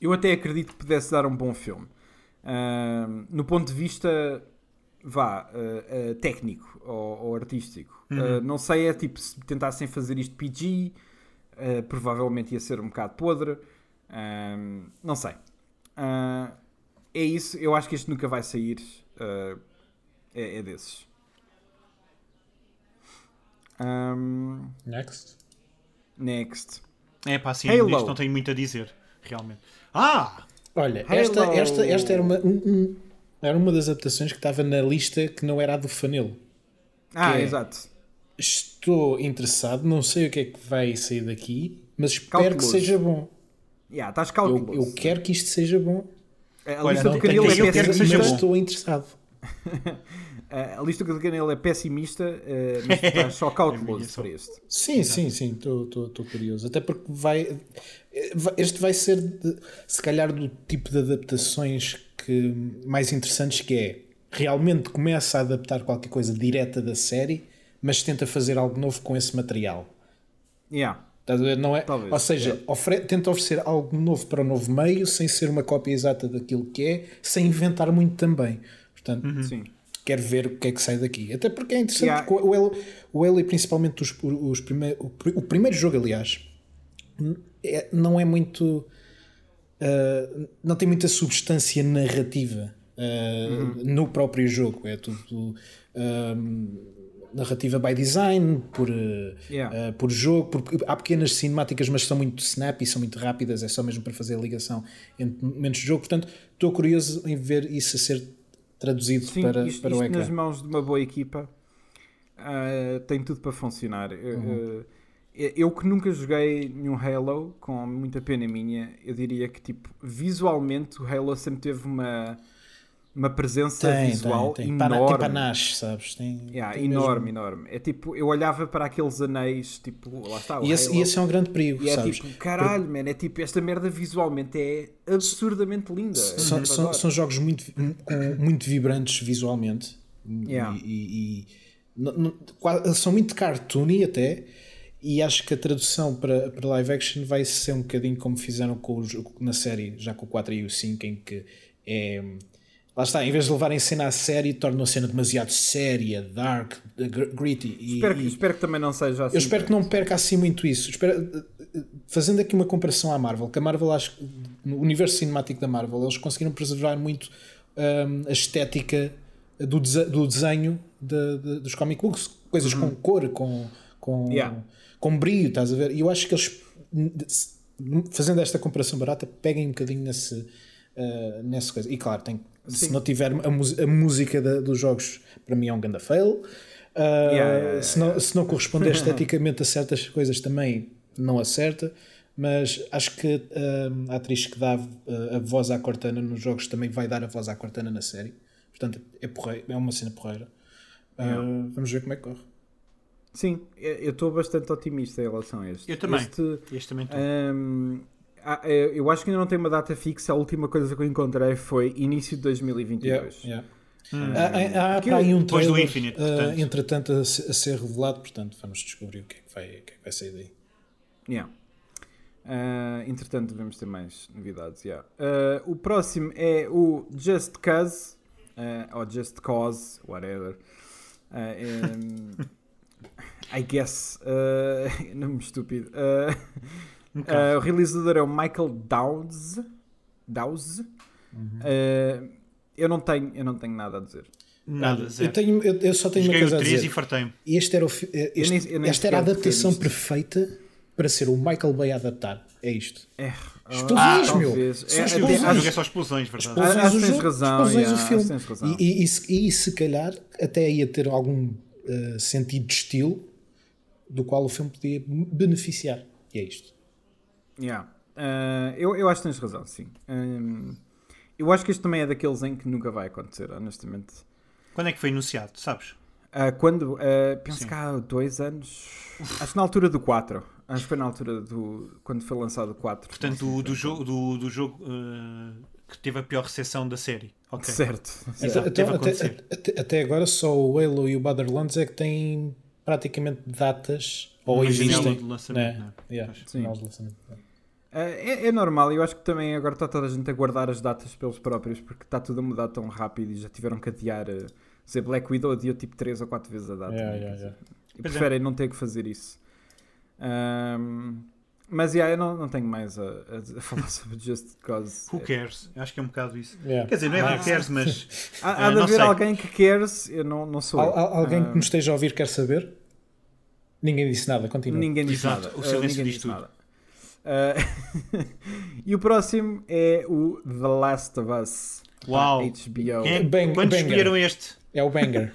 [SPEAKER 1] eu até acredito que pudesse dar um bom filme. Ahm, no ponto de vista vá, uh, uh, técnico ou, ou artístico.
[SPEAKER 2] Uhum.
[SPEAKER 1] Uh, não sei, é tipo, se tentassem fazer isto PG, uh, provavelmente ia ser um bocado podre. Um, não sei. Uh, é isso, eu acho que este nunca vai sair. uh, é, é desses. Um,
[SPEAKER 3] Next.
[SPEAKER 1] next.
[SPEAKER 2] É pá, sim,
[SPEAKER 1] Halo.
[SPEAKER 2] isto não tenho muito a dizer, realmente. Ah!
[SPEAKER 3] Olha, esta,
[SPEAKER 1] Hello.
[SPEAKER 3] esta, esta era, uma, um- um- era uma das adaptações que estava na lista que não era a do Fanelo.
[SPEAKER 1] Ah,
[SPEAKER 3] Que é?
[SPEAKER 1] exato.
[SPEAKER 3] Estou interessado, não sei o que é que vai sair daqui, mas espero
[SPEAKER 1] Cauteloso.
[SPEAKER 3] que seja bom.
[SPEAKER 1] Yeah, estás
[SPEAKER 3] Eu,
[SPEAKER 1] calculoso.
[SPEAKER 3] eu quero que isto seja bom.
[SPEAKER 1] A
[SPEAKER 2] Olha,
[SPEAKER 1] lista
[SPEAKER 2] não
[SPEAKER 1] do
[SPEAKER 2] tem
[SPEAKER 1] Canil
[SPEAKER 2] quem-
[SPEAKER 1] é
[SPEAKER 2] eu quero que
[SPEAKER 1] pessimista.
[SPEAKER 2] seja
[SPEAKER 3] mas
[SPEAKER 2] bom.
[SPEAKER 3] estou interessado.
[SPEAKER 1] A lista do Canil é pessimista, uh, mas tu estás só
[SPEAKER 2] É minha
[SPEAKER 1] cauteloso
[SPEAKER 2] só.
[SPEAKER 1] para este.
[SPEAKER 3] Sim, sim, sim, estou curioso. Até porque vai. vai- Este vai ser, de- se calhar, do tipo de adaptações que, mais interessantes que é. Realmente começa a adaptar qualquer coisa direta da série, mas tenta fazer algo novo com esse material.
[SPEAKER 1] Yeah.
[SPEAKER 3] Estás a ver? Não é?
[SPEAKER 1] Talvez,
[SPEAKER 3] Ou seja, ofere- tenta oferecer algo novo para o novo meio, sem ser uma cópia exata daquilo que é, sem inventar muito também. Portanto,
[SPEAKER 1] Sim.
[SPEAKER 3] quero ver o que é que sai daqui. Até porque é interessante,
[SPEAKER 1] Yeah.
[SPEAKER 3] porque o Halo, o Halo e principalmente os, os prime- o, pri- o primeiro jogo, aliás, n- é- não é muito. uh, não tem muita substância narrativa uh,
[SPEAKER 1] Uhum.
[SPEAKER 3] no próprio jogo. É tudo. um, narrativa by design, por, uh,
[SPEAKER 1] Yeah.
[SPEAKER 3] uh, por jogo, por, há pequenas cinemáticas, mas são muito snappy, são muito rápidas, é só mesmo para fazer a ligação entre momentos de jogo. Portanto, estou curioso em ver isso a ser traduzido
[SPEAKER 1] Sim,
[SPEAKER 3] para,
[SPEAKER 1] isto,
[SPEAKER 3] para
[SPEAKER 1] isto
[SPEAKER 3] o ecrã.
[SPEAKER 1] nas mãos de uma boa equipa ah, tem tudo para funcionar. Eu-
[SPEAKER 3] Uhum.
[SPEAKER 1] ah, eu- eu que nunca joguei nenhum Halo, com muita pena minha, eu diria que tipo, visualmente o Halo sempre teve uma, uma presença
[SPEAKER 3] Tem,
[SPEAKER 1] visual
[SPEAKER 3] tem, tem. Pana-
[SPEAKER 1] enorme.
[SPEAKER 3] Tem panache, sabes? Tem,
[SPEAKER 1] Yeah,
[SPEAKER 3] tem mesmo.
[SPEAKER 1] enorme, enorme. É tipo, eu olhava para aqueles anéis, tipo, lá está, o
[SPEAKER 3] E esse,
[SPEAKER 1] Halo,
[SPEAKER 3] e esse é um grande perigo,
[SPEAKER 1] e é
[SPEAKER 3] sabes?
[SPEAKER 1] tipo, caralho, man, é tipo, esta merda visualmente é absurdamente linda. É tipo
[SPEAKER 3] são,
[SPEAKER 1] Eu
[SPEAKER 3] são,
[SPEAKER 1] adoro.
[SPEAKER 3] são jogos muito, vi- com- muito vibrantes visualmente
[SPEAKER 1] Yeah.
[SPEAKER 3] e, e- e n- n- qua- são muito cartoony até e acho que a tradução para, para live action vai ser um bocadinho como fizeram com os- na série, já com o 4 e o 5 em que é, lá está, em vez de levarem a cena a sério tornam a cena demasiado séria dark, gr- gritty e-
[SPEAKER 1] espero, que,
[SPEAKER 3] e-
[SPEAKER 1] espero que também não seja assim.
[SPEAKER 3] eu espero que não perca assim muito isso. Espero- fazendo aqui uma comparação à Marvel, que a Marvel, acho que no universo cinemático da Marvel, eles conseguiram preservar muito hum, a estética do, dese- do desenho de- de- dos comic books, coisas com cor, com, com,
[SPEAKER 1] Uhum. Yeah.
[SPEAKER 3] com brilho, estás a ver? E eu acho que eles, fazendo esta comparação barata, peguem um bocadinho nesse. ah, nessa coisa. E claro, tem, se não tiver a, mus- a música da- dos jogos, para mim é um ganda fail. Ah,
[SPEAKER 1] yeah,
[SPEAKER 3] se, não, se não corresponder esteticamente a certas coisas também não acerta, mas acho que hum, a atriz que dá uh, a voz à Cortana nos jogos também vai dar a voz à Cortana na série. Portanto, é, porrei- é uma cena porreira. Ah, Vamos ver como é que corre.
[SPEAKER 1] Sim, eu eu estou bastante otimista em relação a este.
[SPEAKER 2] Eu também.
[SPEAKER 1] Este,
[SPEAKER 2] Este também estou.
[SPEAKER 1] Hum, ah, eu eu acho que ainda não tem uma data fixa. A última coisa que eu encontrei foi início de 2022.
[SPEAKER 3] Yeah,
[SPEAKER 2] Hum.
[SPEAKER 3] yeah. Há, há, há para aí um
[SPEAKER 2] Uhum. Depois do
[SPEAKER 3] trailer,
[SPEAKER 2] Infinite,
[SPEAKER 3] ah,
[SPEAKER 2] portanto.
[SPEAKER 3] entretanto, a, se- a ser revelado. Portanto, vamos descobrir o que é que vai, o que é que vai sair daí.
[SPEAKER 1] Yeah. Ah, entretanto, devemos ter mais novidades. yeah. Ah, o próximo é o Just Cause, ah, ou Just Cause, whatever. Ah, em- I guess. ah, nome estúpido. Ah, ah, o realizador é o Michael Dowds. Dowds. Ah, eu, não tenho, eu não tenho nada a dizer.
[SPEAKER 2] Nada, zero.
[SPEAKER 3] Eu, tenho, eu, eu só tenho
[SPEAKER 2] Joguei
[SPEAKER 3] uma
[SPEAKER 2] o
[SPEAKER 3] coisa a
[SPEAKER 2] 3 e
[SPEAKER 3] dizer.
[SPEAKER 2] fartei-me.
[SPEAKER 3] E este era o fi- eh, este-
[SPEAKER 1] Eu nem- eu nem
[SPEAKER 3] esta era a
[SPEAKER 1] sequer
[SPEAKER 3] adaptação
[SPEAKER 1] percebi
[SPEAKER 3] perfeita para ser o Michael Bay a adaptar. É isto.
[SPEAKER 1] É,
[SPEAKER 3] Explosões,
[SPEAKER 1] ah,
[SPEAKER 3] meu!
[SPEAKER 1] talvez.
[SPEAKER 3] São
[SPEAKER 1] É, até-
[SPEAKER 2] Eu
[SPEAKER 3] explosões.
[SPEAKER 1] acho-
[SPEAKER 2] joguei só explosões, verdade.
[SPEAKER 1] Ah, acho
[SPEAKER 3] o
[SPEAKER 1] que tens
[SPEAKER 3] jogo,
[SPEAKER 1] razão,
[SPEAKER 3] explosões
[SPEAKER 1] yeah,
[SPEAKER 3] o
[SPEAKER 1] acho
[SPEAKER 3] filme.
[SPEAKER 1] que tens razão.
[SPEAKER 3] E, e, e se- e se calhar até ia ter algum eh, sentido de estilo do qual o filme podia beneficiar. E é isto.
[SPEAKER 1] Yeah. Ah, eu, eu acho que tens razão, sim. Hum, eu acho que este também é daqueles em que nunca vai acontecer, honestamente.
[SPEAKER 2] Quando é que foi anunciado, sabes?
[SPEAKER 1] Ah, quando? ah, penso
[SPEAKER 2] Sim.
[SPEAKER 1] que há dois anos. Acho que na altura do 4. Acho que foi na altura do. Quando foi lançado o 4.
[SPEAKER 2] Portanto, do, do jogo, do, do jogo eh, que teve a pior recepção da série. Ok.
[SPEAKER 1] Certo. certo.
[SPEAKER 2] deve
[SPEAKER 3] Até- Então, até,
[SPEAKER 2] acontecer.
[SPEAKER 3] até- até agora só o Halo e o Borderlands é que têm praticamente datas ou
[SPEAKER 2] Uma janela
[SPEAKER 3] existem.
[SPEAKER 2] de lançamento,
[SPEAKER 3] né?
[SPEAKER 2] né?
[SPEAKER 3] Yeah,
[SPEAKER 2] Pois.
[SPEAKER 1] Sim.
[SPEAKER 3] janela de lançamento.
[SPEAKER 1] Ah, é, é normal, eu acho que também agora está toda a gente a guardar as datas pelos próprios, porque está tudo a mudar tão rápido e já tiveram que adiar. ah, dizer, Black Widow adiou tipo 3 ou 4 vezes a data.
[SPEAKER 3] Yeah,
[SPEAKER 1] né?
[SPEAKER 3] yeah,
[SPEAKER 1] Quer dizer,
[SPEAKER 3] yeah.
[SPEAKER 1] E
[SPEAKER 2] Pois é.
[SPEAKER 1] preferem não ter que fazer isso. Ahm, mas yeah, eu não, não tenho mais a, a dizer- a falar sobre Just Cause.
[SPEAKER 2] Who cares? Acho que é um bocado isso.
[SPEAKER 3] Yeah.
[SPEAKER 2] Quer dizer, não é who cares, mas.
[SPEAKER 1] Há, há
[SPEAKER 2] Ah,
[SPEAKER 1] de
[SPEAKER 2] não
[SPEAKER 1] haver
[SPEAKER 2] sei.
[SPEAKER 1] alguém que queres, eu não, não sou.
[SPEAKER 3] Al-
[SPEAKER 1] eu.
[SPEAKER 3] al- alguém que
[SPEAKER 1] Ah,
[SPEAKER 3] nos esteja a ouvir quer saber? Ninguém disse nada, continua.
[SPEAKER 1] Ninguém diz
[SPEAKER 2] Exato,
[SPEAKER 1] nada.
[SPEAKER 2] o
[SPEAKER 1] Ah,
[SPEAKER 2] silêncio
[SPEAKER 1] ninguém
[SPEAKER 2] diz
[SPEAKER 1] diz
[SPEAKER 2] tudo.
[SPEAKER 1] nada. Ah, e o próximo é o The Last of Us. da
[SPEAKER 2] Uau!
[SPEAKER 1] HBO.
[SPEAKER 2] Quem é-
[SPEAKER 3] Bang-
[SPEAKER 2] quando
[SPEAKER 3] banger.
[SPEAKER 2] escolheram este?
[SPEAKER 3] É o banger.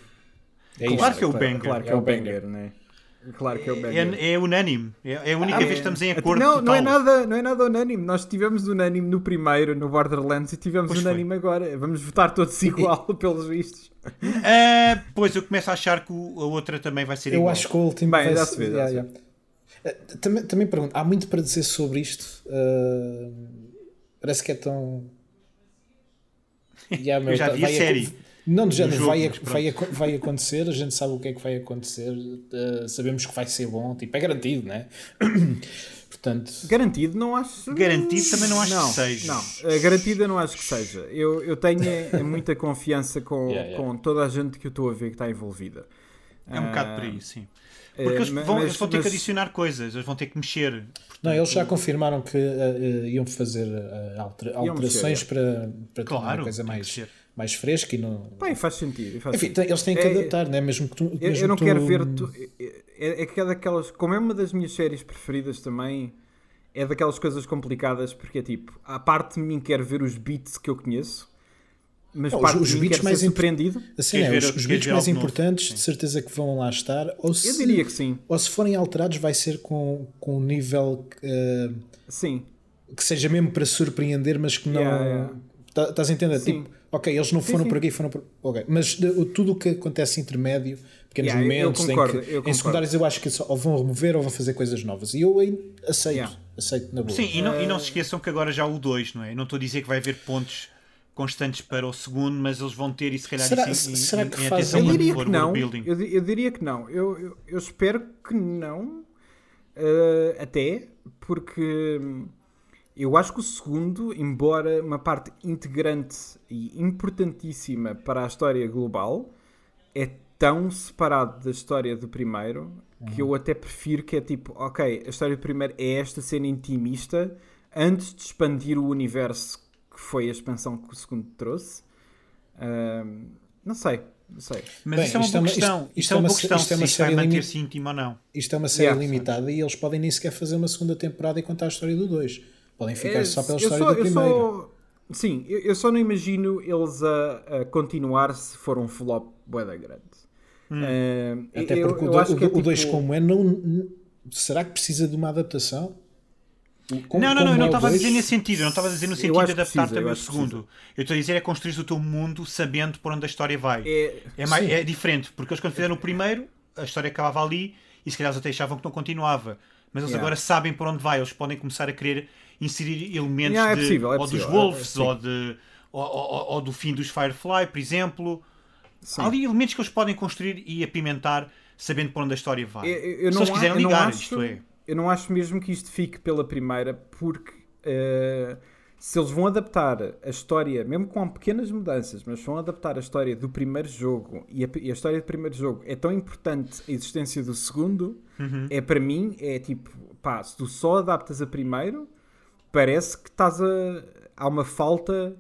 [SPEAKER 3] É isto.
[SPEAKER 2] Claro que é o
[SPEAKER 1] claro,
[SPEAKER 2] banger.
[SPEAKER 1] Claro que é, o banger, né? Claro que é o banger.
[SPEAKER 2] É, é unânime. É, é a única vez que estamos em acordo.
[SPEAKER 1] Ah, Não, não é,
[SPEAKER 2] total.
[SPEAKER 1] nada, não é nada unânime. Nós tivemos unânime no primeiro, no Borderlands, e tivemos
[SPEAKER 2] Pois foi.
[SPEAKER 1] unânime agora. Vamos votar todos igual, pelos vistos.
[SPEAKER 2] Ah, pois eu começo a achar que o- a outra também vai ser
[SPEAKER 3] Eu
[SPEAKER 2] igual.
[SPEAKER 3] acho que o último
[SPEAKER 1] é Bem,
[SPEAKER 3] vai
[SPEAKER 1] já
[SPEAKER 3] ser-
[SPEAKER 1] se vê, já
[SPEAKER 3] yeah,
[SPEAKER 1] se
[SPEAKER 3] yeah. Eh, Também, também pergunto, há muito para dizer sobre isto. eh, parece que é tão. Yeah, meu,
[SPEAKER 2] já
[SPEAKER 3] tá-
[SPEAKER 2] vi a
[SPEAKER 3] vai acon-
[SPEAKER 2] série.
[SPEAKER 3] Não, do género,
[SPEAKER 2] jogo,
[SPEAKER 3] vai,
[SPEAKER 2] mas
[SPEAKER 3] vai, aco- vai acontecer, a gente sabe o que é que vai acontecer, eh, sabemos que vai ser bom, tipo, é garantido, né? Portanto,
[SPEAKER 1] Garantido, não acho.
[SPEAKER 2] Garantido também não acho
[SPEAKER 1] não,
[SPEAKER 2] que seja.
[SPEAKER 1] Não, Eh, garantido eu não acho que seja. Eu, eu tenho eh, muita confiança com,
[SPEAKER 3] Yeah, yeah.
[SPEAKER 1] com toda a gente que eu estou a ver que está envolvida.
[SPEAKER 2] É um bocado por aí, sim. Porque eles
[SPEAKER 1] ma-
[SPEAKER 2] vão,
[SPEAKER 1] mas-
[SPEAKER 2] eles vão ter
[SPEAKER 1] mas-
[SPEAKER 2] que adicionar coisas, eles vão ter que mexer.
[SPEAKER 3] Não, eles já confirmaram que eh, eh, iam fazer eh, altera-
[SPEAKER 1] mexer, é.
[SPEAKER 3] alterações para, para tornar
[SPEAKER 2] Claro,
[SPEAKER 3] uma coisa
[SPEAKER 2] tem que
[SPEAKER 3] mais,
[SPEAKER 2] ser.
[SPEAKER 3] mais fresca e não.
[SPEAKER 1] Bem, faz sentido. faz
[SPEAKER 3] Enfim,
[SPEAKER 1] sentido.
[SPEAKER 3] tem- eles têm que
[SPEAKER 1] É-
[SPEAKER 3] adaptar, né? mesmo que tu.
[SPEAKER 1] Eu, eu
[SPEAKER 3] mesmo
[SPEAKER 1] não
[SPEAKER 3] que tu-
[SPEAKER 1] quero ver. tu- é, é que é daquelas. Como é uma das minhas séries preferidas também, é daquelas coisas complicadas, porque é tipo, a parte de mim quer ver os beats que eu conheço, mas
[SPEAKER 3] Não, É, os-
[SPEAKER 1] parte
[SPEAKER 3] os
[SPEAKER 1] de mim
[SPEAKER 3] beats
[SPEAKER 1] quer
[SPEAKER 3] mais
[SPEAKER 1] ser
[SPEAKER 3] impor-
[SPEAKER 1] surpreendido.
[SPEAKER 3] Assim,
[SPEAKER 2] Queres
[SPEAKER 3] é,
[SPEAKER 2] ver-
[SPEAKER 3] os, os
[SPEAKER 2] queres
[SPEAKER 3] vídeos
[SPEAKER 2] ver
[SPEAKER 3] mais
[SPEAKER 2] algo novo?
[SPEAKER 3] importantes, de certeza que vão lá estar. Ou se,
[SPEAKER 1] Eu diria que sim.
[SPEAKER 3] ou se forem alterados, vai ser com, com um nível eh,
[SPEAKER 1] Sim.
[SPEAKER 3] que seja mesmo para surpreender, mas que não.
[SPEAKER 1] Yeah, yeah.
[SPEAKER 3] Tá- Estás a entender?
[SPEAKER 1] Sim.
[SPEAKER 3] Tipo, ok, eles não
[SPEAKER 1] Sim,
[SPEAKER 3] foram
[SPEAKER 1] sim.
[SPEAKER 3] por aqui, foram por. Ok, mas de- o- tudo o que acontece intermédio, pequenos
[SPEAKER 1] Yeah, eu- eu
[SPEAKER 3] momentos,
[SPEAKER 1] concordo, eu
[SPEAKER 3] em, que, em
[SPEAKER 1] concordo.
[SPEAKER 3] secundários, eu acho que só, ou vão remover ou vão fazer coisas novas. E eu ainda aceito,
[SPEAKER 1] Yeah.
[SPEAKER 3] aceito na boa.
[SPEAKER 2] Sim, e não, e não se esqueçam que agora já há o 2, não é? Eu Não estou a dizer que vai haver pontos constantes para o segundo, mas eles vão ter e se calhar
[SPEAKER 3] Será-
[SPEAKER 2] isso é um em, em-
[SPEAKER 3] será que
[SPEAKER 2] em
[SPEAKER 3] fazem-
[SPEAKER 2] atenção
[SPEAKER 1] Eu
[SPEAKER 2] quando
[SPEAKER 1] diria
[SPEAKER 2] for
[SPEAKER 1] que
[SPEAKER 2] o
[SPEAKER 1] não.
[SPEAKER 2] building.
[SPEAKER 1] Eu, di- eu diria que não. Eu, eu, eu espero que não. eh, até porque hum, eu acho que o segundo, embora uma parte integrante e importantíssima para a história global, é tão separado da história do primeiro que eu até prefiro que é tipo, ok, a história do primeiro é esta cena intimista antes de expandir o universo que foi a expansão que o segundo trouxe. Ahm, não sei, não sei.
[SPEAKER 2] Mas
[SPEAKER 3] Bem,
[SPEAKER 2] isto é uma
[SPEAKER 3] isto é
[SPEAKER 2] boa
[SPEAKER 3] uma-
[SPEAKER 2] questão.
[SPEAKER 3] isto-
[SPEAKER 2] Isto é uma boa
[SPEAKER 3] se-
[SPEAKER 2] questão
[SPEAKER 3] isto é
[SPEAKER 2] se
[SPEAKER 3] uma
[SPEAKER 2] isto vai
[SPEAKER 3] série limite-
[SPEAKER 2] manter-se íntimo ou não.
[SPEAKER 3] Isto é uma série
[SPEAKER 1] Yeah.
[SPEAKER 3] limitada e eles podem nem sequer fazer uma segunda temporada e contar a história do 2. Podem ficar
[SPEAKER 1] É,
[SPEAKER 3] só pela
[SPEAKER 1] eu
[SPEAKER 3] história
[SPEAKER 1] só-
[SPEAKER 3] do
[SPEAKER 1] eu
[SPEAKER 3] primeiro.
[SPEAKER 1] só- sim, eu, eu só não imagino eles a, a continuar se for um flop boeda grande.
[SPEAKER 2] Hum.
[SPEAKER 1] Ahm,
[SPEAKER 3] Até
[SPEAKER 1] eu-
[SPEAKER 3] porque
[SPEAKER 1] eu
[SPEAKER 3] o do-
[SPEAKER 1] acho que é
[SPEAKER 3] o 2,
[SPEAKER 1] tipo-
[SPEAKER 3] como é, não, não- será que precisa de uma adaptação? O- como-
[SPEAKER 2] não, não, não,
[SPEAKER 3] como
[SPEAKER 2] eu
[SPEAKER 3] é
[SPEAKER 2] não
[SPEAKER 3] o
[SPEAKER 2] estava a
[SPEAKER 3] dois?
[SPEAKER 2] dizer nesse sentido, eu não estava a dizer no
[SPEAKER 1] Eu
[SPEAKER 2] sentido de
[SPEAKER 1] acho que
[SPEAKER 2] adaptar
[SPEAKER 1] precisa, eu
[SPEAKER 2] também o
[SPEAKER 1] acho que
[SPEAKER 2] segundo. Eu estou a dizer é construir o teu mundo sabendo por onde a história vai.
[SPEAKER 1] É-
[SPEAKER 2] É, mais,
[SPEAKER 3] Sim.
[SPEAKER 2] é diferente, porque eles quando fizeram o primeiro, a história acabava ali e se calhar eles até achavam que não continuava. Mas eles
[SPEAKER 1] Yeah.
[SPEAKER 2] agora sabem por onde vai, eles podem começar a querer inserir elementos
[SPEAKER 1] Yeah, é
[SPEAKER 2] de-
[SPEAKER 1] possível, é
[SPEAKER 2] ou dos
[SPEAKER 1] possível, é- é-
[SPEAKER 2] Wolves
[SPEAKER 1] sim.
[SPEAKER 2] ou, de, ou, ou- ou do fim dos Firefly, por exemplo.
[SPEAKER 1] Sim.
[SPEAKER 2] Há ali elementos que eles podem construir e apimentar sabendo por onde a história vai.
[SPEAKER 1] Eu, eu- eu
[SPEAKER 2] se
[SPEAKER 1] não,
[SPEAKER 2] eles
[SPEAKER 1] a-
[SPEAKER 2] quiserem
[SPEAKER 1] eu não
[SPEAKER 2] ligar,
[SPEAKER 1] acho,
[SPEAKER 2] isto é.
[SPEAKER 1] Eu não acho mesmo que isto fique pela primeira, porque eh, se eles vão adaptar a história, mesmo com pequenas mudanças, mas vão adaptar a história do primeiro jogo e a, e a história do primeiro jogo é tão importante a existência do segundo,
[SPEAKER 2] Uhum.
[SPEAKER 1] é para mim, é tipo, pá, se tu só adaptas a primeiro, parece que estás a. Há uma falta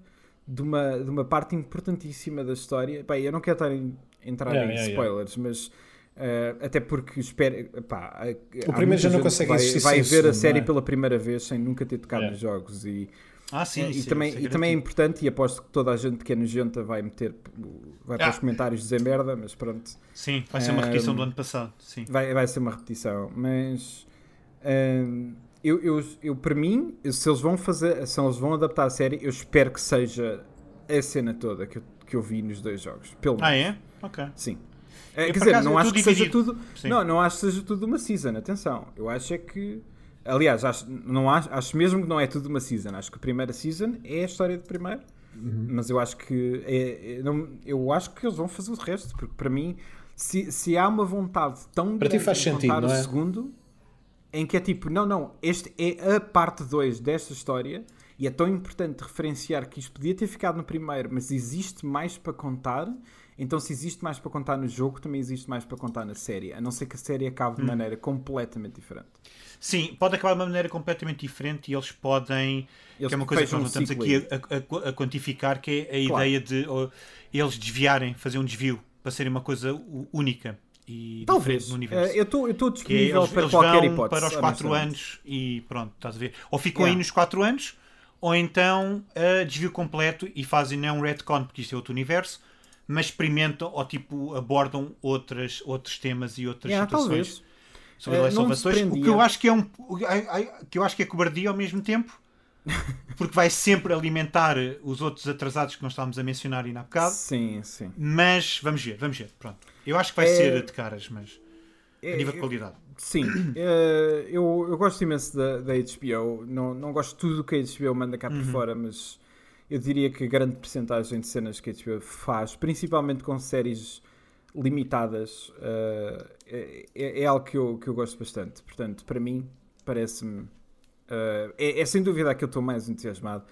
[SPEAKER 1] de uma, de uma parte importantíssima da história. Bem, eu não quero estar em- entrar
[SPEAKER 3] Yeah,
[SPEAKER 1] em
[SPEAKER 3] yeah, yeah.
[SPEAKER 1] spoilers, mas. eh, até porque espero. Pá, há- há
[SPEAKER 3] primeiro
[SPEAKER 1] muita
[SPEAKER 3] já não
[SPEAKER 1] gente
[SPEAKER 3] consegue
[SPEAKER 1] vai,
[SPEAKER 3] existir
[SPEAKER 1] Vai ver
[SPEAKER 3] sem o
[SPEAKER 1] a
[SPEAKER 3] segundo,
[SPEAKER 1] série
[SPEAKER 3] não é?
[SPEAKER 1] pela primeira vez sem nunca ter tocado
[SPEAKER 3] Yeah.
[SPEAKER 1] nos jogos. E,
[SPEAKER 2] Ah, sim,
[SPEAKER 1] e
[SPEAKER 2] isso é-
[SPEAKER 1] também,
[SPEAKER 2] isso é
[SPEAKER 1] e também é
[SPEAKER 2] gratuito.
[SPEAKER 1] importante, e aposto que toda a gente que é nojenta vai meter. Vai para
[SPEAKER 2] Ah.
[SPEAKER 1] os comentários dizer merda, mas pronto.
[SPEAKER 2] tipo- Sim, vai ser uma
[SPEAKER 1] Ehm,
[SPEAKER 2] repetição do ano passado. Sim.
[SPEAKER 1] Vai, vai ser uma repetição, mas hum, eu, eu, eu, para mim, se eles vão fazer, se eles vão adaptar a série, eu espero que seja a cena toda que eu, que eu vi nos dois jogos. Pelo menos.
[SPEAKER 2] Ah, é? Ok.
[SPEAKER 1] Sim. É,
[SPEAKER 2] Eu,
[SPEAKER 1] quer
[SPEAKER 2] por
[SPEAKER 1] dizer,
[SPEAKER 2] acaso,
[SPEAKER 1] não
[SPEAKER 2] eu
[SPEAKER 1] acho
[SPEAKER 2] tô
[SPEAKER 1] que seja
[SPEAKER 2] dividido.
[SPEAKER 1] tudo.
[SPEAKER 2] Sim.
[SPEAKER 1] Não, não acho que seja tudo uma season, atenção. Eu acho é que. Aliás, acho, não acho, acho mesmo que não é tudo uma season. Acho que a primeira season é a história de primeiro.
[SPEAKER 3] Uhum.
[SPEAKER 1] Mas eu acho que. é- é- não- eu acho que eles vão fazer o resto, porque para mim, se, se há uma vontade tão
[SPEAKER 3] Para ti
[SPEAKER 1] grande
[SPEAKER 3] faz
[SPEAKER 1] em
[SPEAKER 3] sentido,
[SPEAKER 1] contar
[SPEAKER 3] não
[SPEAKER 1] o
[SPEAKER 3] é?
[SPEAKER 1] segundo, em que é tipo, não, não, este é a parte 2 desta história e é tão importante referenciar que isto podia ter ficado no primeiro, mas existe mais para contar. Então, se existe mais para contar no jogo, também existe mais para contar na série, a não ser que a série acabe
[SPEAKER 2] Hum.
[SPEAKER 1] de maneira completamente diferente.
[SPEAKER 2] Sim, pode acabar de uma maneira completamente diferente e eles podem.
[SPEAKER 1] Eles
[SPEAKER 2] que é uma coisa que
[SPEAKER 1] fecham
[SPEAKER 2] nós não
[SPEAKER 1] um
[SPEAKER 2] estamos
[SPEAKER 1] ciclo
[SPEAKER 2] aqui a, a- a quantificar, que é a
[SPEAKER 1] Claro.
[SPEAKER 2] ideia de oh, eles desviarem, fazer um desvio para serem uma coisa u- única e
[SPEAKER 1] Talvez.
[SPEAKER 2] diferente no universo.
[SPEAKER 1] Eh, Eu estou
[SPEAKER 2] que é,
[SPEAKER 1] disponível
[SPEAKER 2] eles,
[SPEAKER 1] para
[SPEAKER 2] eles
[SPEAKER 1] qualquer
[SPEAKER 2] vão
[SPEAKER 1] hipótese.
[SPEAKER 2] para os 4
[SPEAKER 1] honestamente.
[SPEAKER 2] anos e pronto, estás a ver? Ou ficam
[SPEAKER 1] Yeah.
[SPEAKER 2] aí nos 4 anos, ou então ah, desvio completo e fazem não um retcon, porque isto é outro universo, mas experimentam ou tipo abordam outras, outros temas e outras
[SPEAKER 1] Yeah,
[SPEAKER 2] situações.
[SPEAKER 1] talvez.
[SPEAKER 2] sobre
[SPEAKER 1] Eh,
[SPEAKER 2] as
[SPEAKER 1] não me
[SPEAKER 2] salvações, o que eu
[SPEAKER 1] surpreendia.
[SPEAKER 2] acho que é um o que- ai- ai- que eu acho que é cobardia ao mesmo tempo, porque vai sempre alimentar eh, os outros atrasados que nós estávamos a mencionar ainda há bocado,
[SPEAKER 1] Sim, sim.
[SPEAKER 2] mas vamos ver, vamos ver, pronto. Eu acho que vai
[SPEAKER 1] É-
[SPEAKER 2] ser de caras, mas a
[SPEAKER 1] Eh,
[SPEAKER 2] nível de
[SPEAKER 1] eu-
[SPEAKER 2] qualidade.
[SPEAKER 1] Sim, eh, eu, eu gosto imenso da, da HBO. Não, não gosto de tudo que a HBO manda cá por fora, mas eu diria que a grande percentagem de cenas que a HBO faz, principalmente com séries limitadas, eh, é- é, é algo que eu, que eu gosto bastante. Portanto, para mim, parece-me. eh, é, é sem dúvida a que eu estou mais entusiasmado.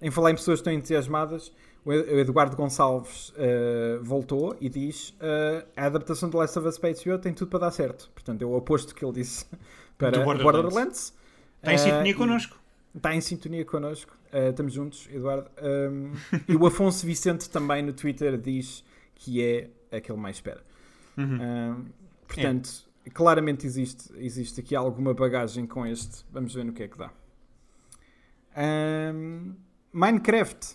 [SPEAKER 1] Em falar em pessoas que estão entusiasmadas, o Ed- o Eduardo Gonçalves eh, voltou e diz eh, a adaptação de Last of Us para HBO tem tudo para dar certo. Portanto, é o oposto que ele disse para
[SPEAKER 2] Do
[SPEAKER 1] Borderlands.
[SPEAKER 2] Borderlands. Está
[SPEAKER 1] Eh,
[SPEAKER 2] em sintonia
[SPEAKER 1] e-
[SPEAKER 2] connosco.
[SPEAKER 1] Está em sintonia connosco. Eh, estamos juntos, Eduardo. Um, e o Afonso Vicente também no Twitter diz que é aquele mais espera.
[SPEAKER 2] Uhum.
[SPEAKER 1] Um, portanto, claramente existe, existe aqui alguma bagagem com este. Vamos ver no que é que dá. Um, Minecraft.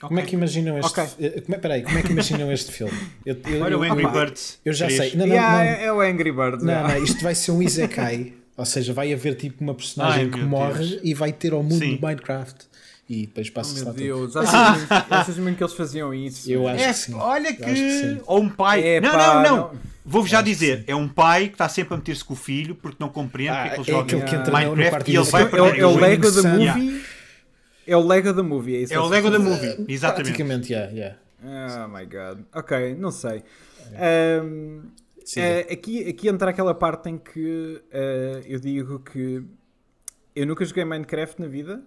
[SPEAKER 3] Como é que imaginam este.
[SPEAKER 1] Ok.
[SPEAKER 3] eh, Como é, peraí, como é que imaginam este filme? Eu, eu-
[SPEAKER 2] Olha o
[SPEAKER 3] eu-
[SPEAKER 2] Angry
[SPEAKER 1] opa,
[SPEAKER 2] Birds.
[SPEAKER 3] eu já
[SPEAKER 2] três.
[SPEAKER 3] sei. Não, não,
[SPEAKER 1] Yeah,
[SPEAKER 3] não.
[SPEAKER 1] é- É o Angry Bird.
[SPEAKER 3] Não, não, isto vai ser um Isekai. Ou seja, vai haver tipo uma personagem
[SPEAKER 2] Ai,
[SPEAKER 3] que
[SPEAKER 2] meu
[SPEAKER 3] morre
[SPEAKER 2] Deus.
[SPEAKER 3] e vai ter ao mundo
[SPEAKER 2] Sim.
[SPEAKER 3] do Minecraft. e depois passa-se
[SPEAKER 1] Oh, Meu
[SPEAKER 3] lá tudo.
[SPEAKER 1] Deus, achas mesmo- achas mesmo que eles faziam isso?
[SPEAKER 3] Eu
[SPEAKER 1] velho?
[SPEAKER 3] acho
[SPEAKER 2] É,
[SPEAKER 3] que sim.
[SPEAKER 2] olha que...
[SPEAKER 3] acho que sim.
[SPEAKER 2] Ou um pai.
[SPEAKER 1] É,
[SPEAKER 2] não,
[SPEAKER 1] pá,
[SPEAKER 2] não, não,
[SPEAKER 1] não.
[SPEAKER 2] Vou-vos já
[SPEAKER 3] Acho que
[SPEAKER 2] dizer. É um pai que está sempre a meter-se com o filho porque não compreende
[SPEAKER 3] Ah,
[SPEAKER 2] porque é que
[SPEAKER 3] é
[SPEAKER 2] ele joga
[SPEAKER 3] aquele que entra no- no
[SPEAKER 2] Minecraft
[SPEAKER 3] quarto
[SPEAKER 2] e ele
[SPEAKER 3] e
[SPEAKER 2] vai
[SPEAKER 3] diz,
[SPEAKER 1] É, o- é o
[SPEAKER 2] para
[SPEAKER 1] Lego da movie.
[SPEAKER 2] Yeah.
[SPEAKER 1] É o Lego da movie, é isso?
[SPEAKER 2] É o
[SPEAKER 1] que
[SPEAKER 2] Lego da
[SPEAKER 1] vocês
[SPEAKER 2] movie. Exatamente.
[SPEAKER 3] Praticamente, yeah, yeah.
[SPEAKER 1] Oh my god. Ok, não sei. Ahm,
[SPEAKER 3] Sim.
[SPEAKER 1] eh, aqui, aqui entra aquela parte em que eh, eu digo que eu nunca joguei Minecraft na vida,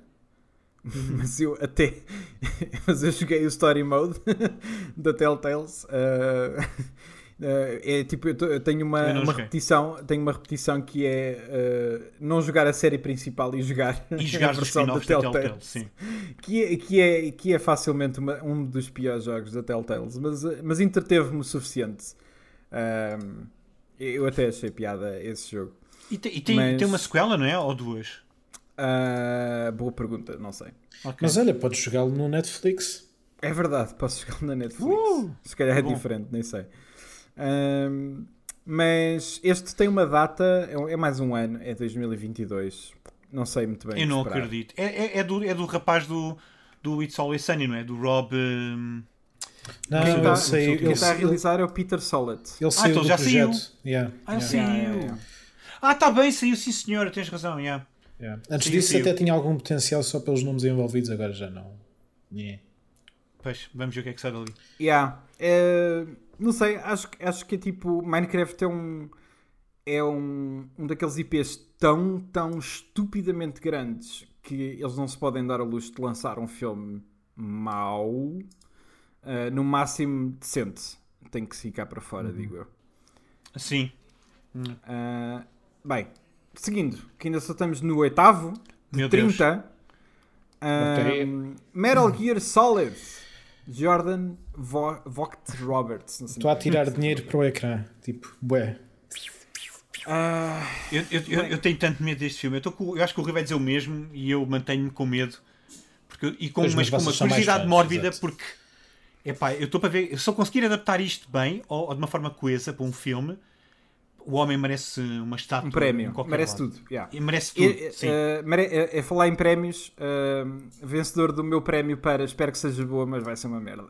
[SPEAKER 2] Uhum.
[SPEAKER 1] mas eu até mas eu joguei o Story Mode da Telltales. eh, eh, é tipo, eu, to- eu tenho uma,
[SPEAKER 2] Eu não
[SPEAKER 1] uma
[SPEAKER 2] joguei.
[SPEAKER 1] repetição, tenho uma repetição que é eh, não jogar a série principal e jogar
[SPEAKER 2] E
[SPEAKER 1] a
[SPEAKER 2] jogar os
[SPEAKER 1] versão da
[SPEAKER 2] spin-offs da
[SPEAKER 1] Telltale
[SPEAKER 2] Telltale. Sim.
[SPEAKER 1] que é, que é, que é facilmente uma- um dos piores jogos da Telltales, mas, eh, mas entreteve-me o suficiente. Ahm, eu até achei piada esse jogo.
[SPEAKER 2] E, te- e tem,
[SPEAKER 1] Mas-
[SPEAKER 2] tem uma sequela, não é? Ou duas?
[SPEAKER 1] Ah, boa pergunta, não sei.
[SPEAKER 2] Ok.
[SPEAKER 3] Mas olha, podes jogá-lo no Netflix.
[SPEAKER 1] É verdade, posso jogar na Netflix.
[SPEAKER 2] Uh!
[SPEAKER 1] Se calhar é
[SPEAKER 2] Bom.
[SPEAKER 1] diferente, nem sei. Ahm, mas este tem uma data, é, é mais um ano, é 2022. Não sei muito bem. o
[SPEAKER 2] Eu
[SPEAKER 1] que
[SPEAKER 2] não
[SPEAKER 1] esperar.
[SPEAKER 2] acredito. É, é- é do, é do rapaz do, do It's Always Sunny, não é? Do Rob. hum,
[SPEAKER 3] Não,
[SPEAKER 1] Quem
[SPEAKER 3] eu
[SPEAKER 2] tá-
[SPEAKER 1] está-
[SPEAKER 3] sei.
[SPEAKER 1] Quem
[SPEAKER 3] Ele,
[SPEAKER 1] está a
[SPEAKER 3] ele, ele,
[SPEAKER 1] realizar é o Peter Solet.
[SPEAKER 3] saiu
[SPEAKER 2] então
[SPEAKER 3] do
[SPEAKER 2] já
[SPEAKER 3] projeto.
[SPEAKER 2] saiu.
[SPEAKER 3] Yeah,
[SPEAKER 2] Ah, ele
[SPEAKER 3] yeah,
[SPEAKER 2] saiu!
[SPEAKER 1] Yeah, yeah, yeah.
[SPEAKER 2] Ah, tá bem, saiu, sim senhora, tens razão. yeah.
[SPEAKER 3] yeah. Antes
[SPEAKER 2] Saiu,
[SPEAKER 3] disso
[SPEAKER 2] saiu.
[SPEAKER 3] até tinha algum potencial só pelos nomes envolvidos, agora já não. Yeah.
[SPEAKER 2] Pois, vamos ver o que é que sai dali.
[SPEAKER 1] Yeah. Eh, não sei, acho, que- acho que é tipo. Minecraft é um. É um, um daqueles IPs tão, tão estupidamente grandes que eles não se podem dar ao luxo de lançar um filme mau. eh, no máximo decente. Tem que ficar para
[SPEAKER 2] Uhum.
[SPEAKER 1] fora, digo eu.
[SPEAKER 2] Sim.
[SPEAKER 1] Ah, bem, seguindo, que ainda só estamos no oitavo, de
[SPEAKER 2] Meu Deus.
[SPEAKER 1] 30. Ah,
[SPEAKER 3] Ok.
[SPEAKER 1] Metal Gear Solid. Jordan Vo Vogt Roberts. não sei é
[SPEAKER 3] Estou a
[SPEAKER 1] bem.
[SPEAKER 3] tirar dinheiro para o ecrã. Tipo, bué.
[SPEAKER 1] Ah,
[SPEAKER 2] Eu, eu- eu- eu tenho tanto medo deste filme. Eu, tô com- eu acho que o Rui vai dizer o mesmo e eu mantenho-me com medo. Porque, eu- e com,
[SPEAKER 3] Pois,
[SPEAKER 2] mas
[SPEAKER 3] mas
[SPEAKER 2] com uma
[SPEAKER 3] vocês são mais
[SPEAKER 2] curiosidade
[SPEAKER 3] fãs,
[SPEAKER 2] mórbida,
[SPEAKER 3] exato.
[SPEAKER 2] porque. Epá, eu estou para ver. eu Só conseguir adaptar isto bem ou, ou de uma forma coesa para um filme, o homem merece uma estátua.
[SPEAKER 1] um
[SPEAKER 2] em
[SPEAKER 1] prémio.
[SPEAKER 2] qualquer
[SPEAKER 1] Merece
[SPEAKER 2] lado.
[SPEAKER 1] tudo. yeah.
[SPEAKER 2] E merece tudo.
[SPEAKER 1] E,
[SPEAKER 2] sim.
[SPEAKER 1] eh, mere- eh, eh, falar em prémios, eh, vencedor do meu prémio para espero que seja boa, mas vai ser uma merda.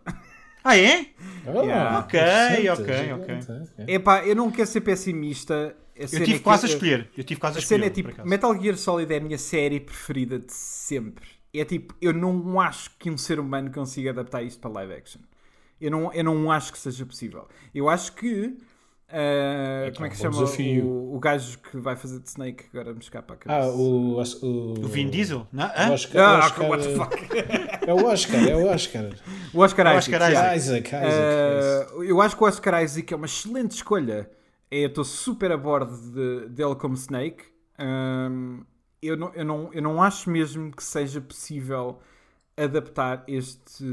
[SPEAKER 2] Ah, é?
[SPEAKER 3] Oh,
[SPEAKER 1] Yeah.
[SPEAKER 2] Ok,
[SPEAKER 3] interessante,
[SPEAKER 2] ok,
[SPEAKER 3] interessante, ok.
[SPEAKER 1] Epá, eu não quero ser pessimista. A
[SPEAKER 2] É. Eu
[SPEAKER 1] cena é
[SPEAKER 2] tive
[SPEAKER 1] que-
[SPEAKER 2] quase a
[SPEAKER 1] eu-
[SPEAKER 2] escolher. Eu tive quase a
[SPEAKER 1] A cena
[SPEAKER 2] escolher.
[SPEAKER 1] é
[SPEAKER 2] por
[SPEAKER 1] tipo,
[SPEAKER 2] acaso.
[SPEAKER 1] Metal Gear Solid é a minha série preferida de sempre. É tipo, eu não acho que um ser humano consiga adaptar isto para live action. Eu não, eu não acho que seja possível. Eu acho que. ah, como é que se
[SPEAKER 3] um bom
[SPEAKER 1] chama
[SPEAKER 3] desafio.
[SPEAKER 1] o, o gajo que vai fazer de Snake? Agora me escapa a
[SPEAKER 3] Ah,
[SPEAKER 1] cabeça.
[SPEAKER 3] o. O,
[SPEAKER 2] O Vin Diesel? Não? é?
[SPEAKER 3] O
[SPEAKER 2] Hã?
[SPEAKER 3] Oscar,
[SPEAKER 1] Ah,
[SPEAKER 3] Oscar-
[SPEAKER 1] what the fuck?
[SPEAKER 3] É o Oscar, é o Oscar.
[SPEAKER 1] O Oscar
[SPEAKER 2] O Oscar
[SPEAKER 1] Isaac. yeah.
[SPEAKER 2] Isaac. é
[SPEAKER 3] Isaac, é Isaac. yes.
[SPEAKER 1] Ah, eu acho que o Oscar Isaac é uma excelente escolha. É, Eu estou super a bordo de- dele como Snake. Ahm, eu, não, eu, não, eu não acho mesmo que seja possível adaptar este.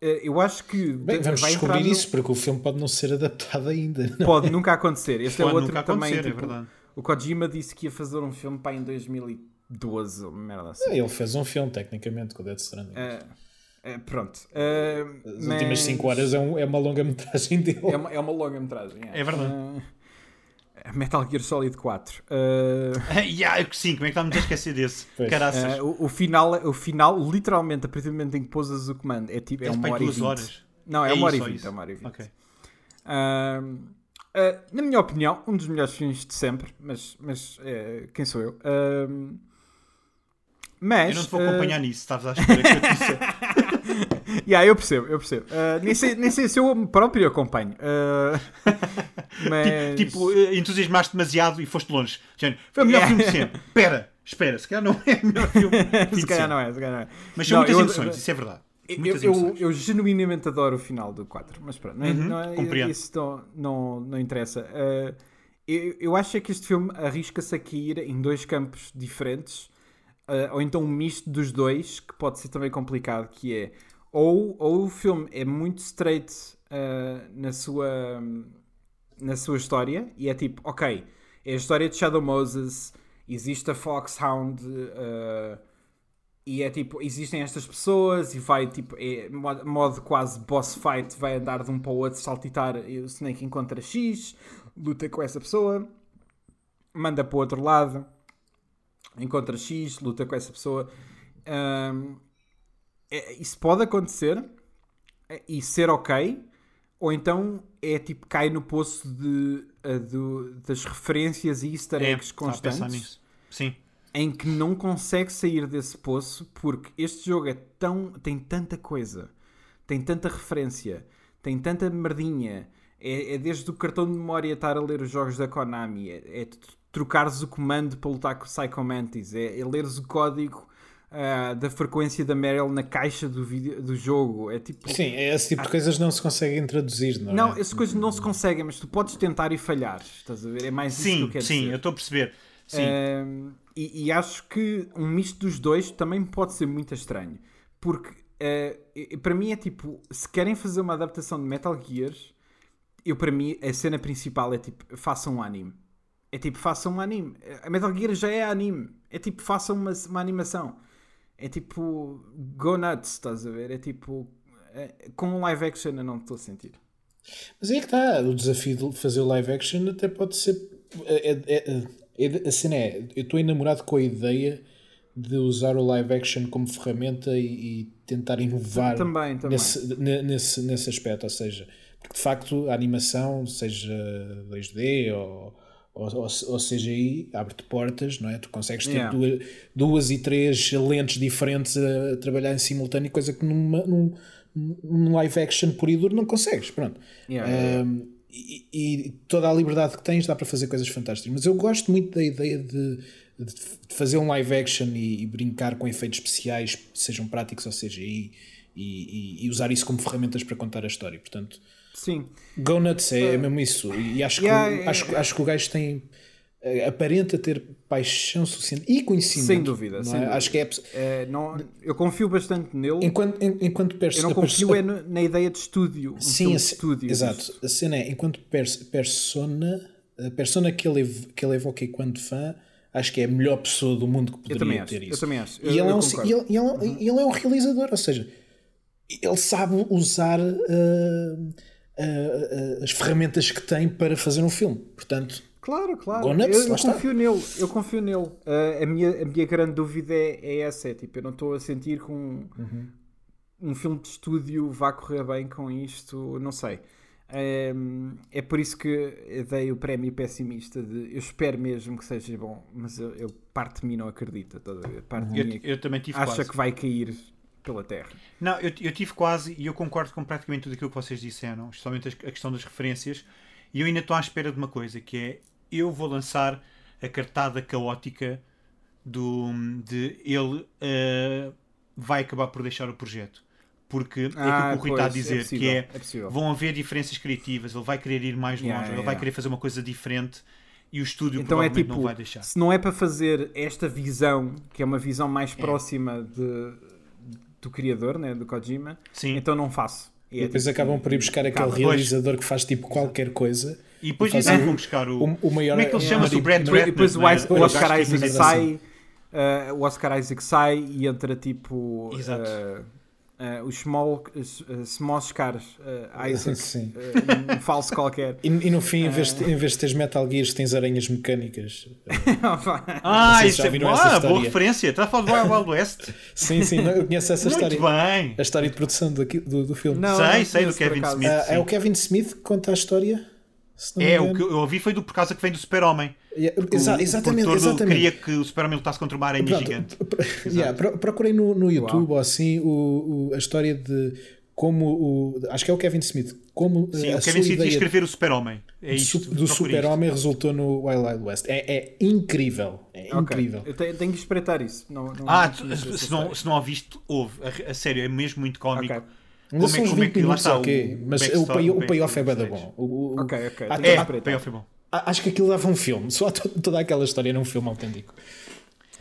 [SPEAKER 1] eh, eu acho que.
[SPEAKER 3] Bem,
[SPEAKER 1] de-
[SPEAKER 3] vamos
[SPEAKER 1] vai entrar
[SPEAKER 3] descobrir
[SPEAKER 1] no-
[SPEAKER 3] isso, porque o filme pode não ser adaptado ainda. né?
[SPEAKER 1] Pode nunca acontecer. Este é
[SPEAKER 2] Pode
[SPEAKER 1] outro
[SPEAKER 2] nunca
[SPEAKER 1] que também.
[SPEAKER 2] acontecer, é
[SPEAKER 1] tipo,
[SPEAKER 2] verdade.
[SPEAKER 1] o Kojima disse que ia fazer um filme pá, em 2012, uma merda assim.
[SPEAKER 3] Ele fez um filme, tecnicamente, com o Death Stranding.
[SPEAKER 1] Eh, eh, pronto. Eh,
[SPEAKER 3] As últimas 5
[SPEAKER 1] mas-
[SPEAKER 3] horas é, um- é uma longa-metragem dele.
[SPEAKER 1] É uma, é uma longa metragem.
[SPEAKER 2] É verdade.
[SPEAKER 1] eh, Ah, Metal Gear Solid 4. Ah,
[SPEAKER 2] yeah, eu que sim, como é que estávamos a esquecer desse?
[SPEAKER 3] Pois.
[SPEAKER 2] Caraças.
[SPEAKER 1] ah, o, o final, o final, literalmente, a partir do momento em que pousas o comando, é tipo. É
[SPEAKER 2] Deve
[SPEAKER 1] uma
[SPEAKER 2] para
[SPEAKER 1] hora
[SPEAKER 2] aí
[SPEAKER 1] e
[SPEAKER 2] duas
[SPEAKER 1] vinte.
[SPEAKER 2] horas.
[SPEAKER 1] Não, é,
[SPEAKER 2] É
[SPEAKER 1] uma hora e
[SPEAKER 2] isso, é
[SPEAKER 1] vinte.
[SPEAKER 2] isso.
[SPEAKER 1] É uma hora e vinte.
[SPEAKER 2] Ok.
[SPEAKER 1] Ah, ah, na minha opinião, um dos melhores filmes de sempre, mas, mas eh, quem sou eu? Ah, mas.
[SPEAKER 2] Eu não te vou
[SPEAKER 1] ah,
[SPEAKER 2] acompanhar nisso, estavas à espera que eu te dissesse.
[SPEAKER 1] uh, Yeah, eu percebo, eu percebo. Ah, nem, sei, nem sei se eu me próprio acompanho. Ah, É, mas...
[SPEAKER 2] Tipo, eh, entusiasmaste demasiado e foste longe. Género, foi o melhor
[SPEAKER 1] Yeah.
[SPEAKER 2] filme de sempre. Espera, espera, se calhar não é o melhor filme. de
[SPEAKER 1] se calhar
[SPEAKER 2] sempre.
[SPEAKER 1] não é, se calhar não é.
[SPEAKER 2] Mas são
[SPEAKER 1] Não,
[SPEAKER 2] muitas
[SPEAKER 1] eu-
[SPEAKER 2] emoções, isso é verdade.
[SPEAKER 1] Eu,
[SPEAKER 2] Muitas
[SPEAKER 1] eu,
[SPEAKER 2] emoções.
[SPEAKER 1] eu genuinamente adoro o final do 4, mas pronto, não, é-
[SPEAKER 2] Uhum,
[SPEAKER 1] não é-
[SPEAKER 2] compreendo.
[SPEAKER 1] isso não, não, não interessa. Ah, eu, eu acho é que este filme arrisca-se aqui ir em dois campos diferentes, ah, ou então um misto dos dois, que pode ser também complicado, que é ou, ou o filme é muito straight ah, na sua na sua história e é tipo, ok, é a história de Shadow Moses, existe a Foxhound eh, e é tipo, existem estas pessoas e vai tipo, é mo- modo quase boss fight, vai andar de um para o outro, saltitar, e o Snake encontra X, luta com essa pessoa, manda para o outro lado, encontra X, luta com essa pessoa. Ahm, é- isso pode acontecer eh, e ser ok, ou então é tipo cai no poço de, eh, do- das referências e easter
[SPEAKER 2] É,
[SPEAKER 1] eggs
[SPEAKER 2] estava a pensar
[SPEAKER 1] constantes
[SPEAKER 2] nisso. Sim.
[SPEAKER 1] em que não consegue sair desse poço porque este jogo é tão tem tanta coisa, tem tanta referência, tem tanta merdinha. É, é desde o cartão de memória estar a ler os jogos da Konami, é, é tu trocares o comando para lutar com o Psycho Mantis, é, é leres o código ah, da frequência da Meryl na caixa do, vídeo, do jogo. É tipo.
[SPEAKER 3] Sim, esse tipo de coisas não se conseguem traduzir, não,
[SPEAKER 1] Não,
[SPEAKER 3] é?
[SPEAKER 1] essas coisas não se conseguem, mas tu podes tentar e falhar. Estás a ver? É mais isso que eu
[SPEAKER 2] Sim,
[SPEAKER 1] quero
[SPEAKER 2] sim,
[SPEAKER 1] dizer.
[SPEAKER 2] eu estou a perceber. Sim.
[SPEAKER 1] Um, e, e acho que um misto dos dois também pode ser muito estranho. Porque eh, eh, para mim é tipo, se querem fazer uma adaptação de Metal Gears, eu para mim a cena principal é tipo, façam um anime. É tipo, façam um anime. A Metal Gear já é anime. É tipo, façam uma, uma animação. É tipo, go nuts, estás a ver? É tipo, eh, com um live action eu não estou a sentir.
[SPEAKER 3] Mas aí é que está. O desafio de fazer o live action até pode ser. É, é- é- é- a cena é. Eu estou enamorado com a ideia de usar o live action como ferramenta e, e tentar inovar
[SPEAKER 1] Também, também.
[SPEAKER 3] Nesse, ne- nesse, nesse aspecto. Ou seja, porque de facto a animação, seja 2D ou. Ou, ou, ou CGI abre-te portas, não é? Tu consegues ter
[SPEAKER 1] Yeah.
[SPEAKER 3] duas, duas e três lentes diferentes a trabalhar em simultâneo, coisa que numa, num, num live action puro e duro não consegues. Pronto.
[SPEAKER 1] Yeah,
[SPEAKER 3] Ah,
[SPEAKER 1] yeah,
[SPEAKER 3] um, e, e toda a liberdade que tens dá para fazer coisas fantásticas. Mas eu gosto muito da ideia de, de fazer um live action e, e brincar com efeitos especiais, sejam práticos ou CGI, e, e- e usar isso como ferramentas para contar a história. Portanto,
[SPEAKER 1] Sim.
[SPEAKER 3] Go Nuts é, é mesmo isso. E acho que,
[SPEAKER 1] Ah. Yeah,
[SPEAKER 3] o-
[SPEAKER 1] yeah,
[SPEAKER 3] acho, acho que o gajo tem. eh, Aparenta ter paixão suficiente e conhecimento.
[SPEAKER 1] Sem dúvida,
[SPEAKER 3] não
[SPEAKER 1] sem
[SPEAKER 3] é?
[SPEAKER 1] dúvida.
[SPEAKER 3] Acho que é. possi-
[SPEAKER 1] Eh, não, eu confio bastante nele.
[SPEAKER 3] Enquanto, en- enquanto perso-
[SPEAKER 1] Eu não
[SPEAKER 3] a perso-
[SPEAKER 1] confio é no- na ideia de estúdio. Um filme
[SPEAKER 3] Sim, a
[SPEAKER 1] de
[SPEAKER 3] ce-
[SPEAKER 1] estúdio.
[SPEAKER 3] exato. A cena é, enquanto pers- persona, a persona que ele, ev- que ele evoca enquanto fã, acho que é a melhor pessoa do mundo que poderia
[SPEAKER 1] também acho,
[SPEAKER 3] ter
[SPEAKER 1] eu
[SPEAKER 3] isso.
[SPEAKER 1] também acho. Eu-
[SPEAKER 3] E ele,
[SPEAKER 1] eu
[SPEAKER 3] é um,
[SPEAKER 1] concordo. Uhum.
[SPEAKER 3] e ele, e ele- ele é um realizador, ou seja, ele sabe usar ah, ah, ah, as ferramentas que tem para fazer um filme. Portanto,
[SPEAKER 1] Claro, claro.
[SPEAKER 3] Go nuts,
[SPEAKER 1] eu, eu
[SPEAKER 3] lá está.
[SPEAKER 1] confio nele. Eu confio nele. Eh, a, minha, a minha grande dúvida é, é essa. É, tipo, eu não estou a sentir que um, um filme de estúdio vá correr bem com isto. Não sei. Eh, é por isso que eu dei o prémio pessimista de eu espero mesmo que seja bom, mas eu, eu- parte de mim não acredita. estás a ver? Parte de
[SPEAKER 2] Uhum. Eu,
[SPEAKER 1] mim
[SPEAKER 2] eu também tive
[SPEAKER 1] acha
[SPEAKER 2] quase.
[SPEAKER 1] que vai cair pela terra.
[SPEAKER 2] Não, eu, eu tive quase e eu concordo com praticamente tudo aquilo que vocês disseram, especialmente as- a questão das referências. E eu ainda estou à espera de uma coisa, que é eu vou lançar a cartada caótica do, de ele ah, vai acabar por deixar o projeto. Porque é aquilo
[SPEAKER 1] Ah,
[SPEAKER 2] que o Rui está a
[SPEAKER 1] pois, é
[SPEAKER 2] dizer, que
[SPEAKER 1] possível,
[SPEAKER 2] é,
[SPEAKER 1] é possível.
[SPEAKER 2] vão haver diferenças criativas, ele vai querer ir mais longe,
[SPEAKER 1] Yeah,
[SPEAKER 2] ele
[SPEAKER 1] yeah,
[SPEAKER 2] vai
[SPEAKER 1] yeah.
[SPEAKER 2] querer fazer uma coisa diferente e o estúdio
[SPEAKER 1] Então é
[SPEAKER 2] provavelmente
[SPEAKER 1] tipo,
[SPEAKER 2] não vai deixar.
[SPEAKER 1] se não é para fazer esta visão, que é uma visão mais próxima de- do criador, né, do Kojima,
[SPEAKER 2] Sim.
[SPEAKER 1] então não faço. E
[SPEAKER 3] e
[SPEAKER 1] é
[SPEAKER 3] depois
[SPEAKER 1] tipo,
[SPEAKER 3] acabam por ir buscar aquele
[SPEAKER 2] Acaba, pois.
[SPEAKER 3] realizador que faz tipo qualquer coisa.
[SPEAKER 2] E depois
[SPEAKER 3] fazem
[SPEAKER 2] ainda vão buscar o,
[SPEAKER 3] o- o maior-
[SPEAKER 2] Como é que ele
[SPEAKER 3] é,
[SPEAKER 2] chama-se? O
[SPEAKER 3] Mari-
[SPEAKER 2] Brad
[SPEAKER 1] depois-
[SPEAKER 2] Ratner.
[SPEAKER 1] depois o,
[SPEAKER 2] não é?
[SPEAKER 1] Is- o Oscar
[SPEAKER 2] gajo que
[SPEAKER 1] Isaac
[SPEAKER 2] fez a-
[SPEAKER 1] sai,
[SPEAKER 3] assim.
[SPEAKER 1] eh, o Oscar Isaac sai e entra tipo
[SPEAKER 2] Exato.
[SPEAKER 1] eh, eh, os small, eh, small Oscar eh, Isaac,
[SPEAKER 3] Sim.
[SPEAKER 1] eh, um falso qualquer.
[SPEAKER 3] E, e no fim, em vez,
[SPEAKER 1] Ah.
[SPEAKER 3] de, em vez de teres Metal Gears, tens aranhas mecânicas. Não
[SPEAKER 2] Ah,
[SPEAKER 3] sei se
[SPEAKER 2] isso
[SPEAKER 3] já
[SPEAKER 2] é
[SPEAKER 3] viram
[SPEAKER 2] boa,
[SPEAKER 3] essa história.
[SPEAKER 2] boa referência. Está a falar do Wild Wild West?
[SPEAKER 3] Sim, sim, não, eu conheço essa
[SPEAKER 2] Muito
[SPEAKER 3] história.
[SPEAKER 2] bem.
[SPEAKER 3] A história de produção do, do, do filme.
[SPEAKER 1] Não,
[SPEAKER 2] Sei,
[SPEAKER 1] não
[SPEAKER 2] sei do
[SPEAKER 1] conheço, por
[SPEAKER 2] Kevin
[SPEAKER 1] acaso.
[SPEAKER 2] Smith.
[SPEAKER 3] Ah, é
[SPEAKER 2] sim.
[SPEAKER 3] o Kevin Smith que conta a história? se não me
[SPEAKER 2] É, o
[SPEAKER 3] engano.
[SPEAKER 2] que eu ouvi foi do por causa que vem do Super-Homem.
[SPEAKER 3] Yeah,
[SPEAKER 2] O-
[SPEAKER 3] exa-
[SPEAKER 2] o
[SPEAKER 3] exatamente,
[SPEAKER 2] produtor
[SPEAKER 3] exatamente.
[SPEAKER 2] queria que o Super-Homem lutasse contra uma aranha
[SPEAKER 3] Pronto,
[SPEAKER 2] gigante.
[SPEAKER 3] pro- yeah, pro- procurei no, no YouTube ou assim o, o- a história de como o. Acho que é o Kevin Smith. Como
[SPEAKER 2] Sim,
[SPEAKER 3] eh, a
[SPEAKER 2] o Kevin
[SPEAKER 3] sua
[SPEAKER 2] Smith ia
[SPEAKER 3] ideia
[SPEAKER 2] escrever o Super-Homem. É
[SPEAKER 3] do
[SPEAKER 2] isto.
[SPEAKER 3] su- do
[SPEAKER 2] procura isto.
[SPEAKER 3] Super-Homem resultou no Wild Wild West. É, é incrível. É
[SPEAKER 1] Ok,
[SPEAKER 3] incrível.
[SPEAKER 1] Eu te- tenho que espreitar isso. Não, não-
[SPEAKER 2] Ah,
[SPEAKER 1] não
[SPEAKER 2] tu-
[SPEAKER 1] conheço essa
[SPEAKER 2] se não,
[SPEAKER 1] história.
[SPEAKER 2] se não a viste, houve. A, a sério, é mesmo muito cómico.
[SPEAKER 1] Ok.
[SPEAKER 2] Como
[SPEAKER 3] Ainda
[SPEAKER 2] é-
[SPEAKER 3] são uns
[SPEAKER 2] como é
[SPEAKER 3] 20
[SPEAKER 2] que- lá
[SPEAKER 3] minutos,
[SPEAKER 2] está,
[SPEAKER 3] ok.
[SPEAKER 2] o
[SPEAKER 3] Mas
[SPEAKER 2] backstory,
[SPEAKER 3] o, pay,
[SPEAKER 2] o
[SPEAKER 3] o payoff é
[SPEAKER 2] back-
[SPEAKER 3] bada bom. Tá O- o-
[SPEAKER 1] Ok, ok,
[SPEAKER 3] há-
[SPEAKER 1] tenho
[SPEAKER 2] É,
[SPEAKER 1] que
[SPEAKER 3] há-
[SPEAKER 1] espreitar.
[SPEAKER 2] payoff é bom.
[SPEAKER 3] há- acho que aquilo dava um filme. Só to- toda aquela história era um filme autêntico.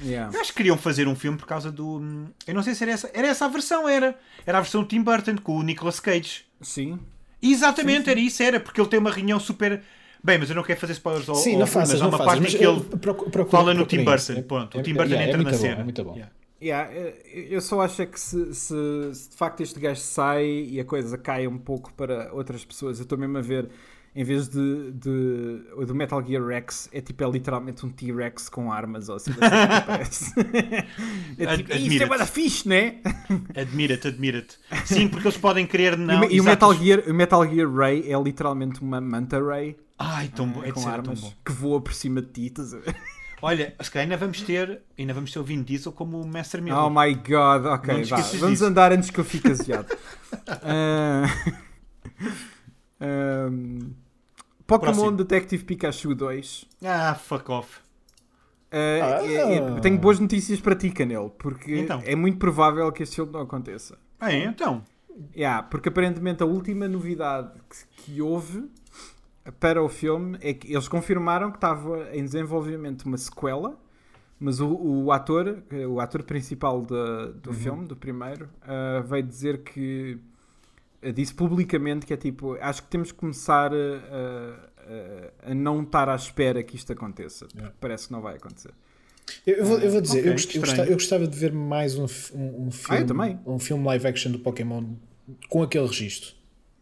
[SPEAKER 1] Yeah.
[SPEAKER 2] Eu acho que queriam fazer um filme por causa do. hum, Eu não sei se era essa. Era essa a versão, era. Era a versão Tim Burton com o Nicolas Cage.
[SPEAKER 1] Sim.
[SPEAKER 2] Exatamente, era isso, era, porque ele tem uma reunião super. Bem, mas eu não quero fazer spoilers ao,
[SPEAKER 3] Sim,
[SPEAKER 2] ao
[SPEAKER 3] não
[SPEAKER 2] filme,
[SPEAKER 3] fazes,
[SPEAKER 2] mas há
[SPEAKER 3] não
[SPEAKER 2] uma
[SPEAKER 3] fazes,
[SPEAKER 2] parte
[SPEAKER 3] mas
[SPEAKER 2] em que
[SPEAKER 3] eu-
[SPEAKER 2] ele
[SPEAKER 3] procu- procura-
[SPEAKER 2] fala no
[SPEAKER 3] procura
[SPEAKER 2] Tim
[SPEAKER 3] isso.
[SPEAKER 2] Burton.
[SPEAKER 3] É-
[SPEAKER 2] Pronto,
[SPEAKER 3] é-
[SPEAKER 2] o Tim Burton
[SPEAKER 3] yeah, é
[SPEAKER 2] entra
[SPEAKER 3] muito
[SPEAKER 2] na
[SPEAKER 3] bom,
[SPEAKER 2] cena.
[SPEAKER 3] é muito bom.
[SPEAKER 2] Yeah.
[SPEAKER 1] Yeah, eu eu só acho é que se, se- se de facto este gajo sai e a coisa cai um pouco para outras pessoas, eu estou mesmo a ver em vez de, de, do Metal Gear Rex, é tipo é literalmente um T-Rex com armas ou assim. assim é tipo, isto é bada fixe, né?
[SPEAKER 2] Admira-te, admira-te. Sim, porque eles podem querer não.
[SPEAKER 1] E o- e o Metal, Gear, o Metal Gear Ray é literalmente uma manta Ray
[SPEAKER 2] Ai, tão
[SPEAKER 3] Ah,
[SPEAKER 2] bom. É de
[SPEAKER 1] com
[SPEAKER 2] ser tão
[SPEAKER 1] armas
[SPEAKER 2] bom.
[SPEAKER 1] que voa por cima de ti. estás a ver?
[SPEAKER 2] Olha, se calhar ainda vamos ter, ainda vamos ter o Vin Diesel como o Mestre Miller.
[SPEAKER 1] Oh my god,
[SPEAKER 2] Não
[SPEAKER 1] ok,
[SPEAKER 2] te
[SPEAKER 1] vá.
[SPEAKER 2] esqueças
[SPEAKER 1] Vamos
[SPEAKER 2] disso.
[SPEAKER 1] andar antes que eu fique aziado. Ah, ahm, Pokémon
[SPEAKER 2] Próximo.
[SPEAKER 1] Detective Pikachu 2.
[SPEAKER 2] Ah, fuck off.
[SPEAKER 1] Ah, é- é- tenho boas notícias para ti, Canelo, porque
[SPEAKER 2] Então.
[SPEAKER 1] é muito provável que este jogo não aconteça.
[SPEAKER 2] Bem, então.
[SPEAKER 1] Yeah, porque aparentemente a última novidade que, que houve para o filme é que eles confirmaram que estava em desenvolvimento uma sequela, mas o, o ator, eh, o ator principal da- do filme, do primeiro, ah, veio dizer que eh, disse publicamente que é tipo, acho que temos que começar a, a- a- a não estar à espera que isto aconteça, porque parece que não vai acontecer.
[SPEAKER 3] Eu, eu vou, eu vou dizer,
[SPEAKER 2] Ok,
[SPEAKER 3] eu, gost- eu
[SPEAKER 2] estranho.
[SPEAKER 3] gostava, eu gostava de ver mais um, f- um, um filme,
[SPEAKER 1] Ah, também.
[SPEAKER 3] um filme live action do Pokémon com aquele registro.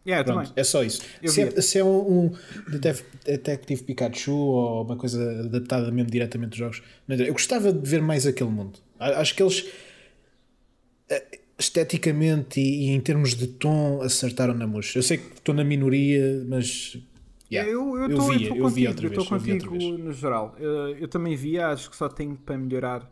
[SPEAKER 1] Yeah, eu
[SPEAKER 3] Pronto,
[SPEAKER 1] também.
[SPEAKER 3] é só isso.
[SPEAKER 1] Eu
[SPEAKER 3] Se
[SPEAKER 1] vi.
[SPEAKER 3] é, se é um, um Detef- Detective Pikachu ou uma coisa adaptada mesmo diretamente dos jogos, não interessa. eu gostava de ver mais aquele mundo. A- Acho que eles eh, esteticamente e, e em termos de tom acertaram na mousse. Eu sei que estou na minoria, mas yeah,
[SPEAKER 1] Eu, eu,
[SPEAKER 3] eu
[SPEAKER 1] tô- eu
[SPEAKER 3] via,
[SPEAKER 1] tô
[SPEAKER 3] eu
[SPEAKER 1] contigo,
[SPEAKER 3] via outra
[SPEAKER 1] eu tô
[SPEAKER 3] vez, eu via outra
[SPEAKER 1] contigo
[SPEAKER 3] vez.
[SPEAKER 1] no geral. Eh, Eu, eu também via, acho que só tenho para melhorar.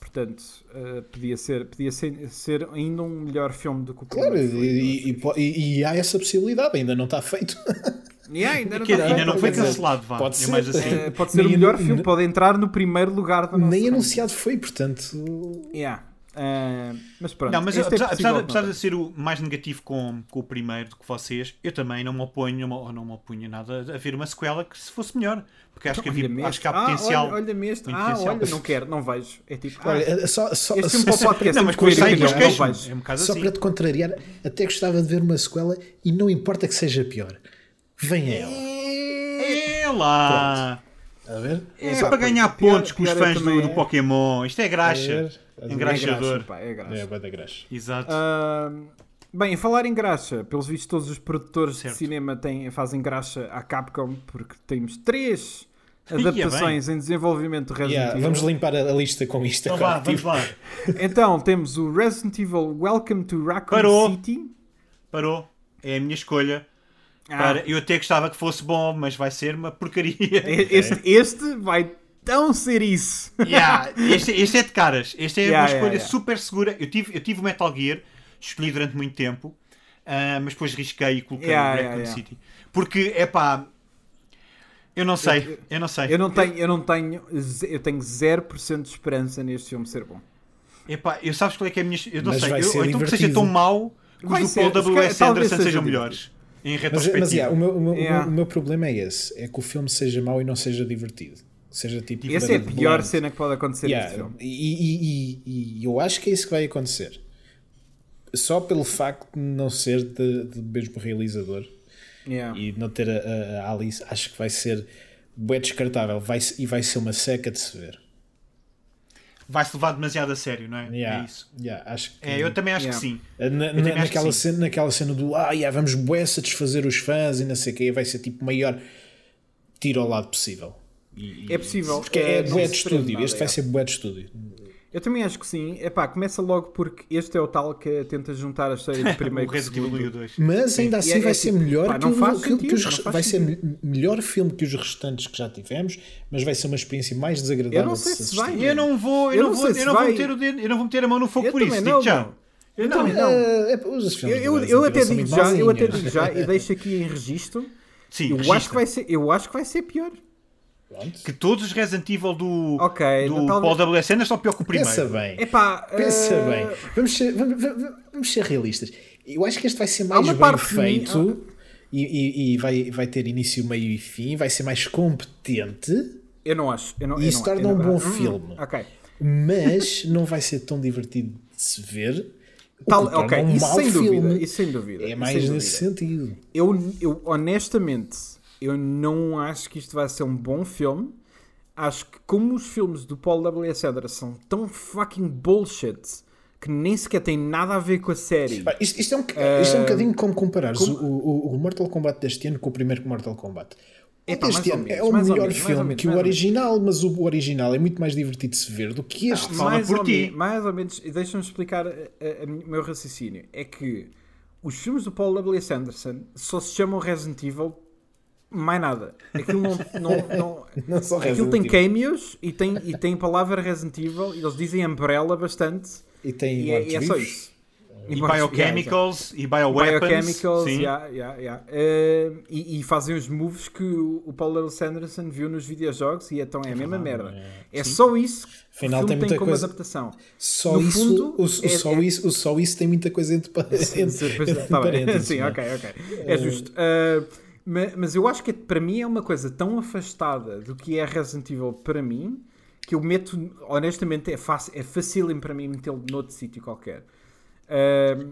[SPEAKER 1] Portanto, eh, podia, ser, podia ser, ser ainda um melhor filme do que o
[SPEAKER 3] Claro,
[SPEAKER 1] primeiro foi, eu
[SPEAKER 3] e, e, po- e- e há essa possibilidade, ainda não está feito.
[SPEAKER 1] acho. Yeah, ah, ainda não
[SPEAKER 2] Que
[SPEAKER 1] está
[SPEAKER 2] ainda
[SPEAKER 1] feito,
[SPEAKER 2] não foi
[SPEAKER 1] quer dizer,
[SPEAKER 2] cancelado, vá.
[SPEAKER 3] Pode
[SPEAKER 2] é
[SPEAKER 3] ser.
[SPEAKER 2] mais assim.
[SPEAKER 1] eh, pode ser o
[SPEAKER 3] Nem
[SPEAKER 1] melhor
[SPEAKER 3] anu-
[SPEAKER 1] filme,
[SPEAKER 3] ne-
[SPEAKER 1] pode entrar no primeiro lugar da nossa.
[SPEAKER 3] Nem
[SPEAKER 1] ranking.
[SPEAKER 3] anunciado foi, portanto.
[SPEAKER 1] Yeah. Eh, mas pronto,
[SPEAKER 2] Não, mas
[SPEAKER 1] este é
[SPEAKER 2] apesar, apesar,
[SPEAKER 1] possível
[SPEAKER 2] de- apesar
[SPEAKER 1] que não
[SPEAKER 2] de ser o mais negativo com, com o primeiro do que vocês, eu também não me oponho ou não me oponho nada a ver uma sequela que se fosse melhor. Porque acho, que, havia-
[SPEAKER 1] Olha-me
[SPEAKER 2] acho que há
[SPEAKER 1] este. Ah,
[SPEAKER 2] potencial.
[SPEAKER 1] olha, olha-me este.
[SPEAKER 2] Tem
[SPEAKER 1] Ah,
[SPEAKER 2] potencial.
[SPEAKER 1] olha, não quero, não vejo. É tipo, ah,
[SPEAKER 3] Olha, só, só,
[SPEAKER 1] este filme
[SPEAKER 3] só-
[SPEAKER 1] para o podcast.
[SPEAKER 2] não,
[SPEAKER 1] é
[SPEAKER 2] mas
[SPEAKER 1] muito
[SPEAKER 2] depois
[SPEAKER 1] coerente,
[SPEAKER 2] sai e
[SPEAKER 1] não,
[SPEAKER 2] depois
[SPEAKER 1] não
[SPEAKER 2] queixo-me.
[SPEAKER 1] vejo.
[SPEAKER 2] É um bocado
[SPEAKER 3] Só
[SPEAKER 2] assim.
[SPEAKER 3] para te contrariar, até gostava de ver uma sequela e não importa que seja pior. Venha ela.
[SPEAKER 2] É lá!
[SPEAKER 3] A ver?
[SPEAKER 2] É,
[SPEAKER 1] É,
[SPEAKER 2] para
[SPEAKER 1] pá,
[SPEAKER 2] ganhar
[SPEAKER 1] pior-
[SPEAKER 2] pontos com os
[SPEAKER 1] pior é
[SPEAKER 2] fãs do,
[SPEAKER 1] também
[SPEAKER 2] do
[SPEAKER 1] é-
[SPEAKER 2] Pokémon. Isto é graxa.
[SPEAKER 3] É, é
[SPEAKER 1] É
[SPEAKER 2] Engraxador.
[SPEAKER 1] graxa, pá, Ah, é graxa.
[SPEAKER 3] É, vai da graxa.
[SPEAKER 2] Exato.
[SPEAKER 1] Ahm, bem, a falar em graxa, pelos vistos todos os produtores
[SPEAKER 2] Certo.
[SPEAKER 1] de cinema têm, fazem graxa à Capcom porque temos três
[SPEAKER 2] Ia bem.
[SPEAKER 1] adaptações em desenvolvimento de Resident
[SPEAKER 3] Yeah,
[SPEAKER 1] Evil.
[SPEAKER 3] vamos limpar a, a lista com isto
[SPEAKER 1] é
[SPEAKER 2] então
[SPEAKER 3] agora.
[SPEAKER 2] vá, vamos
[SPEAKER 3] tipo,
[SPEAKER 2] lá.
[SPEAKER 1] Então, temos o Resident Evil Welcome to Raccoon
[SPEAKER 2] Parou.
[SPEAKER 1] City.
[SPEAKER 2] Parou. É a minha escolha.
[SPEAKER 1] Ah,
[SPEAKER 2] Para- Eu até gostava que fosse bom, mas vai ser uma porcaria.
[SPEAKER 1] e- este, este vai tão ser isso.
[SPEAKER 2] Yeah, este, este é de caras. Esta é
[SPEAKER 1] Yeah,
[SPEAKER 2] uma escolha
[SPEAKER 1] yeah, yeah.
[SPEAKER 2] super segura. Eu tive, eu tive o Metal Gear, escolhi durante muito tempo, ah, mas depois risquei e coloquei
[SPEAKER 1] Yeah,
[SPEAKER 2] o Raccoon
[SPEAKER 1] yeah, yeah.
[SPEAKER 2] City. Porque, é pá, eu não sei, eu, não sei.
[SPEAKER 1] Eu não tenho, eu não tenho, ze- eu tenho 0% de esperança neste filme ser bom.
[SPEAKER 2] Epá, eu sabes qual é que é a minha. Eu não
[SPEAKER 3] Mas
[SPEAKER 2] sei,
[SPEAKER 3] vai
[SPEAKER 2] eu,
[SPEAKER 3] ser
[SPEAKER 2] ou então que seja
[SPEAKER 3] divertido.
[SPEAKER 2] tão mau que
[SPEAKER 1] Vai
[SPEAKER 2] os do
[SPEAKER 1] ser,
[SPEAKER 2] Paul
[SPEAKER 1] se calhar-
[SPEAKER 2] W.S.
[SPEAKER 1] talvez
[SPEAKER 2] Anderson
[SPEAKER 1] seja
[SPEAKER 2] sejam
[SPEAKER 1] divertido.
[SPEAKER 2] melhores. Em
[SPEAKER 3] Mas,
[SPEAKER 2] retrospectiva.
[SPEAKER 3] mas yeah, um- o, meu, o, meu, o meu-
[SPEAKER 1] Yeah.
[SPEAKER 3] o meu problema é esse: é que o filme seja mau e não seja divertido. Seja tipo.
[SPEAKER 1] Essa é a
[SPEAKER 3] Blood
[SPEAKER 1] pior
[SPEAKER 3] Blood.
[SPEAKER 1] cena que pode acontecer
[SPEAKER 3] Yeah,
[SPEAKER 1] neste filme.
[SPEAKER 3] E, e- e- e eu acho que é isso que vai acontecer. Só pelo facto de não ser de, de mesmo realizador
[SPEAKER 1] Yeah.
[SPEAKER 3] e não ter a, a- a Alice, acho que vai ser bem descartável vai, se- e vai ser uma seca de se ver.
[SPEAKER 2] Vai-se levar demasiado a sério, não é?
[SPEAKER 3] Yeah,
[SPEAKER 2] É isso.
[SPEAKER 3] yeah, acho que-
[SPEAKER 2] É, eu também acho
[SPEAKER 1] Yeah.
[SPEAKER 2] que sim.
[SPEAKER 3] Na- na-
[SPEAKER 2] também acho que
[SPEAKER 3] naquela,
[SPEAKER 2] sim.
[SPEAKER 3] cena, naquela cena do ah, yeah, vamos bué satisfazer os fãs e não sei o que, vai ser tipo o maior tiro ao lado possível. E- e-
[SPEAKER 1] É possível.
[SPEAKER 3] Porque é,
[SPEAKER 1] Eh, não
[SPEAKER 3] bué
[SPEAKER 1] se
[SPEAKER 3] de
[SPEAKER 1] prende
[SPEAKER 3] estúdio,
[SPEAKER 1] nada,
[SPEAKER 3] este vai
[SPEAKER 1] yeah.
[SPEAKER 3] ser bué de estúdio.
[SPEAKER 1] Eu também acho que sim. Epá, começa logo porque este é o tal que tenta juntar a série do
[SPEAKER 2] O
[SPEAKER 1] primeiro com o
[SPEAKER 2] Resident
[SPEAKER 1] segundo.
[SPEAKER 2] Evil 2.
[SPEAKER 3] Mas ainda assim
[SPEAKER 1] E é-
[SPEAKER 3] vai
[SPEAKER 1] é
[SPEAKER 3] ser
[SPEAKER 1] tipo,
[SPEAKER 3] melhor
[SPEAKER 1] pá,
[SPEAKER 3] que
[SPEAKER 1] não
[SPEAKER 3] o-
[SPEAKER 1] faz
[SPEAKER 3] que-
[SPEAKER 1] sentido,
[SPEAKER 3] que os
[SPEAKER 1] não
[SPEAKER 3] res-
[SPEAKER 1] faz
[SPEAKER 3] vai ser me- melhor filme que os restantes que já tivemos, mas vai ser uma experiência mais desagradável.
[SPEAKER 1] Eu não sei
[SPEAKER 3] de
[SPEAKER 1] se vai.
[SPEAKER 3] assistir.
[SPEAKER 2] Eu não vou, eu,
[SPEAKER 1] Eu
[SPEAKER 2] não,
[SPEAKER 1] não
[SPEAKER 2] vou,
[SPEAKER 1] sei se
[SPEAKER 2] eu não vou
[SPEAKER 1] vai-
[SPEAKER 2] meter o dedo, eu não vou meter a mão no fogo
[SPEAKER 1] Eu
[SPEAKER 2] por isso.
[SPEAKER 1] também
[SPEAKER 2] Digo
[SPEAKER 1] não,
[SPEAKER 2] já.
[SPEAKER 1] meu. Eu também
[SPEAKER 3] Ah,
[SPEAKER 1] não.
[SPEAKER 3] é, pá, os
[SPEAKER 1] Eu,
[SPEAKER 3] filmes
[SPEAKER 1] eu,
[SPEAKER 3] da
[SPEAKER 1] eu até
[SPEAKER 3] Resident
[SPEAKER 1] digo
[SPEAKER 3] Evil
[SPEAKER 1] já,
[SPEAKER 3] são
[SPEAKER 1] eu até
[SPEAKER 3] muito
[SPEAKER 1] digo
[SPEAKER 3] mauzinhos.
[SPEAKER 1] já e deixo aqui em registro.
[SPEAKER 2] Sim,
[SPEAKER 1] Eu
[SPEAKER 2] registra.
[SPEAKER 1] acho que vai ser, eu acho que vai ser pior.
[SPEAKER 3] Pronto.
[SPEAKER 2] que todos os Resident Evil do,
[SPEAKER 1] Ok, então é
[SPEAKER 2] do
[SPEAKER 1] não, talvez-
[SPEAKER 2] Paul W.S. Anderson são pior que o primeiro.
[SPEAKER 3] Pensa bem.
[SPEAKER 1] Epá,
[SPEAKER 3] Pensa
[SPEAKER 1] eh,
[SPEAKER 3] bem, vamos ser, vamos, vamos- vamos ser realistas. Eu acho que este vai ser
[SPEAKER 1] Há
[SPEAKER 3] mais
[SPEAKER 1] uma
[SPEAKER 3] bem
[SPEAKER 1] parte de mim-
[SPEAKER 3] feito e, e- e vai, vai ter início, meio e fim, vai ser mais competente,
[SPEAKER 1] Eu não acho. Eu não,
[SPEAKER 3] E
[SPEAKER 1] eu
[SPEAKER 3] isso
[SPEAKER 1] não-
[SPEAKER 3] torna
[SPEAKER 1] eu não-
[SPEAKER 3] um bom
[SPEAKER 1] hum,
[SPEAKER 3] filme.
[SPEAKER 1] Ok.
[SPEAKER 3] mas não vai ser tão divertido de se ver. o
[SPEAKER 1] Tal,
[SPEAKER 3] que torna
[SPEAKER 1] ok,
[SPEAKER 3] um
[SPEAKER 1] isso
[SPEAKER 3] mau
[SPEAKER 1] sem
[SPEAKER 3] filme.
[SPEAKER 1] dúvida, isso sem dúvida.
[SPEAKER 3] É
[SPEAKER 1] isso
[SPEAKER 3] mais
[SPEAKER 1] sem dúvida.
[SPEAKER 3] nesse sentido.
[SPEAKER 1] eu, eu honestamente eu não acho que isto vai ser um bom filme. Acho que como os filmes do Paul W.S. Anderson são tão fucking bullshit que nem sequer tem nada a ver com a série.
[SPEAKER 3] Pá, Isto, isto é um,
[SPEAKER 1] Ah,
[SPEAKER 3] boca- isto é um bocadinho como comparares o, o- o Mortal Kombat deste ano com o primeiro Mortal Kombat. O
[SPEAKER 1] Epá, mais
[SPEAKER 3] deste
[SPEAKER 1] ou
[SPEAKER 3] ano
[SPEAKER 1] menos,
[SPEAKER 3] é o
[SPEAKER 1] mais ou
[SPEAKER 3] melhor
[SPEAKER 1] menos, mais ou
[SPEAKER 3] filme
[SPEAKER 1] menos,
[SPEAKER 3] que o
[SPEAKER 1] mais ou menos. Ah,
[SPEAKER 3] original, mas o original é muito mais divertido de se ver do que este.
[SPEAKER 2] Fala
[SPEAKER 1] mais
[SPEAKER 2] por
[SPEAKER 1] ou me-
[SPEAKER 2] ti.
[SPEAKER 1] mais ou menos, e deixa-me explicar a- a- a mi- o meu raciocínio. É que os filmes do Paul W.S. Anderson só se chamam Resident Evil, mais nada. Aquilo não. não, não-
[SPEAKER 3] Não só
[SPEAKER 1] aquilo
[SPEAKER 3] Resident
[SPEAKER 1] tem
[SPEAKER 3] Evil.
[SPEAKER 1] cameos e tem, e tem palavra Resident Evil, e eles dizem Umbrella bastante,
[SPEAKER 3] E tem
[SPEAKER 1] e, é- e é só
[SPEAKER 3] mortos-vivos.
[SPEAKER 1] isso.
[SPEAKER 2] E
[SPEAKER 1] mortos-
[SPEAKER 2] biochemicals e bioweapons.
[SPEAKER 1] Biochemicals,
[SPEAKER 2] sim.
[SPEAKER 1] yeah, yeah, yeah. Eh, e, e fazem os moves que o o Paul L. Sanderson viu nos videojogos e então é a mesma merda. É só isso que
[SPEAKER 3] Afinal,
[SPEAKER 1] o
[SPEAKER 3] tem
[SPEAKER 1] filme tem,
[SPEAKER 3] muita
[SPEAKER 1] como
[SPEAKER 3] coisa-
[SPEAKER 1] adaptação.
[SPEAKER 3] Só
[SPEAKER 1] No
[SPEAKER 3] isso,
[SPEAKER 1] fundo,
[SPEAKER 3] o, o-
[SPEAKER 1] é-
[SPEAKER 3] só
[SPEAKER 1] é-
[SPEAKER 3] isso, o só isso tem muita coisa entre, pa- entre,
[SPEAKER 1] Pois,
[SPEAKER 3] entre
[SPEAKER 1] tá bem.
[SPEAKER 3] parênteses.
[SPEAKER 1] Sim,
[SPEAKER 3] não é?
[SPEAKER 1] ok, ok. É justo. Ah, ma- mas eu acho que para mim é uma coisa tão afastada do que é Resident Evil para mim que eu meto, honestamente, é fácil, é facílimo para mim metê-lo noutro sítio qualquer. Ah,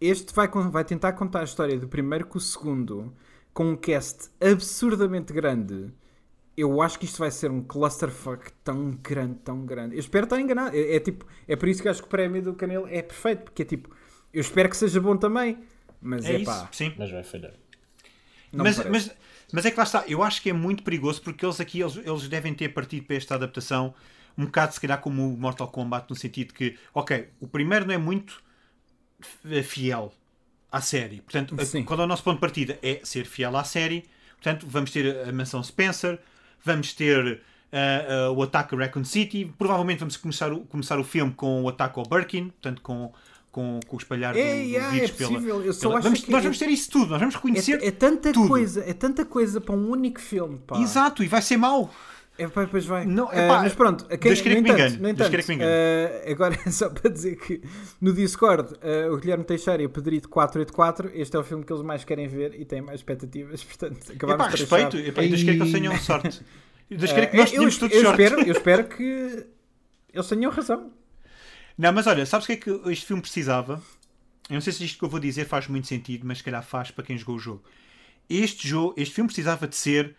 [SPEAKER 1] este vai, con- vai tentar contar a história do primeiro com o segundo com um cast absurdamente grande. Eu acho que isto vai ser um clusterfuck tão grande, tão grande. Eu espero estar enganado. É, é tipo, é por isso que acho que o prémio do Canelo é perfeito, porque é tipo, eu espero que seja bom também, mas
[SPEAKER 2] É
[SPEAKER 1] é
[SPEAKER 2] isso,
[SPEAKER 1] pá.
[SPEAKER 2] sim.
[SPEAKER 3] Mas vai falhar.
[SPEAKER 1] Não
[SPEAKER 2] mas,
[SPEAKER 1] me parece.
[SPEAKER 2] mas, mas é que lá está, eu acho que é muito perigoso porque eles aqui eles, eles devem ter partido para esta adaptação um bocado se calhar como o Mortal Kombat, no sentido que, ok, o primeiro não é muito f- eh, fiel à série. Portanto, a-
[SPEAKER 1] Sim.
[SPEAKER 2] qual é o nosso ponto de partida? É ser fiel à série. Portanto, vamos ter a mansão Spencer, vamos ter ah, ah, o ataque a Raccoon City. Provavelmente vamos começar o, começar o filme com o ataque ao Birkin, portanto, com, com, com o espalhar do,
[SPEAKER 1] É,
[SPEAKER 2] do
[SPEAKER 1] yeah,
[SPEAKER 2] vírus
[SPEAKER 1] é
[SPEAKER 2] pela-
[SPEAKER 1] possível. Eu só
[SPEAKER 2] pela-
[SPEAKER 1] acho
[SPEAKER 2] vamos-
[SPEAKER 1] que
[SPEAKER 2] nós
[SPEAKER 1] é-
[SPEAKER 2] vamos ter isso tudo, nós vamos conhecer
[SPEAKER 1] É, é tanta
[SPEAKER 2] tudo.
[SPEAKER 1] coisa, é tanta coisa para um único filme, pá.
[SPEAKER 2] Exato, e vai ser mau.
[SPEAKER 1] É, pá, pois vai.
[SPEAKER 2] Não, é
[SPEAKER 1] Ah,
[SPEAKER 2] pá,
[SPEAKER 1] mas pronto, a
[SPEAKER 2] Deus queira
[SPEAKER 1] no
[SPEAKER 2] que me
[SPEAKER 1] entanto,
[SPEAKER 2] engane,
[SPEAKER 1] no
[SPEAKER 2] Deus
[SPEAKER 1] entanto,
[SPEAKER 2] queira que me engane.
[SPEAKER 1] ah, agora é só para dizer que no Discord, ah, o Guilherme Teixeira e o Pedrito 484, este é o filme que eles mais querem ver e têm mais expectativas, portanto,
[SPEAKER 2] É
[SPEAKER 1] acabamos
[SPEAKER 2] pá,
[SPEAKER 1] de
[SPEAKER 2] respeito.
[SPEAKER 1] deixar.
[SPEAKER 2] Epá, e Deus quer que eles
[SPEAKER 3] E-
[SPEAKER 2] tenham sorte. E Deus
[SPEAKER 1] Ah,
[SPEAKER 2] quer que nós
[SPEAKER 1] eu,
[SPEAKER 2] tenhamos todos
[SPEAKER 1] eu
[SPEAKER 2] sorte.
[SPEAKER 1] espero, eu espero que eles tenham razão.
[SPEAKER 2] Não, mas olha, sabes o que é que este filme precisava? Eu não sei se isto que eu vou dizer faz muito sentido, mas se calhar faz para quem jogou o jogo. Este, jogo, este filme precisava de ser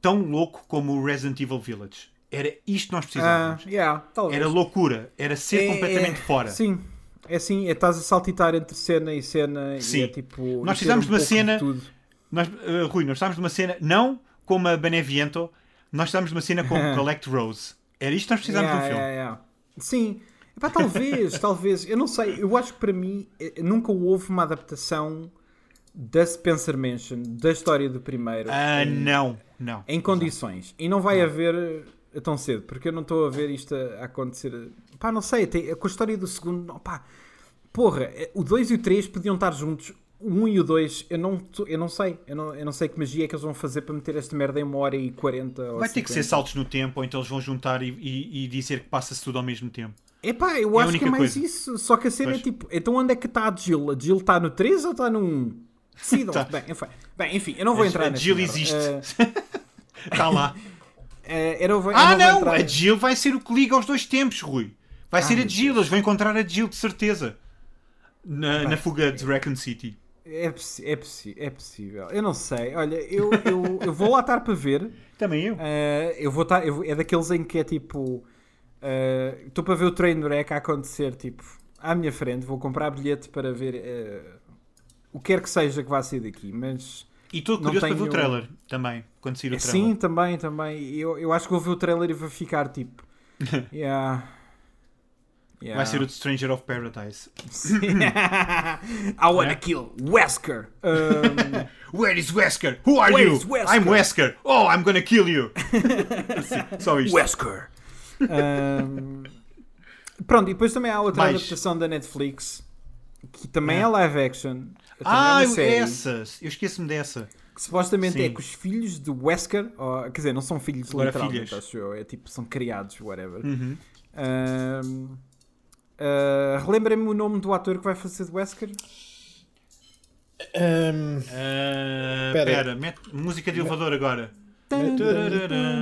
[SPEAKER 2] tão louco como o Resident Evil Village. Era isto que nós
[SPEAKER 1] Ah,
[SPEAKER 2] precisávamos.
[SPEAKER 1] yeah, talvez.
[SPEAKER 2] é, Era loucura. Era ser
[SPEAKER 1] Ah. É-
[SPEAKER 2] completamente
[SPEAKER 1] é-
[SPEAKER 2] fora.
[SPEAKER 1] Sim, é assim, é, estás a saltitar entre cena e cena
[SPEAKER 2] Sim.
[SPEAKER 1] e é tipo.
[SPEAKER 2] Nós
[SPEAKER 1] e ter
[SPEAKER 2] precisamos de uma
[SPEAKER 1] pouco
[SPEAKER 2] cena-
[SPEAKER 1] tudo.
[SPEAKER 2] Nós, eh, Rui, nós estávamos numa cena, não como a Beneviento, nós estávamos numa cena como Collect Rose. Era isto que nós precisávamos
[SPEAKER 1] Yeah,
[SPEAKER 2] de um filme.
[SPEAKER 1] yeah, yeah. Sim, Epá, talvez, talvez. Eu não sei, eu acho que para mim eh, nunca houve uma adaptação da Spencer Mansion, da história do primeiro,
[SPEAKER 2] Ah,
[SPEAKER 1] em,
[SPEAKER 2] não, não.
[SPEAKER 1] É, em condições. E não vai haver eh, tão cedo, porque eu não estou a ver isto a a acontecer. Pá, não sei, tem- eh, com a história do segundo, não, pá, porra, eh, o 2 e o 3 podiam estar juntos. O 1 e o 2, eu não, tô- eu não sei. Eu não, eu não sei que magia é que eles vão fazer para meter esta merda em uma hora e 40 ou
[SPEAKER 2] Vai ter que ser
[SPEAKER 1] 50.
[SPEAKER 2] saltos no tempo, ou então eles vão juntar e, e- e dizer que passa-se tudo ao mesmo tempo.
[SPEAKER 1] Epá, eu
[SPEAKER 2] É a
[SPEAKER 1] acho que é
[SPEAKER 2] única
[SPEAKER 1] mais
[SPEAKER 2] coisa.
[SPEAKER 1] isso. Só que a cena
[SPEAKER 2] Pois.
[SPEAKER 1] é tipo, então onde é que está a Jill? A Jill está no 3 ou está no 1? Decidam.
[SPEAKER 2] Tá.
[SPEAKER 1] bem, enfim, bem, enfim, eu não vou
[SPEAKER 2] A-
[SPEAKER 1] entrar
[SPEAKER 2] a
[SPEAKER 1] nessa
[SPEAKER 2] Jill
[SPEAKER 1] merda.
[SPEAKER 2] existe.
[SPEAKER 1] Eh,
[SPEAKER 2] Está lá.
[SPEAKER 1] eh, eu não vou, eu
[SPEAKER 2] ah,
[SPEAKER 1] não!
[SPEAKER 2] não!
[SPEAKER 1] vou entrar- Ah,
[SPEAKER 2] A Jill vai ser o que liga aos dois tempos, Rui. Vai ser a Jill, eles vão encontrar a Jill de certeza. Na, na fuga de Raccoon City.
[SPEAKER 1] É, possi- é, possi- é possível. Eu não sei. Olha, eu, eu, eu vou lá estar para ver.
[SPEAKER 2] Também eu.
[SPEAKER 1] Eh, eu vou estar. eu vou- é daqueles em que é tipo. eh, Estou para ver o treino do a acontecer, tipo, à minha frente. Vou comprar bilhete para ver eh, o que quer que seja que vá sair daqui, mas.
[SPEAKER 2] E estou
[SPEAKER 1] não
[SPEAKER 2] curioso para ver o
[SPEAKER 1] tenho- É,
[SPEAKER 2] trailer também, quando sair o trailer.
[SPEAKER 1] Sim, também, também. Eu, eu acho que vou ver o trailer e vou ficar tipo. Yeah. Yeah.
[SPEAKER 2] Vai ser o de Stranger of Paradise.
[SPEAKER 1] I wanna kill Wesker! É. Um,
[SPEAKER 2] Where is Wesker? Who are
[SPEAKER 1] Where
[SPEAKER 2] you?
[SPEAKER 1] is Wesker?
[SPEAKER 2] I'm Wesker. Oh, I'm gonna kill you. Sim, só isto.
[SPEAKER 1] Wesker! Um, pronto, e depois também há outra
[SPEAKER 2] Mais.
[SPEAKER 1] adaptação da Netflix que também é live action. também
[SPEAKER 2] Ah,
[SPEAKER 1] é uma série,
[SPEAKER 2] essa. Eu esqueço-me dessa.
[SPEAKER 1] Que supostamente
[SPEAKER 2] Sim.
[SPEAKER 1] é que os filhos de Wesker, ou, quer dizer, não são filhos
[SPEAKER 2] Agora
[SPEAKER 1] literalmente,
[SPEAKER 2] filhas. Uhum.
[SPEAKER 1] acho eu. É tipo, são criados, whatever. Um, uh, Relembrem-me o nome do ator que vai fazer de Wesker?
[SPEAKER 3] Ahm,
[SPEAKER 2] Ah,
[SPEAKER 3] Pera.
[SPEAKER 2] pera, mete música de elevador agora.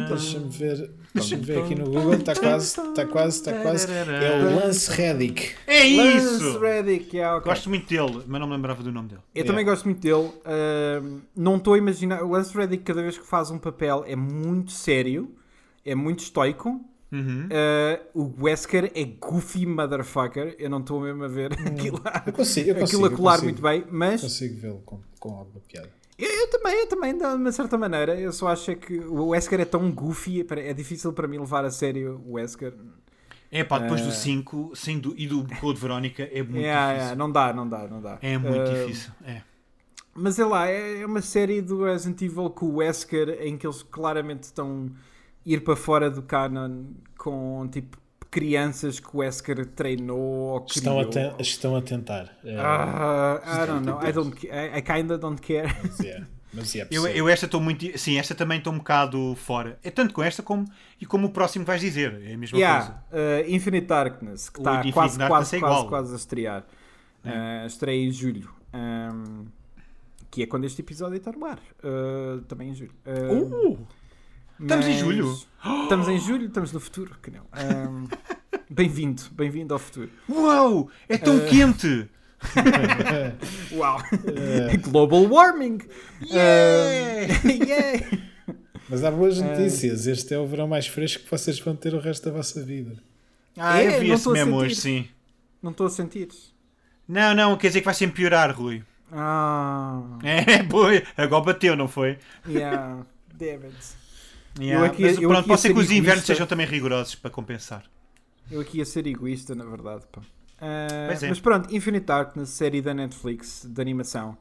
[SPEAKER 3] Deixa-me ver. Deixa-me ver aqui no Google. Está quase, está quase, está quase. É o Lance Reddick.
[SPEAKER 2] É
[SPEAKER 1] Lance
[SPEAKER 2] isso!
[SPEAKER 1] Reddick, yeah, ok.
[SPEAKER 2] Gosto muito dele, mas não me lembrava do nome dele.
[SPEAKER 1] Eu também
[SPEAKER 3] Yeah.
[SPEAKER 1] gosto muito dele. ahm, não estou a imaginar. O Lance Reddick, cada vez que faz um papel, é muito sério, é muito estoico. Uh, o Wesker é goofy motherfucker. Eu não estou mesmo a ver
[SPEAKER 2] Hum.
[SPEAKER 1] aquilo, a,
[SPEAKER 3] Eu consigo, eu consigo.
[SPEAKER 1] aquilo a colar
[SPEAKER 3] eu consigo,
[SPEAKER 1] muito bem, mas
[SPEAKER 3] Consigo vê-lo com, com alguma piada.
[SPEAKER 1] eu, eu também, eu também, de uma certa maneira. Eu só acho é que o Wesker é tão goofy, para- é difícil para mim levar a sério o Wesker.
[SPEAKER 2] É pá, depois do 5 sem du- e do Code Verónica é muito
[SPEAKER 1] Ah. Yeah,
[SPEAKER 2] difícil.
[SPEAKER 1] yeah, não dá, não dá, não dá.
[SPEAKER 2] É muito
[SPEAKER 1] Uh,
[SPEAKER 2] difícil. É.
[SPEAKER 1] Mas é lá, é é uma série do Resident Evil com o Wesker em que eles claramente estão a ir para fora do canon com tipo crianças que o Wesker treinou ou
[SPEAKER 3] Estão
[SPEAKER 1] criou.
[SPEAKER 3] a, ten- estão a tentar. É,
[SPEAKER 1] Ah, I don't know, I don't ca- I, I kinda don't care.
[SPEAKER 3] mas é, mas é
[SPEAKER 2] Eu,
[SPEAKER 3] possível.
[SPEAKER 2] eu esta estou muito. Sim, esta também estou um bocado fora. É tanto com esta como, e como o próximo que vais dizer. É a mesma coisa.
[SPEAKER 1] yeah, uh, Infinite Darkness, que
[SPEAKER 2] O
[SPEAKER 1] está
[SPEAKER 2] Infinite
[SPEAKER 1] quase,
[SPEAKER 2] Darkness
[SPEAKER 1] quase,
[SPEAKER 2] é
[SPEAKER 1] quase,
[SPEAKER 2] igual. É.
[SPEAKER 1] quase a estrear. Uh, estreia em julho. Um, que é quando este episódio está no ar. Uh, também em julho. Um,
[SPEAKER 2] Uh! Oh, Estamos em
[SPEAKER 1] Mas-
[SPEAKER 2] julho?
[SPEAKER 1] Estamos em julho, estamos no futuro, que não. Ahm, bem-vindo, bem-vindo ao futuro.
[SPEAKER 2] Uau! É tão
[SPEAKER 1] Ah.
[SPEAKER 2] quente!
[SPEAKER 1] Uau! Global warming!
[SPEAKER 2] É. Yeah!
[SPEAKER 1] Ahm, yeah.
[SPEAKER 3] Mas há boas
[SPEAKER 1] Ah.
[SPEAKER 3] notícias. Este é o verão mais fresco que vocês vão ter o resto da vossa vida.
[SPEAKER 2] Ah,
[SPEAKER 1] É,
[SPEAKER 2] eu vi
[SPEAKER 1] não
[SPEAKER 2] esse
[SPEAKER 1] estou a
[SPEAKER 2] mesmo
[SPEAKER 1] sentir.
[SPEAKER 2] hoje, sim.
[SPEAKER 1] Não estou a sentir.
[SPEAKER 2] Não, não, quer dizer que vai sempre piorar, Rui.
[SPEAKER 1] Ah,
[SPEAKER 2] É, boi. Agora bateu, não foi?
[SPEAKER 1] yeah. Damn it.
[SPEAKER 2] Yeah,
[SPEAKER 1] aqui-
[SPEAKER 2] mas
[SPEAKER 1] eu
[SPEAKER 2] pronto,
[SPEAKER 1] aqui
[SPEAKER 2] pode
[SPEAKER 1] a
[SPEAKER 2] ser que os
[SPEAKER 1] ser
[SPEAKER 2] invernos
[SPEAKER 1] egoísta.
[SPEAKER 2] sejam também rigorosos para compensar.
[SPEAKER 1] Eu aqui ia ser egoísta, na verdade. pá. Ah,
[SPEAKER 2] Pois é.
[SPEAKER 1] Mas pronto, Infinite Darkness, série da Netflix de animação.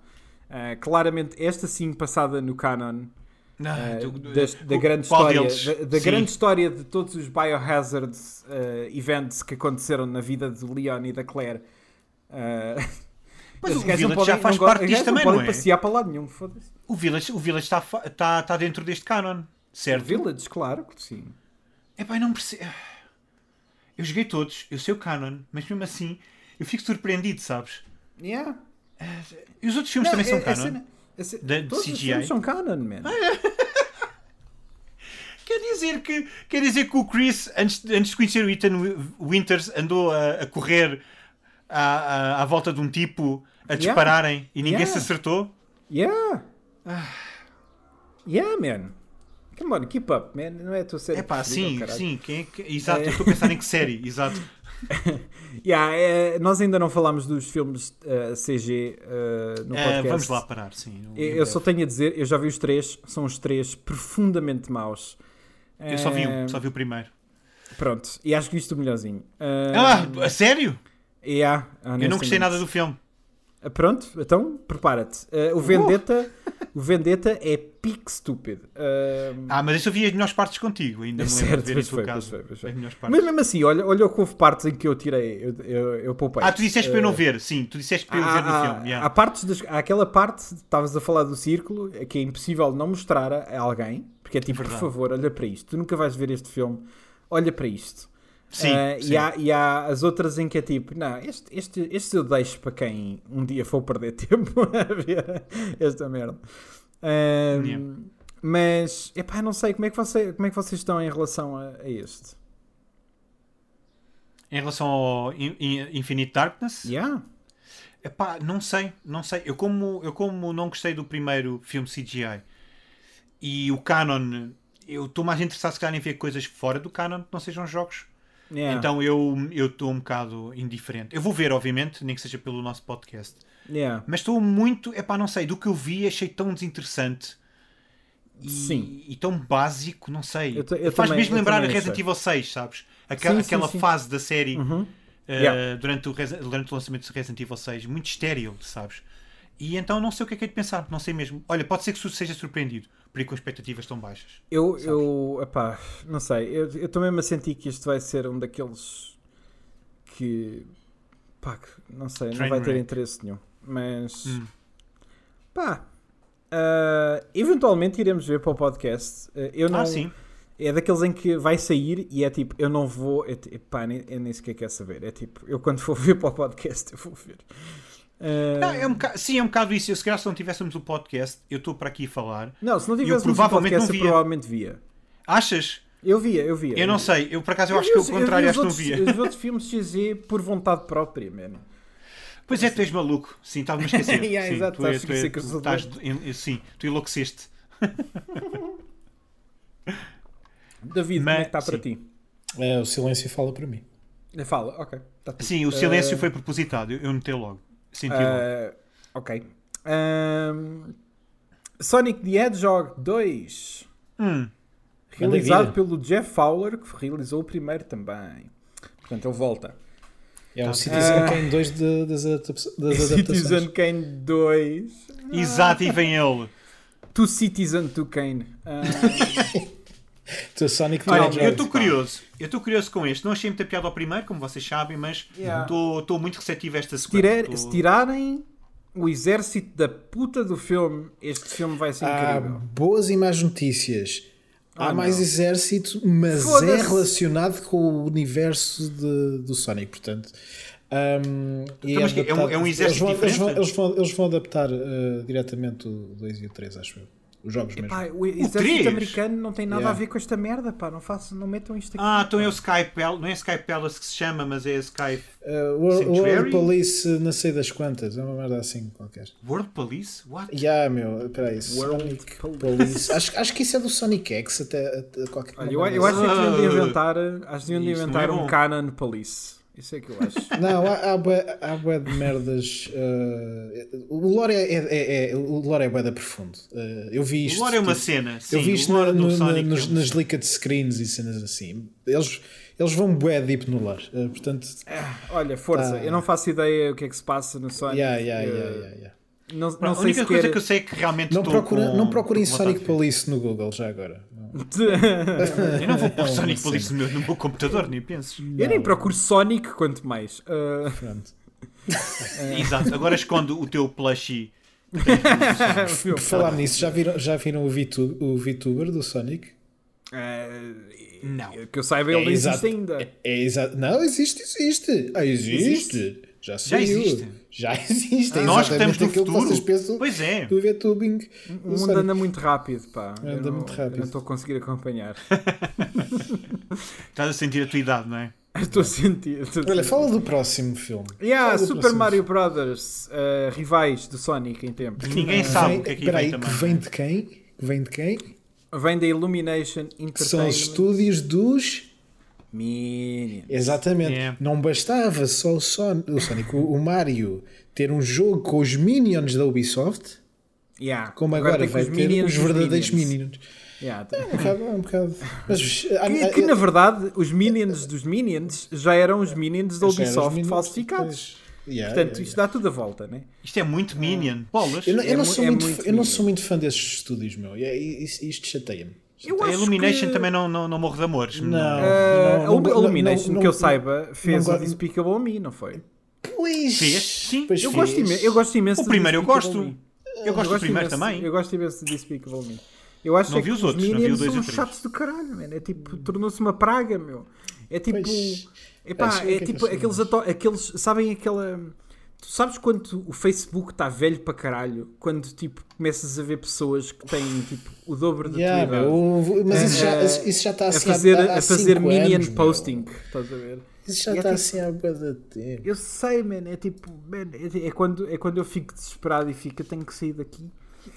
[SPEAKER 1] Ah, claramente, esta sim passada no canon.
[SPEAKER 2] Ah,
[SPEAKER 1] Eh,
[SPEAKER 2] tu-
[SPEAKER 1] das- da
[SPEAKER 2] o-
[SPEAKER 1] grande
[SPEAKER 2] qual
[SPEAKER 1] história
[SPEAKER 2] deles?
[SPEAKER 1] da, da
[SPEAKER 2] Sim.
[SPEAKER 1] grande história de todos os biohazard eh, events que aconteceram na vida do Leon e da Claire Eh,
[SPEAKER 2] Mas
[SPEAKER 1] esses
[SPEAKER 2] o
[SPEAKER 1] gajos não
[SPEAKER 2] Village já
[SPEAKER 1] podem-
[SPEAKER 2] faz
[SPEAKER 1] go-
[SPEAKER 2] parte
[SPEAKER 1] os
[SPEAKER 2] disto
[SPEAKER 1] gajos
[SPEAKER 2] também,
[SPEAKER 1] podem
[SPEAKER 2] não é?
[SPEAKER 1] passear para lado nenhum foda-se.
[SPEAKER 2] O Village, o Village está, fa- está, está dentro deste canon, certo?
[SPEAKER 1] Village, claro que sim
[SPEAKER 2] É pá, eu não percebo. Eu joguei todos, eu sei o canon, mas mesmo assim eu fico surpreendido, sabes?
[SPEAKER 1] yeah.
[SPEAKER 2] E os outros filmes também são
[SPEAKER 1] é- é
[SPEAKER 2] canon?
[SPEAKER 1] cena- é ce-
[SPEAKER 2] Da- de
[SPEAKER 1] todos os
[SPEAKER 2] CGI?
[SPEAKER 1] filmes são canon man.
[SPEAKER 2] Ah, Quer dizer que quer dizer que o Chris antes, de- antes de conhecer o Ethan Wi- Winters andou a, a correr à, à, à volta de um tipo a dispararem e ninguém
[SPEAKER 1] Yeah.
[SPEAKER 2] se acertou?
[SPEAKER 1] yeah
[SPEAKER 2] Ah.
[SPEAKER 1] yeah man come on keep up man não é a tua série
[SPEAKER 2] É pá,
[SPEAKER 1] preferida,
[SPEAKER 2] sim,
[SPEAKER 1] caralho.
[SPEAKER 2] sim, quem é que- exato, eu estou a pensar em que série, exato.
[SPEAKER 1] Yeah, eh, nós ainda não falámos dos filmes eh, CG eh, no
[SPEAKER 2] Eh,
[SPEAKER 1] podcast
[SPEAKER 2] vamos lá parar, sim. não-
[SPEAKER 1] Eu, eu só tenho a dizer, eu já vi os três, são os três profundamente maus.
[SPEAKER 2] Eu só vi um,
[SPEAKER 1] Eh,
[SPEAKER 2] só vi o primeiro.
[SPEAKER 1] Pronto, e acho que isto o melhorzinho. Eh, é,
[SPEAKER 2] Ah, a sério? Eu não gostei nada do Oh. filme.
[SPEAKER 1] do. Pronto, então prepara-te. Eh, o Vendetta, o Vendetta é pique estúpido. Eh,
[SPEAKER 2] Ah, mas eu só vi as melhores partes contigo, ainda me lembro
[SPEAKER 1] É Certo,
[SPEAKER 2] de ver
[SPEAKER 1] pois
[SPEAKER 2] em tua
[SPEAKER 1] foi,
[SPEAKER 2] casa.
[SPEAKER 1] pois foi, pois foi.
[SPEAKER 2] As melhores partes.
[SPEAKER 1] mas mesmo assim, olha, olha o que houve partes em que eu tirei, eu, eu, eu poupei.
[SPEAKER 2] Ah, tu disseste para eu
[SPEAKER 1] Eh, ah,
[SPEAKER 2] não ver, sim, tu disseste para eu ver no
[SPEAKER 1] Há,
[SPEAKER 2] filme.
[SPEAKER 1] há
[SPEAKER 2] yeah.
[SPEAKER 1] partes das- há aquela parte, estavas a falar do círculo, é que é impossível não mostrar a, a alguém, porque é tipo, por
[SPEAKER 2] Verdade.
[SPEAKER 1] favor, olha para isto, tu nunca vais ver este filme, olha para isto.
[SPEAKER 2] Sim,
[SPEAKER 1] Ah,
[SPEAKER 2] sim.
[SPEAKER 1] E, há, e há as outras em que é tipo, não, este, este, este eu deixo para quem um dia for perder tempo a ver esta merda. Ah,
[SPEAKER 2] Yeah.
[SPEAKER 1] Mas, epá, não sei, como é, que você, como é que vocês estão em relação a, a este?
[SPEAKER 2] Em relação ao In- In- Infinite Darkness,
[SPEAKER 1] Yeah?
[SPEAKER 2] epá, não sei, não sei. Eu como, eu como não gostei do primeiro filme CGI e o canon, eu estou mais interessado se calhar em ver coisas fora do canon que não sejam jogos.
[SPEAKER 1] Yeah.
[SPEAKER 2] Então eu eu estou um bocado indiferente. Eu vou ver, obviamente, nem que seja pelo nosso podcast.
[SPEAKER 1] Yeah.
[SPEAKER 2] Mas estou muito, epá, não sei, do que eu vi achei tão desinteressante. E,
[SPEAKER 1] Sim.
[SPEAKER 2] e tão básico, não sei.
[SPEAKER 1] Eu ta- eu
[SPEAKER 2] Faz
[SPEAKER 1] também-
[SPEAKER 2] mesmo
[SPEAKER 1] eu
[SPEAKER 2] lembrar a
[SPEAKER 1] também
[SPEAKER 2] Resident
[SPEAKER 1] achei.
[SPEAKER 2] Evil 6, sabes? Aquela,
[SPEAKER 1] Sim, sim,
[SPEAKER 2] aquela
[SPEAKER 1] sim. Uhum.
[SPEAKER 2] fase da série eh,
[SPEAKER 1] Yeah.
[SPEAKER 2] durante, o, Resi- durante o lançamento de Resident Evil 6, muito estéril, sabes? E então não sei o que é que é de pensar, não sei mesmo. Olha, pode ser que su- seja surpreendido, por aí com expectativas tão baixas.
[SPEAKER 1] Eu, eu, epá, não sei, eu, eu também me senti que isto vai ser um daqueles que, pá, que, não sei, não
[SPEAKER 2] Train
[SPEAKER 1] vai ter
[SPEAKER 2] wreck.
[SPEAKER 1] interesse nenhum, mas,
[SPEAKER 2] Hum.
[SPEAKER 1] pá, ah, eventualmente iremos ver para o podcast, Ah, eu não,
[SPEAKER 2] Ah, sim.
[SPEAKER 1] é daqueles em que vai sair e é tipo, eu não vou, é, ti- pá, nem, eu nem sequer quero saber, é tipo, eu quando for ver para o podcast, eu vou ver. Ah,
[SPEAKER 2] Não, é um boca- sim, é um bocado isso. Eu, se calhar se não tivéssemos o podcast, eu estou para aqui a falar.
[SPEAKER 1] não, se não tivesse um
[SPEAKER 2] provavelmente
[SPEAKER 1] podcast,
[SPEAKER 2] não
[SPEAKER 1] eu
[SPEAKER 2] via.
[SPEAKER 1] provavelmente via.
[SPEAKER 2] Achas?
[SPEAKER 1] Eu via, eu via.
[SPEAKER 2] Eu não
[SPEAKER 1] via.
[SPEAKER 2] sei, eu por acaso eu acho que
[SPEAKER 1] vi
[SPEAKER 2] é o
[SPEAKER 1] os-
[SPEAKER 2] contrário,
[SPEAKER 1] vi
[SPEAKER 2] acho que não
[SPEAKER 1] os
[SPEAKER 2] via.
[SPEAKER 1] outros- Os outros filmes CG por vontade própria, mano.
[SPEAKER 2] Pois é, tu és maluco. Sim, estava-me a esquecer.
[SPEAKER 1] Yeah,
[SPEAKER 2] sim,
[SPEAKER 1] exato,
[SPEAKER 2] tu, é-
[SPEAKER 1] estás a
[SPEAKER 2] tu, é-
[SPEAKER 1] esquecer que eu
[SPEAKER 2] tu
[SPEAKER 1] sou
[SPEAKER 2] estás em- Sim, tu enlouqueceste.
[SPEAKER 1] David,
[SPEAKER 2] Mas-
[SPEAKER 1] como é que está para
[SPEAKER 2] sim.
[SPEAKER 1] ti?
[SPEAKER 3] É, o silêncio fala para mim.
[SPEAKER 1] Fala, ok. tá tudo.
[SPEAKER 2] Sim, o silêncio foi propositado, eu, eu notei logo. Senti logo.
[SPEAKER 1] Ah, ok. Ahm, Sonic the Hedgehog 2.
[SPEAKER 2] Hum.
[SPEAKER 1] Realizado
[SPEAKER 3] vida.
[SPEAKER 1] pelo Jeff Fowler, que realizou o primeiro também. Portanto, ele volta.
[SPEAKER 3] É o Citizen Kane 2 de- das, adapta- das adaptações.
[SPEAKER 1] Tá. Ah. Citizen Kane 2.
[SPEAKER 2] Exato, e vem ele.
[SPEAKER 1] To Citizen to Kane. Ah,
[SPEAKER 3] To Sonic the
[SPEAKER 2] Olha,
[SPEAKER 1] é
[SPEAKER 3] Hedgehog.
[SPEAKER 2] eu estou curioso. Eu estou curioso com este. Não achei muita piada ao primeiro, como vocês sabem, mas estou
[SPEAKER 1] Yeah.
[SPEAKER 2] muito receptivo a esta
[SPEAKER 1] se
[SPEAKER 2] sequência.
[SPEAKER 1] tirar- se tirarem o exército da puta do filme, este filme vai ser
[SPEAKER 3] Há
[SPEAKER 1] incrível.
[SPEAKER 3] boas e más notícias. Há
[SPEAKER 1] Ah,
[SPEAKER 3] mais
[SPEAKER 1] não.
[SPEAKER 3] exército, mas é
[SPEAKER 1] Foda-se.
[SPEAKER 3] relacionado com o universo de- do Sonic, portanto. Um, e
[SPEAKER 2] Então, mas que é um-
[SPEAKER 3] adaptado-
[SPEAKER 2] é um exército
[SPEAKER 3] eles vão, eles vão,
[SPEAKER 2] diferente?
[SPEAKER 3] eles vão, eles vão adaptar eh, diretamente o 2 e o 3, acho eu. Os jogos mesmo.
[SPEAKER 1] Pá, o exército
[SPEAKER 2] três?
[SPEAKER 1] americano não tem nada
[SPEAKER 3] Yeah.
[SPEAKER 1] a ver com esta merda, pá. Não, façam, não metam isto aqui.
[SPEAKER 2] Ah, então é o Sky Palace. Não é Sky Palace que se chama, mas é Sky
[SPEAKER 3] Eh, World,
[SPEAKER 2] Sanctuary?
[SPEAKER 3] World Police, eh, não sei das quantas, é uma merda assim qualquer.
[SPEAKER 2] World Police? What?
[SPEAKER 3] Já, meu, peraí.
[SPEAKER 1] World
[SPEAKER 3] Sonic Police. acho, acho que isso é do Sonic X, até, até qualquer
[SPEAKER 1] Olha,
[SPEAKER 3] uma
[SPEAKER 1] eu,
[SPEAKER 3] merda
[SPEAKER 1] eu acho que deviam de
[SPEAKER 2] Ah.
[SPEAKER 1] inventar, acho que deviam de
[SPEAKER 2] Isso não
[SPEAKER 1] inventar
[SPEAKER 2] é
[SPEAKER 1] um
[SPEAKER 2] bom.
[SPEAKER 1] Canon Police. Isso é que eu acho.
[SPEAKER 3] Não, há, há, bué, há bué de merdas. eh, o lore é, é, é- é- o lore é bué da profundo. Eh, eu vi isto.
[SPEAKER 2] o lore é uma
[SPEAKER 3] tipo,
[SPEAKER 2] cena. Sim,
[SPEAKER 3] eu vi isto
[SPEAKER 2] o lore
[SPEAKER 3] na-
[SPEAKER 2] do
[SPEAKER 3] no- na-
[SPEAKER 2] Sonic.
[SPEAKER 3] nos,
[SPEAKER 2] é um-
[SPEAKER 3] nas leaked screens e cenas assim. Eles, eles vão bué deep no lore. eh, portanto,
[SPEAKER 1] Olha, força,
[SPEAKER 3] Tá.
[SPEAKER 1] eu não faço ideia o que é que se passa no Sonic.
[SPEAKER 3] yeah, yeah,
[SPEAKER 1] Eh,
[SPEAKER 3] yeah, yeah, yeah.
[SPEAKER 1] Não,
[SPEAKER 2] Pronto,
[SPEAKER 1] não
[SPEAKER 2] a
[SPEAKER 1] sei
[SPEAKER 2] única coisa
[SPEAKER 1] sequer.
[SPEAKER 2] que eu sei é que realmente
[SPEAKER 3] Não,
[SPEAKER 2] estou
[SPEAKER 3] procura,
[SPEAKER 2] com-
[SPEAKER 3] não procurem
[SPEAKER 2] com vontade
[SPEAKER 3] Sonic
[SPEAKER 2] de ver.
[SPEAKER 3] Police no Google já agora.
[SPEAKER 2] Eu não vou
[SPEAKER 3] É
[SPEAKER 2] pôr
[SPEAKER 3] uma
[SPEAKER 2] Sonic
[SPEAKER 3] cena.
[SPEAKER 2] Police no meu, no meu computador, nem penses.
[SPEAKER 1] eu nem procuro Sonic, quanto mais. Eh,
[SPEAKER 3] Pronto.
[SPEAKER 2] Exato, agora escondo o teu plushie.
[SPEAKER 1] filme.
[SPEAKER 3] Por falar nisso, já viram, já viram o, Vitu, o VTuber do Sonic?
[SPEAKER 1] Eh,
[SPEAKER 2] Não.
[SPEAKER 1] Que eu saiba, ele não existe
[SPEAKER 3] exato.
[SPEAKER 1] ainda.
[SPEAKER 3] É, é exa- Não, existe, existe. Ah, existe. Já saiu.
[SPEAKER 2] existe.
[SPEAKER 3] Já existe. É
[SPEAKER 2] Nós que
[SPEAKER 3] exatamente
[SPEAKER 2] estamos no
[SPEAKER 3] aquilo que
[SPEAKER 2] futuro.
[SPEAKER 3] vocês pensam
[SPEAKER 2] Pois é.
[SPEAKER 3] do VTubing.
[SPEAKER 1] O Um mundo anda muito rápido, pá. Eu
[SPEAKER 3] Anda
[SPEAKER 1] não-
[SPEAKER 3] muito
[SPEAKER 1] eu
[SPEAKER 3] rápido.
[SPEAKER 1] Não estou a conseguir acompanhar.
[SPEAKER 2] Estás a sentir a tua idade, não é?
[SPEAKER 1] Estou a sentir. estou a
[SPEAKER 3] Olha,
[SPEAKER 1] sentir.
[SPEAKER 3] fala do próximo filme.
[SPEAKER 1] Yeah,
[SPEAKER 3] Fala do
[SPEAKER 1] Super
[SPEAKER 3] próximo
[SPEAKER 1] Mario Brothers, eh, rivais do Sonic em tempo.
[SPEAKER 2] Ninguém
[SPEAKER 3] filme.
[SPEAKER 2] sabe
[SPEAKER 3] Vem-
[SPEAKER 2] o que é que
[SPEAKER 3] espera
[SPEAKER 2] vem
[SPEAKER 3] aí,
[SPEAKER 2] também.
[SPEAKER 3] que vem de quem? Que vem de quem?
[SPEAKER 1] Vem da Illumination Entertainment.
[SPEAKER 3] Que são os estúdios dos.
[SPEAKER 1] Minions.
[SPEAKER 3] Exatamente.
[SPEAKER 2] Yeah.
[SPEAKER 3] Não bastava só o, Son- o Sonic, o, o Mario, ter um jogo com os Minions da Ubisoft,
[SPEAKER 1] Yeah.
[SPEAKER 3] como agora,
[SPEAKER 1] tem com
[SPEAKER 3] vai ter os
[SPEAKER 1] dos
[SPEAKER 3] verdadeiros Minions.
[SPEAKER 1] Yeah, tem-
[SPEAKER 3] É um bocado. É um bocado. Mas, ah, há-
[SPEAKER 1] Que,
[SPEAKER 3] há-
[SPEAKER 1] que, na verdade os minions dos minions já eram os minions da
[SPEAKER 3] Já eram os
[SPEAKER 1] Ubisoft
[SPEAKER 3] meninos,
[SPEAKER 1] falsificados.
[SPEAKER 3] pois. Yeah,
[SPEAKER 1] Portanto,
[SPEAKER 3] yeah,
[SPEAKER 1] isto dá tudo a volta, né?
[SPEAKER 2] Isto é muito Minion. Bolas.
[SPEAKER 3] yeah. Ah. Eu, não- eu
[SPEAKER 1] é mu-
[SPEAKER 3] não sou
[SPEAKER 1] é
[SPEAKER 3] muito,
[SPEAKER 1] muito
[SPEAKER 3] eu não
[SPEAKER 1] mínimo.
[SPEAKER 3] sou muito fã destes estúdios, meu. E- e- Isto, isto chateia-me.
[SPEAKER 1] Eu
[SPEAKER 2] A
[SPEAKER 1] acho
[SPEAKER 2] Illumination
[SPEAKER 1] que,
[SPEAKER 2] também não, não, não morre de amores.
[SPEAKER 3] Não. É,
[SPEAKER 1] eh,
[SPEAKER 3] não,
[SPEAKER 1] a Ubi-
[SPEAKER 3] não-
[SPEAKER 1] Illumination,
[SPEAKER 3] não- não-
[SPEAKER 1] que eu saiba, fez
[SPEAKER 3] não-
[SPEAKER 1] o Despicable Me, não foi?
[SPEAKER 3] Pois.
[SPEAKER 2] Fez? Sim.
[SPEAKER 3] Pois
[SPEAKER 1] Eu
[SPEAKER 3] fez.
[SPEAKER 1] gosto, imen- eu gosto imenso
[SPEAKER 2] O
[SPEAKER 1] do
[SPEAKER 2] primeiro eu
[SPEAKER 1] Despicable
[SPEAKER 2] gosto.
[SPEAKER 1] Me.
[SPEAKER 2] Eu gosto do primeiro
[SPEAKER 1] imenso-
[SPEAKER 2] também.
[SPEAKER 1] Eu gosto imenso do Despicable Me. Eu acho
[SPEAKER 2] Não
[SPEAKER 1] é
[SPEAKER 2] vi
[SPEAKER 1] que
[SPEAKER 2] os outros, não vi o
[SPEAKER 1] minions
[SPEAKER 2] dois e o
[SPEAKER 1] são
[SPEAKER 2] três.
[SPEAKER 1] chatos do caralho, man. É tipo, tornou-se uma praga, meu. É tipo.
[SPEAKER 3] Pois.
[SPEAKER 1] Epá,
[SPEAKER 3] Acho que é
[SPEAKER 1] é
[SPEAKER 3] que
[SPEAKER 1] tipo
[SPEAKER 3] é que
[SPEAKER 1] aqueles, ato- aqueles. Sabem aquela. Tu sabes quando o Facebook está velho para caralho? Quando tipo começas a ver pessoas que têm tipo o dobro da
[SPEAKER 3] Yeah,
[SPEAKER 1] tua idade.
[SPEAKER 3] meu, mas isso já,
[SPEAKER 1] Eh,
[SPEAKER 3] isso já está
[SPEAKER 1] a
[SPEAKER 3] assim há-
[SPEAKER 1] fazer,
[SPEAKER 3] há, há
[SPEAKER 1] a fazer
[SPEAKER 3] cinco
[SPEAKER 1] minion
[SPEAKER 3] anos, meu.
[SPEAKER 1] posting, estás a ver?
[SPEAKER 3] Isso já
[SPEAKER 1] E é
[SPEAKER 3] está
[SPEAKER 1] tipo-
[SPEAKER 3] assim há bué de tempo.
[SPEAKER 1] Eu sei, man, é tipo, man, é, é quando, é quando eu fico desesperado e fico, eu tenho que sair daqui.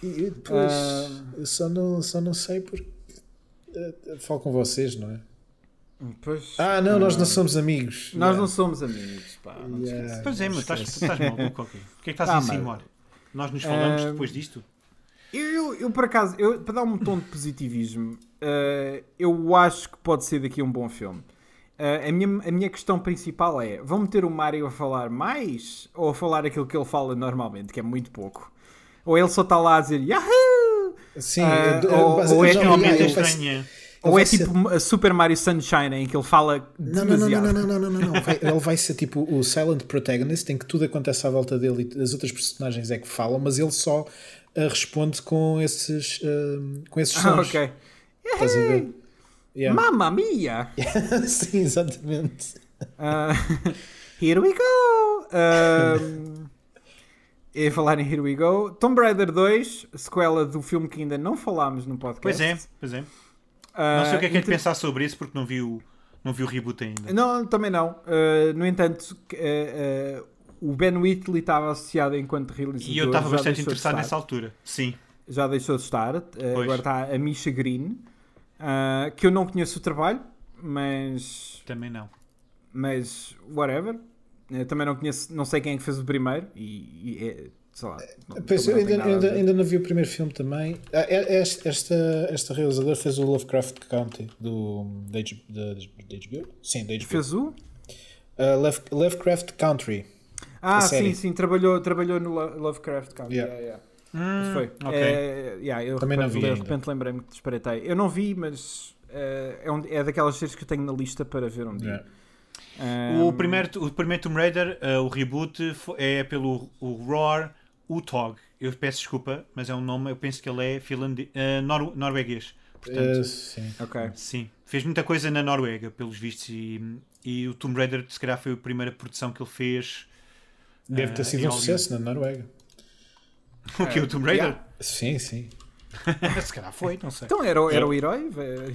[SPEAKER 3] E e depois,
[SPEAKER 1] Ah.
[SPEAKER 3] eu só não, só não sei porque. eh, Falo com vocês, não é?
[SPEAKER 1] Pois,
[SPEAKER 3] Ah, não, nós não somos amigos.
[SPEAKER 1] nós
[SPEAKER 3] Yeah.
[SPEAKER 1] não somos amigos, pá. Não te esqueças.
[SPEAKER 3] Yeah,
[SPEAKER 2] Pois é, mas estás, estás maluco, ok. O que é que estás
[SPEAKER 1] Ah,
[SPEAKER 2] a
[SPEAKER 1] mas-
[SPEAKER 2] insinuar? Nós nos falamos
[SPEAKER 3] É,
[SPEAKER 1] Ah,
[SPEAKER 2] depois disto?
[SPEAKER 1] Eu, eu, eu, por acaso, eu, para dar um tom de positivismo, eh, eu acho que pode ser daqui um bom filme. Eh, a, minha, a minha questão principal é: vão meter o Mario a falar mais ou a falar aquilo que ele fala normalmente, que é muito pouco? Ou ele só está lá a dizer Yahoo!
[SPEAKER 3] Sim,
[SPEAKER 1] Ah,
[SPEAKER 3] eu- eu-
[SPEAKER 1] ou-
[SPEAKER 3] mas-
[SPEAKER 1] ou é
[SPEAKER 3] eu já-
[SPEAKER 2] Realmente
[SPEAKER 3] eu-
[SPEAKER 2] é
[SPEAKER 3] eu-
[SPEAKER 2] estranha.
[SPEAKER 1] ou é
[SPEAKER 3] Ele vai ser-
[SPEAKER 1] tipo a Super Mario Sunshine, em que ele fala
[SPEAKER 3] Não, não, não,
[SPEAKER 1] demasiado.
[SPEAKER 3] não, não, não, não, não, não. Vai- ele vai ser tipo o silent protagonist em que tudo acontece à volta dele e as outras personagens é que falam, mas ele só ah, responde com esses, ah, com esses sons.
[SPEAKER 1] Ah, ok.
[SPEAKER 3] Estás a ver? Yeah.
[SPEAKER 1] Mamma mia!
[SPEAKER 3] Sim, exatamente.
[SPEAKER 1] Ah, here we go! Ahm, e a falar em Here We Go, Tomb Raider 2, sequela do filme que ainda não falámos no podcast. Uh,
[SPEAKER 2] Pois é, pois é. Não sei o que
[SPEAKER 1] Ah,
[SPEAKER 2] é que é de pensar sobre isso porque não vi o, não vi o reboot ainda.
[SPEAKER 1] Não, também não. Ah, no entanto, que- ah, ah, o Ben Whitley estava associado enquanto realizador.
[SPEAKER 2] E eu estava
[SPEAKER 1] já
[SPEAKER 2] bastante
[SPEAKER 1] deixou de
[SPEAKER 2] interessado nessa
[SPEAKER 1] estar.
[SPEAKER 2] altura. Sim.
[SPEAKER 1] Já deixou de estar. ah,
[SPEAKER 2] Pois.
[SPEAKER 1] uh, agora está a Misha Green, ah, que eu não conheço o trabalho, mas.
[SPEAKER 2] Também não.
[SPEAKER 1] Mas, whatever. Eu também não conheço, não sei quem é que fez o primeiro e, e é, sei lá. Não,
[SPEAKER 3] Pois, eu
[SPEAKER 1] também não
[SPEAKER 3] ainda,
[SPEAKER 1] tenho nada a
[SPEAKER 3] ainda,
[SPEAKER 1] ver.
[SPEAKER 3] ainda não vi o primeiro filme também. Ah, é- Este, esta, esta realizadora fez o Lovecraft County do, da H- da- da HBO? Sim, da HBO.
[SPEAKER 1] Fez o?
[SPEAKER 3] Ah, Love- Lovecraft Country.
[SPEAKER 1] Ah,
[SPEAKER 3] A
[SPEAKER 1] sim,
[SPEAKER 3] série.
[SPEAKER 1] sim, trabalhou, trabalhou no Lo- Lovecraft Country.
[SPEAKER 3] Yeah.
[SPEAKER 1] yeah, yeah. Mas
[SPEAKER 2] Hum,
[SPEAKER 1] foi.
[SPEAKER 2] ok.
[SPEAKER 1] É, yeah, eu
[SPEAKER 3] Também não
[SPEAKER 1] repente-
[SPEAKER 3] vi
[SPEAKER 1] de
[SPEAKER 3] ainda.
[SPEAKER 1] repente lembrei-me que desparatei. Eu não vi, mas eh, é, um- é daquelas séries que eu tenho na lista para ver um dia.
[SPEAKER 2] O
[SPEAKER 1] Ahm,
[SPEAKER 2] primeiro, o primeiro Tomb Raider, eh, o reboot, fo- é pelo o Roar Utog. Eu peço desculpa, mas é um nome, eu penso que ele é finlandês, nor, norueguês. Portanto,
[SPEAKER 3] Ah, sim.
[SPEAKER 1] Ok.
[SPEAKER 2] sim. Fez muita coisa na Noruega, pelos vistos, e, e o Tomb Raider, se calhar, foi a primeira produção que ele fez.
[SPEAKER 3] Deve ter
[SPEAKER 2] Ah,
[SPEAKER 3] sido
[SPEAKER 2] eu
[SPEAKER 3] um
[SPEAKER 2] ouvi.
[SPEAKER 3] sucesso na Noruega.
[SPEAKER 2] O que? é O Tomb Raider?
[SPEAKER 3] Sim, sim.
[SPEAKER 2] se calhar foi, não sei.
[SPEAKER 1] Então era, o- era o herói? vé-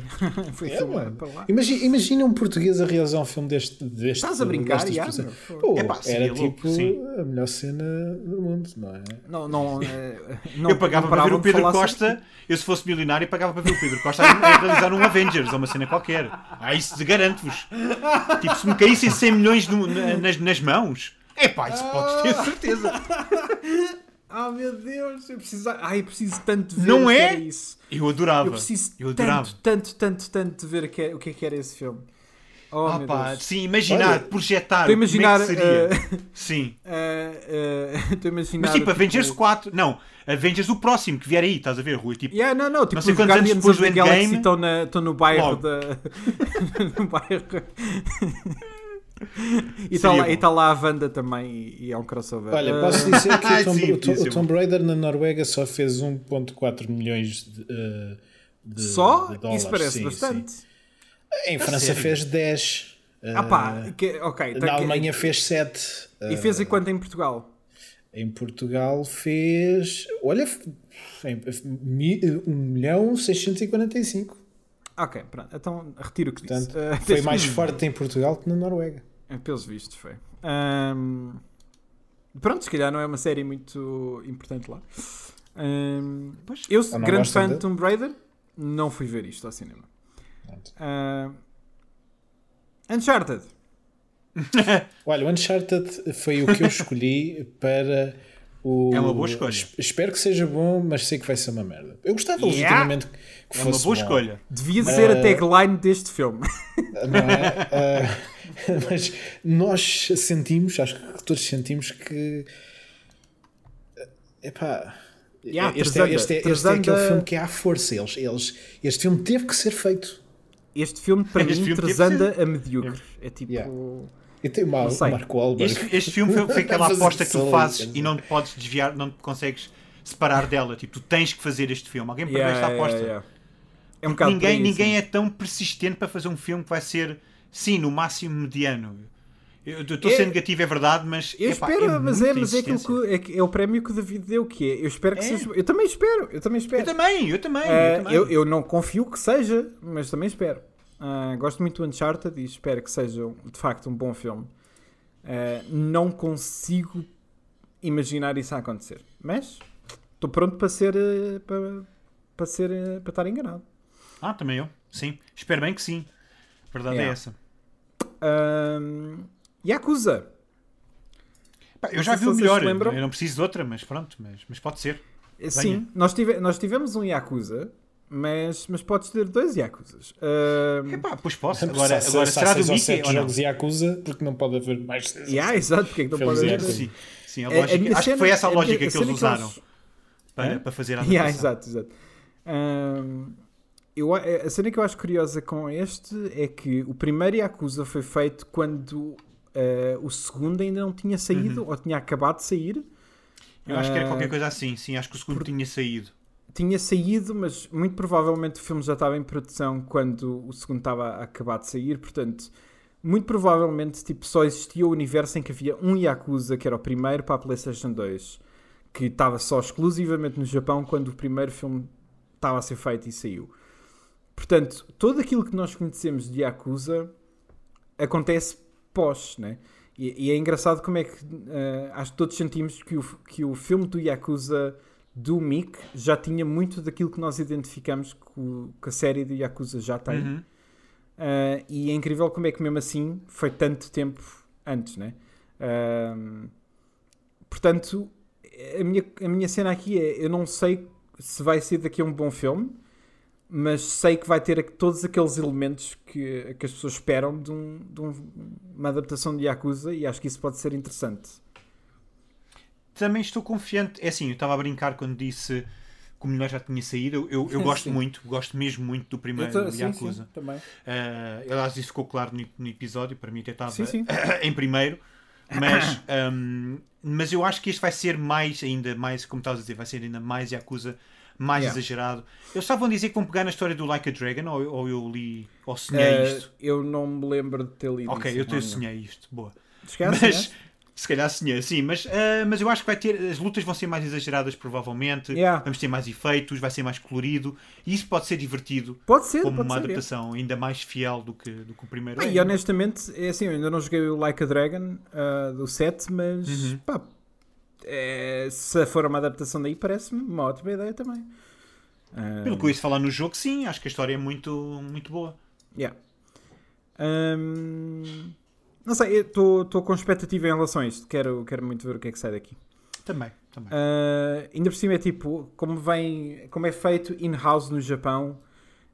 [SPEAKER 1] Foi
[SPEAKER 3] É,
[SPEAKER 1] filmado
[SPEAKER 3] mano.
[SPEAKER 1] para lá.
[SPEAKER 3] Imagina, imagina um português a realizar um filme deste. deste
[SPEAKER 1] Estás a brincar,
[SPEAKER 3] destas
[SPEAKER 1] já,
[SPEAKER 3] pessoas.
[SPEAKER 1] meu, fogo.
[SPEAKER 3] Pô,
[SPEAKER 2] Epá, seria
[SPEAKER 1] é
[SPEAKER 3] era
[SPEAKER 2] louco,
[SPEAKER 3] tipo
[SPEAKER 2] sim.
[SPEAKER 3] a melhor cena do mundo, não é?
[SPEAKER 1] Não, não, eh, não-
[SPEAKER 2] Eu pagava
[SPEAKER 1] não
[SPEAKER 2] para ver
[SPEAKER 1] paravam
[SPEAKER 2] o
[SPEAKER 1] de
[SPEAKER 2] Pedro
[SPEAKER 1] falar
[SPEAKER 2] Costa, eu se fosse milionário pagava para ver o Pedro Costa a, a realizar um Avengers ou uma cena qualquer. Ah, isso garanto-vos. Tipo, se me caíssem 100 milhões no- na- nas, nas mãos, é pá, isso podes ter certeza.
[SPEAKER 1] Ah, meu Deus, eu preciso, ai, eu preciso tanto ver
[SPEAKER 2] Não
[SPEAKER 1] o que
[SPEAKER 2] é?
[SPEAKER 1] era isso.
[SPEAKER 2] Eu adorava.
[SPEAKER 1] Eu preciso
[SPEAKER 2] Eu adorava.
[SPEAKER 1] tanto, tanto, tanto, tanto de ver o que é- o que é que era esse filme. Oh,
[SPEAKER 2] Ah,
[SPEAKER 1] meu
[SPEAKER 2] pá,
[SPEAKER 1] Deus.
[SPEAKER 2] sim, imaginar,
[SPEAKER 3] Olha,
[SPEAKER 2] projetar,
[SPEAKER 1] Estou a imaginar.
[SPEAKER 2] como é que seria. Sim.
[SPEAKER 1] eh, eh, Estou a imaginar.
[SPEAKER 2] Mas tipo, Avengers 4, não, Avengers o próximo que vier aí, estás a ver, Rui? Tipo,
[SPEAKER 1] Yeah, não, não, tipo,
[SPEAKER 2] Não sei
[SPEAKER 1] os
[SPEAKER 2] quantos anos
[SPEAKER 1] Guardians
[SPEAKER 2] depois
[SPEAKER 1] of the
[SPEAKER 2] do
[SPEAKER 1] Galaxy
[SPEAKER 2] Endgame.
[SPEAKER 1] estão, na, estão no bairro
[SPEAKER 2] Logo.
[SPEAKER 1] da. no bairro. E está
[SPEAKER 2] Seria
[SPEAKER 1] lá, e
[SPEAKER 2] bom.
[SPEAKER 1] tá lá a Wanda também e, e é um crossover.
[SPEAKER 3] Olha,
[SPEAKER 1] Eh,
[SPEAKER 3] posso dizer que o Tom-
[SPEAKER 2] Sim,
[SPEAKER 3] o Tom- o
[SPEAKER 2] podia ser
[SPEAKER 3] Tomb, Raider na Noruega só fez 1,4 milhões de, eh, de-
[SPEAKER 1] Só?
[SPEAKER 3] de dólares.
[SPEAKER 1] Isso parece
[SPEAKER 3] Sim,
[SPEAKER 1] bastante.
[SPEAKER 3] sim. Em França
[SPEAKER 2] sério?
[SPEAKER 3] fez 10. eh,
[SPEAKER 1] Ah pá, que- ok. tá
[SPEAKER 3] na
[SPEAKER 1] que-
[SPEAKER 3] Alemanha eh, fez 7.
[SPEAKER 1] E fez em quanto em Portugal?
[SPEAKER 3] Em Portugal fez. Olha, f- em- f- mi- eh, 1 milhão 645.
[SPEAKER 1] Ok, pronto. Então retiro o que disse.
[SPEAKER 3] Portanto,
[SPEAKER 1] Eh,
[SPEAKER 3] Foi mais forte em Portugal que na Noruega.
[SPEAKER 1] É, Pelos vistos, foi. Ahm, pronto, se calhar não é uma série muito importante lá. Ahm,
[SPEAKER 2] Pois.
[SPEAKER 1] eu,
[SPEAKER 3] não
[SPEAKER 1] grande
[SPEAKER 3] gostam
[SPEAKER 1] fã de
[SPEAKER 3] dele?
[SPEAKER 1] Tomb Raider, não fui ver isto ao cinema.
[SPEAKER 3] Pronto.
[SPEAKER 1] Ahm, Uncharted.
[SPEAKER 3] Olha, o Uncharted foi o que eu escolhi para o.
[SPEAKER 2] É uma boa escolha.
[SPEAKER 3] Es- Espero que seja bom, mas sei que vai ser uma merda. Eu gostava
[SPEAKER 2] Yeah.
[SPEAKER 3] legitimamente que
[SPEAKER 2] é
[SPEAKER 3] fosse.
[SPEAKER 2] uma boa
[SPEAKER 3] bom,
[SPEAKER 2] escolha.
[SPEAKER 1] Devia ser a tagline deste filme.
[SPEAKER 3] Não é? Ah, mas nós sentimos, acho que todos sentimos que. eh, Epá.
[SPEAKER 1] Yeah,
[SPEAKER 3] este, é,
[SPEAKER 1] Trezanda.
[SPEAKER 3] este, é, este é
[SPEAKER 1] Trezanda-
[SPEAKER 3] aquele filme que é à força. Eles, eles, este filme teve que ser feito.
[SPEAKER 1] Este filme, para
[SPEAKER 2] Este
[SPEAKER 1] mim,
[SPEAKER 2] filme é teve
[SPEAKER 1] transanda a medíocre. É tipo.
[SPEAKER 3] Yeah. E tem uma,
[SPEAKER 1] Não
[SPEAKER 3] o
[SPEAKER 1] sei.
[SPEAKER 3] Marco Wahlberg.
[SPEAKER 2] Este, este filme foi, foi aquela
[SPEAKER 3] Fazer
[SPEAKER 2] aposta que tu
[SPEAKER 3] solo,
[SPEAKER 2] fazes
[SPEAKER 3] quer dizer.
[SPEAKER 2] e não te podes desviar, não te consegues separar dela. Tipo, tu tens que fazer este filme. Alguém perdeu
[SPEAKER 1] Yeah,
[SPEAKER 2] esta
[SPEAKER 1] yeah,
[SPEAKER 2] aposta.
[SPEAKER 1] yeah. É um bocado por
[SPEAKER 2] Ninguém,
[SPEAKER 1] aí,
[SPEAKER 2] ninguém
[SPEAKER 1] sim.
[SPEAKER 2] é tão persistente para fazer um filme que vai ser, sim, no máximo mediano. Eu eu estou a
[SPEAKER 1] É-
[SPEAKER 2] ser negativo, é verdade, mas.
[SPEAKER 1] Eu
[SPEAKER 2] epá,
[SPEAKER 1] espero, mas, é,
[SPEAKER 2] muita
[SPEAKER 1] mas é, aquilo
[SPEAKER 2] insistência.
[SPEAKER 1] que, é, que- é o prémio que o David deu, que é. Eu espero que
[SPEAKER 2] É.
[SPEAKER 1] seja. Eu também espero, eu também espero.
[SPEAKER 2] Eu também, eu também. eu
[SPEAKER 1] Ah,
[SPEAKER 2] também.
[SPEAKER 1] eu, eu não confio que seja, mas também espero. Ah, gosto muito do Uncharted e espero que seja um- de facto um bom filme. Ah, não consigo imaginar isso a acontecer, mas estou pronto para ser eh, para, para ser eh, para estar enganado.
[SPEAKER 2] Ah, também eu. Sim. Espero bem que sim. A verdade
[SPEAKER 1] Yeah.
[SPEAKER 2] é essa.
[SPEAKER 1] Ahm, Ah, Yakuza.
[SPEAKER 2] Pá, eu
[SPEAKER 1] Não
[SPEAKER 2] já
[SPEAKER 1] sei
[SPEAKER 2] vi
[SPEAKER 1] se
[SPEAKER 2] o
[SPEAKER 1] vocês
[SPEAKER 2] melhor.
[SPEAKER 1] se lembram.
[SPEAKER 2] Eu não preciso de outra, mas pronto, mas, mas pode ser.
[SPEAKER 1] Sim, nós, tive- nós tivemos um Yakuza, mas, mas podes ter dois Yakuzas. Ah, Ahm,
[SPEAKER 2] Epá, pois posso.
[SPEAKER 3] Portanto,
[SPEAKER 2] Agora,
[SPEAKER 3] se há-
[SPEAKER 2] agora
[SPEAKER 3] se há
[SPEAKER 2] será
[SPEAKER 3] seis
[SPEAKER 2] do
[SPEAKER 3] ou
[SPEAKER 2] Mickey
[SPEAKER 3] sete
[SPEAKER 2] ou não?
[SPEAKER 3] jogos Yakuza, porque não pode haver mais. seis ou
[SPEAKER 1] yeah,
[SPEAKER 3] sete.
[SPEAKER 1] exato, porque é que não
[SPEAKER 3] Filmes
[SPEAKER 1] pode haver dois?
[SPEAKER 3] Yakuza.
[SPEAKER 2] Sim, sim, É a
[SPEAKER 1] A- a
[SPEAKER 2] lógica.
[SPEAKER 1] É, minha
[SPEAKER 2] acho
[SPEAKER 1] cena-
[SPEAKER 2] que foi essa a
[SPEAKER 1] minha-
[SPEAKER 2] lógica que
[SPEAKER 1] cena é
[SPEAKER 2] eles usaram para,
[SPEAKER 1] Hã?
[SPEAKER 2] para fazer a adaptação.
[SPEAKER 1] Yeah, exato, exato. Ahm, eu, a a cena que eu acho curiosa com este é que o primeiro Yakuza foi feito quando ah, o segundo ainda não tinha saído
[SPEAKER 2] Uhum.
[SPEAKER 1] ou tinha acabado de sair.
[SPEAKER 2] Eu acho que era
[SPEAKER 1] Ah,
[SPEAKER 2] qualquer coisa assim, sim. Acho que o segundo tinha saído.
[SPEAKER 1] Tinha saído, mas muito provavelmente o filme já estava em produção quando o segundo estava a acabar de sair. Portanto, muito provavelmente tipo, só existia o universo em que havia um Yakuza, que era o primeiro para a PlayStation 2, que estava só exclusivamente no Japão quando o primeiro filme estava a ser feito e saiu. Portanto, tudo aquilo que nós conhecemos de Yakuza acontece pós, né? E, e é engraçado como é que eh, acho que todos sentimos que o, que o filme do Yakuza do Mick já tinha muito daquilo que nós identificamos que, o- que a série do Yakuza já tem.
[SPEAKER 2] Uhum.
[SPEAKER 1] Ah, Uh, e é incrível como é que mesmo assim foi tanto tempo antes, né? Um, portanto, a minha, a minha cena aqui é: eu não sei se vai ser daqui um bom filme, mas sei que vai ter todos aqueles elementos que, que as pessoas esperam de, um, de um- uma adaptação de Yakuza e acho que isso pode ser interessante.
[SPEAKER 2] Também estou confiante. É assim, eu estava a brincar quando disse que o melhor já tinha saído. Eu, eu, eu gosto
[SPEAKER 1] Sim.
[SPEAKER 2] muito, gosto mesmo muito do primeiro Yakuza.
[SPEAKER 1] também.
[SPEAKER 2] Ah, aliás, isso ficou claro no, no episódio, para mim até estava
[SPEAKER 1] Sim, sim.
[SPEAKER 2] em primeiro. Mas, ahm, mas eu acho que este vai ser mais, ainda mais, como estás a dizer, vai ser ainda mais Yakuza, mais
[SPEAKER 1] Yeah.
[SPEAKER 2] exagerado. Eles estavam a dizer que vão pegar na história do Like a Dragon, ou, ou eu li, ou sonhei
[SPEAKER 1] Eh,
[SPEAKER 2] é isto.
[SPEAKER 1] eu não me lembro de ter lido.
[SPEAKER 2] Ok,
[SPEAKER 1] isso,
[SPEAKER 2] eu, te-
[SPEAKER 1] não.
[SPEAKER 2] eu sonhei isto, boa.
[SPEAKER 1] Esquece,
[SPEAKER 2] mas,
[SPEAKER 1] né?
[SPEAKER 2] se calhar sonhei, sim, mas, ah, mas eu acho que vai ter, as lutas vão ser mais exageradas, provavelmente.
[SPEAKER 1] Yeah.
[SPEAKER 2] Vamos ter mais efeitos, vai ser mais colorido, e isso pode ser divertido.
[SPEAKER 1] Pode ser,
[SPEAKER 2] Como
[SPEAKER 1] pode
[SPEAKER 2] uma
[SPEAKER 1] ser. é.
[SPEAKER 2] adaptação ainda mais fiel do que, do que o primeiro.
[SPEAKER 1] Ah,
[SPEAKER 2] é.
[SPEAKER 1] e honestamente, é assim, eu ainda não joguei o Like a Dragon ah, do 7, mas
[SPEAKER 2] Uhum.
[SPEAKER 1] pá, é, se for uma adaptação daí, parece-me uma ótima ideia também. Ah,
[SPEAKER 2] Pelo que eu ouço falar no jogo, sim, acho que a história é muito, muito boa.
[SPEAKER 1] yeah. Ahm, não sei, estou com expectativa em relação a isto. Quero, quero muito ver o que é que sai daqui.
[SPEAKER 2] Também, também.
[SPEAKER 1] Ah, ainda por cima é tipo, como, vem, como é feito in-house no Japão,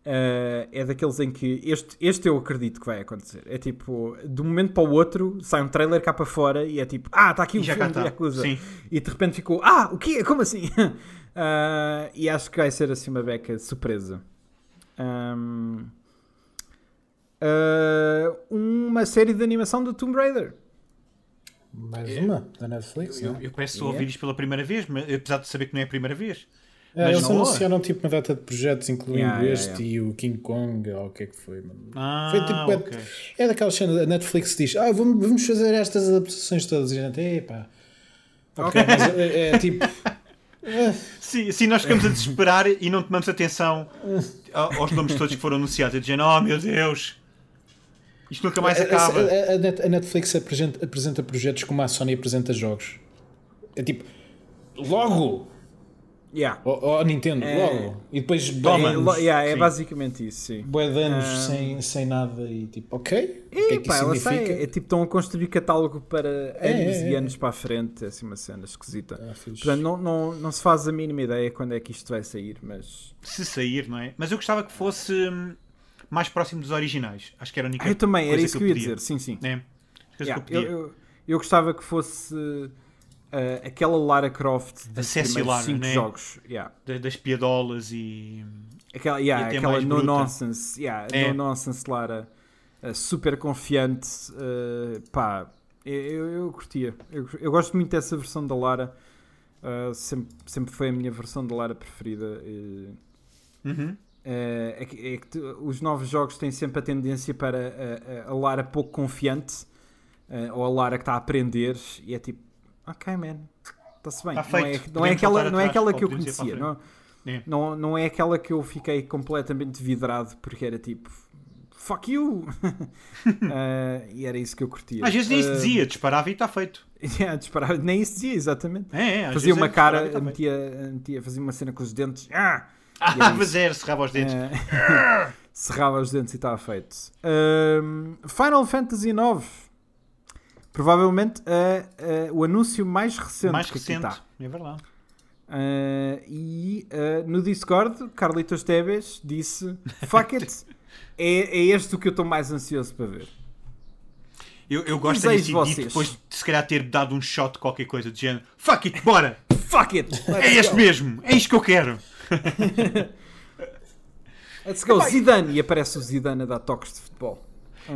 [SPEAKER 1] ah, é daqueles em que este, este eu acredito que vai acontecer. É tipo, de um momento para o outro, sai um trailer cá para fora e é tipo, ah, está aqui
[SPEAKER 2] E
[SPEAKER 1] o
[SPEAKER 2] já
[SPEAKER 1] filme
[SPEAKER 2] cá
[SPEAKER 1] de
[SPEAKER 2] está.
[SPEAKER 1] Yakuza.
[SPEAKER 2] Sim.
[SPEAKER 1] E de repente ficou, ah, o quê? Como assim? Ah, e acho que vai ser assim uma beca surpresa. Ahm, ah, uma série de animação do Tomb Raider.
[SPEAKER 3] Mais
[SPEAKER 2] é.
[SPEAKER 3] uma, da Netflix.
[SPEAKER 2] Eu,
[SPEAKER 3] não é?
[SPEAKER 2] eu parece que estou a
[SPEAKER 1] Yeah.
[SPEAKER 2] ouvir isto pela primeira vez, mas, apesar de saber que não é a primeira vez.
[SPEAKER 3] É,
[SPEAKER 2] mas
[SPEAKER 3] eles
[SPEAKER 2] não
[SPEAKER 3] anunciaram tipo uma data de projetos, incluindo
[SPEAKER 1] Yeah, yeah,
[SPEAKER 3] este e o King Kong, ou o que é que foi. mano.
[SPEAKER 2] Ah,
[SPEAKER 3] Foi tipo, é-
[SPEAKER 2] ok.
[SPEAKER 3] é, daquelas cenas, a Netflix diz, ah, vamos, vamos fazer estas adaptações todas, e a gente, epá. Ok, mas é, é tipo,
[SPEAKER 2] Sim, sim, nós ficamos a desesperar e não tomamos atenção a- aos nomes todos que foram anunciados. Eu dizendo, oh meu Deus, isto nunca mais
[SPEAKER 1] É,
[SPEAKER 3] a-
[SPEAKER 2] acaba.
[SPEAKER 3] A, a- a Net- a Netflix apresenta, apresenta projetos como a Sony apresenta jogos. É tipo, logo!
[SPEAKER 1] Yeah.
[SPEAKER 3] Ou, ou a Nintendo, logo! E depois
[SPEAKER 1] É, lo-
[SPEAKER 3] toma
[SPEAKER 1] yeah, é
[SPEAKER 2] Oh, sim.
[SPEAKER 1] basicamente isso, sim.
[SPEAKER 3] bué de anos sem, sem nada e tipo, ok, o que é
[SPEAKER 1] É,
[SPEAKER 3] que
[SPEAKER 1] pá,
[SPEAKER 3] isso
[SPEAKER 1] ela sai,
[SPEAKER 3] significa?
[SPEAKER 1] é tipo, estão a construir catálogo para anos
[SPEAKER 3] é,
[SPEAKER 1] e
[SPEAKER 3] é.
[SPEAKER 1] anos para a frente, é assim uma cena esquisita.
[SPEAKER 3] Ah, fixe.
[SPEAKER 1] Portanto, não, não, não se faz a mínima ideia quando é que isto vai sair, mas.
[SPEAKER 2] Se sair, não é? Mas eu gostava que fosse hum, mais próximo dos originais. Acho que era a única
[SPEAKER 1] Ah, eu também, era
[SPEAKER 2] coisa
[SPEAKER 1] isso que eu ia
[SPEAKER 2] pedia.
[SPEAKER 1] dizer, sim, sim.
[SPEAKER 2] É, as coisas
[SPEAKER 1] Yeah,
[SPEAKER 2] que eu
[SPEAKER 1] eu,
[SPEAKER 2] pedia.
[SPEAKER 1] eu, eu gostava que fosse ah, aquela Lara Croft
[SPEAKER 2] A
[SPEAKER 1] dos
[SPEAKER 2] Ceci
[SPEAKER 1] primeiros
[SPEAKER 2] Lara,
[SPEAKER 1] cinco
[SPEAKER 2] né?
[SPEAKER 1] jogos. Yeah.
[SPEAKER 2] Da- Das piadolas e.
[SPEAKER 1] Aquela, yeah,
[SPEAKER 2] E até
[SPEAKER 1] aquela
[SPEAKER 2] mais
[SPEAKER 1] no
[SPEAKER 2] bruta.
[SPEAKER 1] nonsense, yeah,
[SPEAKER 2] É.
[SPEAKER 1] no nonsense Lara, ah, super confiante, ah, pá, eu, eu, eu curtia. Eu, eu gosto muito dessa versão da Lara, ah, sempre, sempre foi a minha versão da Lara preferida. eh, e,
[SPEAKER 2] Uhum.
[SPEAKER 1] ah, é que, é que tu- os novos jogos têm sempre a tendência para eh, a, a- a Lara pouco confiante ah, ou a Lara que está a aprender e é tipo, ok, man, está-se bem.
[SPEAKER 2] Tá
[SPEAKER 1] não, é,
[SPEAKER 2] feito,
[SPEAKER 1] não, é
[SPEAKER 2] podemos
[SPEAKER 1] aquela,
[SPEAKER 2] voltar
[SPEAKER 1] não é
[SPEAKER 2] atrás,
[SPEAKER 1] aquela
[SPEAKER 2] ou
[SPEAKER 1] que eu
[SPEAKER 2] podemos ir para a
[SPEAKER 1] conhecia, não,
[SPEAKER 2] É.
[SPEAKER 1] não, não é aquela que eu fiquei completamente vidrado porque era tipo fuck you! Ah, e era isso que eu curtia.
[SPEAKER 2] Às vezes nem isso
[SPEAKER 1] Ah,
[SPEAKER 2] dizia, disparava e está feito.
[SPEAKER 1] yeah, disparava, nem isso dizia, exatamente.
[SPEAKER 2] É, é, às
[SPEAKER 1] fazia
[SPEAKER 2] vezes
[SPEAKER 1] uma
[SPEAKER 2] é,
[SPEAKER 1] cara,
[SPEAKER 2] disparava e tá feito.
[SPEAKER 1] metia, metia- fazia uma cena com os dentes. Ah! E
[SPEAKER 3] é
[SPEAKER 2] Ah,
[SPEAKER 1] era
[SPEAKER 2] mas era, cerrava os dentes.
[SPEAKER 1] Ah, Serrava os dentes e estava feito. Ahm, Final Fantasy IX. Provavelmente ah, ah, o anúncio mais recente
[SPEAKER 2] mais
[SPEAKER 1] que aqui
[SPEAKER 2] recente.
[SPEAKER 1] está.
[SPEAKER 2] É verdade.
[SPEAKER 1] Uh, e uh, no Discord, Carlitos Tebes disse: Fuck it, é, é este o que eu estou mais ansioso para ver.
[SPEAKER 2] Eu, eu gosto
[SPEAKER 1] desejos
[SPEAKER 2] desse
[SPEAKER 1] vocês?
[SPEAKER 2] dito depois de se calhar ter dado um shot de qualquer coisa de género. Fuck it, bora!
[SPEAKER 1] Fuck it, let's,
[SPEAKER 2] É este
[SPEAKER 1] go.
[SPEAKER 2] mesmo! É isto que eu quero!
[SPEAKER 1] let's go, Zidane. E aparece o Zidane a dar toques de futebol.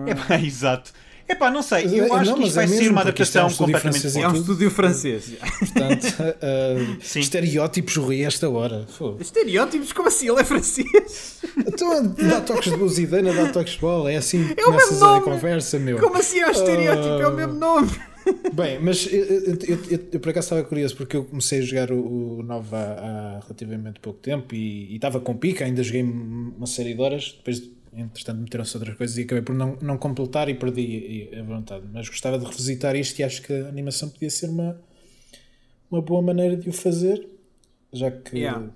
[SPEAKER 2] Epá, exato. Epá, não sei, eu
[SPEAKER 3] Não,
[SPEAKER 2] acho que
[SPEAKER 3] É mas
[SPEAKER 2] isto
[SPEAKER 3] é
[SPEAKER 2] vai ser
[SPEAKER 3] mesmo,
[SPEAKER 2] uma
[SPEAKER 3] porque isto é um
[SPEAKER 2] adaptação
[SPEAKER 3] estudo
[SPEAKER 2] completamente
[SPEAKER 3] francês e
[SPEAKER 1] É
[SPEAKER 2] fora.
[SPEAKER 1] um estúdio francês.
[SPEAKER 3] Portanto, ah,
[SPEAKER 2] Sim.
[SPEAKER 3] estereótipos ruim esta hora. Fogo.
[SPEAKER 1] Estereótipos, como assim? Ele é francês?
[SPEAKER 3] Então dá toques de buzidana, dá toques de bola, é assim que
[SPEAKER 1] É o mesmo
[SPEAKER 3] começas a
[SPEAKER 1] nome.
[SPEAKER 3] conversa, meu.
[SPEAKER 1] Como assim é um estereótipo? É o mesmo nome.
[SPEAKER 3] Bem, mas eu, eu- eu- eu- eu por acaso estava curioso porque eu comecei a jogar o, o Nova há, há relativamente pouco tempo e e estava com pica, ainda joguei m- uma série de horas, depois entretanto meteram-se outras coisas e acabei por não, não completar e perdi a- a vontade. Mas gostava de revisitar isto e acho que a animação podia ser uma, uma boa maneira de o fazer, já que
[SPEAKER 1] Yeah.
[SPEAKER 3] pá,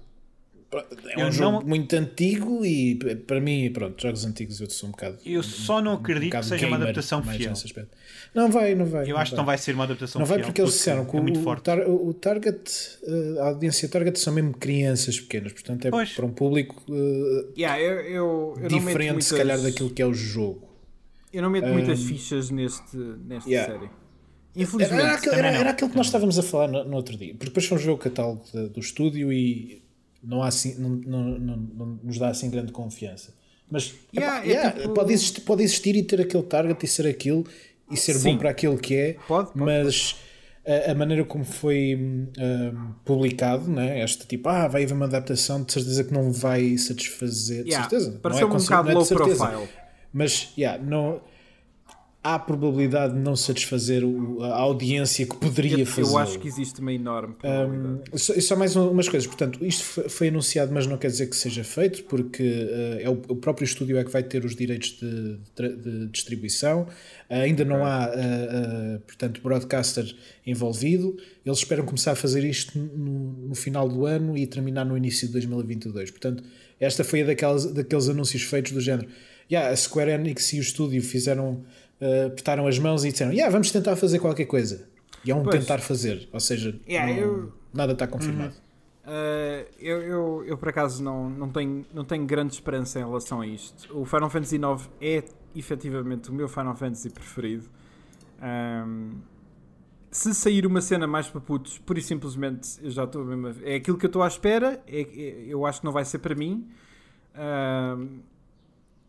[SPEAKER 3] É um
[SPEAKER 2] Eu
[SPEAKER 3] jogo
[SPEAKER 2] não-
[SPEAKER 3] muito antigo e p- para mim, pronto, jogos antigos eu sou um bocado.
[SPEAKER 2] Eu só não acredito
[SPEAKER 3] um
[SPEAKER 2] que seja uma
[SPEAKER 3] gamer,
[SPEAKER 2] adaptação
[SPEAKER 3] mais
[SPEAKER 2] fiel.
[SPEAKER 3] nesse aspecto. Não vai, não vai.
[SPEAKER 2] Eu acho que não vai ser uma adaptação
[SPEAKER 3] Não vai
[SPEAKER 2] fiel,
[SPEAKER 3] porque eles disseram que
[SPEAKER 2] é
[SPEAKER 3] o-
[SPEAKER 2] muito
[SPEAKER 3] o,
[SPEAKER 2] forte.
[SPEAKER 3] tar- o target, eh, a audiência target são mesmo crianças pequenas, portanto é
[SPEAKER 2] Pois.
[SPEAKER 3] para um público eh,
[SPEAKER 1] Yeah, eu, eu, eu não meto
[SPEAKER 3] diferente, se
[SPEAKER 1] muitas-
[SPEAKER 3] calhar, daquilo que é o jogo.
[SPEAKER 1] Eu não meto muitas fichas neste, nesta
[SPEAKER 3] yeah.
[SPEAKER 1] série.
[SPEAKER 3] Era,
[SPEAKER 1] Infelizmente.
[SPEAKER 3] era, aquele- era-
[SPEAKER 2] não.
[SPEAKER 3] era aquilo que nós estávamos a falar no, no outro dia, porque depois fomos ver o catálogo de- do estúdio e não, há assim, não, não- não- não nos dá assim grande confiança. Mas
[SPEAKER 1] Yeah,
[SPEAKER 3] epá,
[SPEAKER 1] é
[SPEAKER 3] yeah,
[SPEAKER 1] tipo-
[SPEAKER 3] pode, existir, pode existir e ter aquele target e ser aquilo e ser
[SPEAKER 1] Sim.
[SPEAKER 3] bom para aquilo que é,
[SPEAKER 1] Pode, pode,
[SPEAKER 3] mas a, a maneira como foi hum, hum, publicado, né? este tipo, ah, vai haver uma adaptação, de certeza que não vai satisfazer. De
[SPEAKER 1] Yeah,
[SPEAKER 3] certeza, não é
[SPEAKER 1] pareceu-me um
[SPEAKER 3] conce-
[SPEAKER 1] bocado
[SPEAKER 3] não é de
[SPEAKER 1] low
[SPEAKER 3] certeza.
[SPEAKER 1] profile.
[SPEAKER 3] Mas, yeah, não, há probabilidade de não satisfazer o- a audiência que poderia
[SPEAKER 1] Eu,
[SPEAKER 3] fazer. Um,
[SPEAKER 1] eu acho que existe uma enorme probabilidade.
[SPEAKER 3] Só, só mais um- umas coisas, portanto, isto fo- foi anunciado, mas não quer dizer que seja feito, porque eh, é o, o próprio estúdio é que vai ter os direitos de, tra- de distribuição. ainda não há, eh, eh, portanto, broadcaster envolvido. Eles esperam começar a fazer isto no, no final do ano e terminar no início de 2022. Portanto, esta foi a daquelas, daqueles anúncios feitos do género. Yeah, a Square Enix e o estúdio fizeram, eh, apertaram as mãos e disseram: yeah, vamos tentar fazer qualquer coisa. E é um
[SPEAKER 1] Pois.
[SPEAKER 3] tentar fazer, ou seja,
[SPEAKER 1] Yeah,
[SPEAKER 3] não-
[SPEAKER 1] eu- Uhum.
[SPEAKER 3] nada está confirmado.
[SPEAKER 1] Uh, eu, eu, eu, por acaso não, não, tenho, não tenho grande esperança em relação a isto. O Final Fantasy IX é efetivamente o meu Final Fantasy preferido. Um, se sair uma cena mais para putos, pura e simplesmente eu já estou mesmo a... É aquilo que eu estou à espera, é, é- eu acho que não vai ser para mim. Um,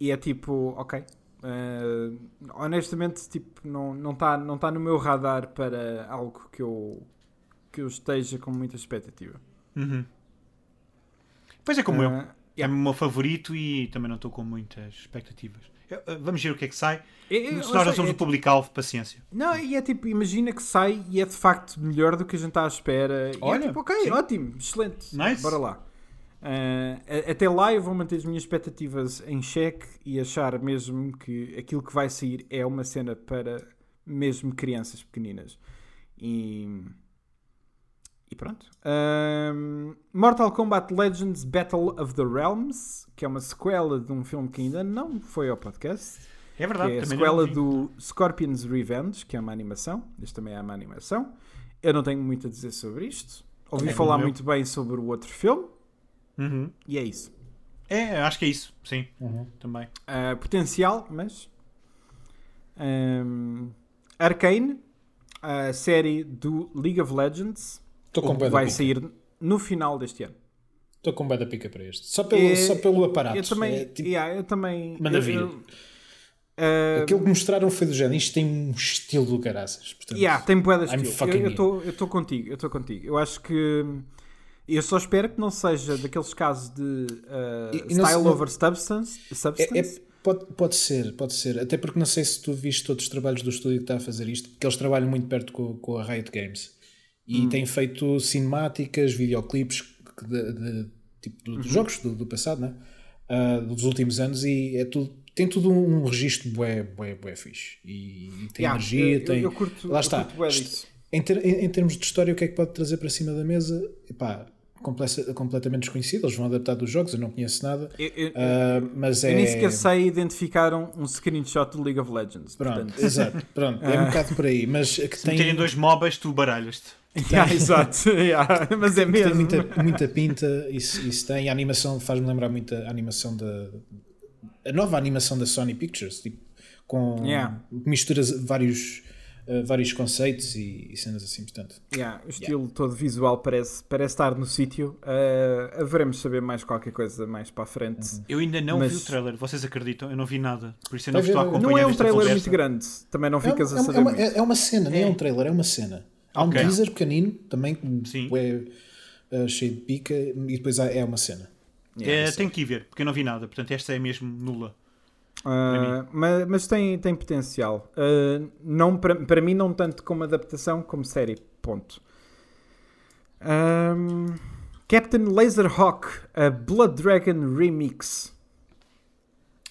[SPEAKER 1] e é tipo, ok. Uh, honestamente, tipo, não está não tá, não tá no meu radar para algo que eu, que eu esteja com muita expectativa.
[SPEAKER 2] Pois é como eu.
[SPEAKER 1] Ah,
[SPEAKER 2] É o
[SPEAKER 1] yeah.
[SPEAKER 2] meu favorito e também não estou com muitas expectativas. Eu- eu- Vamos ver o que é que sai.
[SPEAKER 1] Eu- eu- eu
[SPEAKER 2] Se nós
[SPEAKER 1] sei,
[SPEAKER 2] não somos um
[SPEAKER 1] é
[SPEAKER 2] o público-alvo, paciência.
[SPEAKER 1] tipo- Não, e é tipo, imagina que sai e é de facto melhor do que a gente está à espera. E
[SPEAKER 2] Olha,
[SPEAKER 1] é tipo, ok,
[SPEAKER 2] sim.
[SPEAKER 1] ótimo, excelente.
[SPEAKER 2] Nice.
[SPEAKER 1] Bora lá. Ah, a- até lá eu vou manter as minhas expectativas em xeque e achar mesmo que aquilo que vai sair é uma cena para mesmo crianças pequeninas. E. E pronto. Ahm, Mortal Kombat Legends Battle of the Realms, que é uma sequela de um filme que ainda não foi ao podcast.
[SPEAKER 2] É verdade.
[SPEAKER 1] que é a
[SPEAKER 2] também
[SPEAKER 1] sequela
[SPEAKER 2] não vi.
[SPEAKER 1] do Scorpion's Revenge, que é uma animação. Este também é uma animação. Eu não tenho muito a dizer sobre isto. Ouvi
[SPEAKER 2] É,
[SPEAKER 1] falar
[SPEAKER 2] como eu.
[SPEAKER 1] muito bem sobre o outro filme
[SPEAKER 2] Uhum.
[SPEAKER 1] e é isso.
[SPEAKER 2] É, acho que é isso. Sim, também.
[SPEAKER 1] Ah, potencial, mas. Ahm, Arcane, a série do League of Legends,
[SPEAKER 3] Estou com bué da
[SPEAKER 1] vai
[SPEAKER 3] pica.
[SPEAKER 1] sair no final deste ano.
[SPEAKER 3] Estou com bué da pica para este. Só pelo,
[SPEAKER 1] É,
[SPEAKER 3] só pelo aparato.
[SPEAKER 1] Eu também.
[SPEAKER 3] É, tipo,
[SPEAKER 1] yeah, eu também
[SPEAKER 3] Manda
[SPEAKER 1] eu-
[SPEAKER 3] vir.
[SPEAKER 1] eu- Ah,
[SPEAKER 3] Aquilo que mostraram foi do género. Isto tem um estilo do caraças. Portanto,
[SPEAKER 1] Yeah, tem bué de
[SPEAKER 3] I'm
[SPEAKER 1] estilo.
[SPEAKER 3] fucking
[SPEAKER 1] Eu- Eu estou eu tô contigo, eu estou contigo. Eu acho que eu só espero que não seja daqueles casos de uh,
[SPEAKER 3] E- e não se-
[SPEAKER 1] style
[SPEAKER 3] não-
[SPEAKER 1] over substance,
[SPEAKER 3] é- é-
[SPEAKER 1] substance.
[SPEAKER 3] pode, pode ser, pode ser. Até porque não sei se tu viste outros trabalhos do estúdio que está a fazer isto, porque eles trabalham muito perto com, com a Riot Games. E
[SPEAKER 1] Hum.
[SPEAKER 3] têm feito cinemáticas, videoclipes que de, de- tipo, do- dos
[SPEAKER 1] Uhum.
[SPEAKER 3] jogos do, do passado, né? Ah, dos últimos anos, e é tudo, tem tudo um, um registro bué, bué, bué fixe. E, e tem
[SPEAKER 1] Yeah,
[SPEAKER 3] energia,
[SPEAKER 1] eu- eu-
[SPEAKER 3] tem.
[SPEAKER 1] eu curto-
[SPEAKER 3] Lá
[SPEAKER 1] eu
[SPEAKER 3] está.
[SPEAKER 1] curto bué
[SPEAKER 3] Est-
[SPEAKER 1] disso.
[SPEAKER 3] Em, ter- em- em termos de história, o que é que pode trazer para cima da mesa? Epá, complexa- completamente desconhecido. Eles vão adaptar dos jogos, eu não conheço nada.
[SPEAKER 1] Eu- eu-
[SPEAKER 3] Ah, mas é.
[SPEAKER 1] Eu nem sequer sei identificar um, um screenshot do League of Legends.
[SPEAKER 3] Pronto,
[SPEAKER 1] portanto. Ah.
[SPEAKER 3] exato. Pronto, é um bocado por aí. Mas que tem,
[SPEAKER 2] Terem dois mobas, tu baralhas-te.
[SPEAKER 1] Yeah, exato, yeah, mas é
[SPEAKER 3] tem
[SPEAKER 1] mesmo.
[SPEAKER 3] muita, muita pinta, isso, isso tem. A animação faz-me lembrar muito a animação da. A nova animação da Sony Pictures, tipo, com
[SPEAKER 1] Yeah.
[SPEAKER 3] misturas vários, ah, vários conceitos e, e cenas assim, portanto.
[SPEAKER 1] Yeah, o estilo todo visual parece, parece estar no sítio. Uh, haveremos saber mais qualquer coisa mais para a frente.
[SPEAKER 3] Uhum.
[SPEAKER 2] Eu ainda não
[SPEAKER 1] Mas-
[SPEAKER 2] vi o trailer, vocês acreditam? Eu não vi nada. Por isso eu não
[SPEAKER 3] Vai ver,
[SPEAKER 2] estou a
[SPEAKER 3] vai ver.
[SPEAKER 2] acompanhar
[SPEAKER 1] Não é um
[SPEAKER 2] esta
[SPEAKER 1] trailer
[SPEAKER 2] conversa.
[SPEAKER 1] muito grande, também não
[SPEAKER 3] É,
[SPEAKER 1] ficas
[SPEAKER 3] uma-
[SPEAKER 1] a
[SPEAKER 3] é
[SPEAKER 1] saber
[SPEAKER 3] uma,
[SPEAKER 1] muito.
[SPEAKER 3] é uma cena, nem é um trailer, é uma cena. Há um
[SPEAKER 2] Ok.
[SPEAKER 3] teaser pequenino também,
[SPEAKER 2] Sim.
[SPEAKER 3] que é, ah, cheio de pica, e depois há- é uma cena.
[SPEAKER 2] É, tenho que ir ver, porque eu não vi nada. Portanto, esta é mesmo nula.
[SPEAKER 1] Ah, mas, mas tem, tem potencial. Ah, não, para, para mim, não tanto como adaptação, como série. Ponto. Ahm, Captain Laserhawk, a Blood Dragon Remix.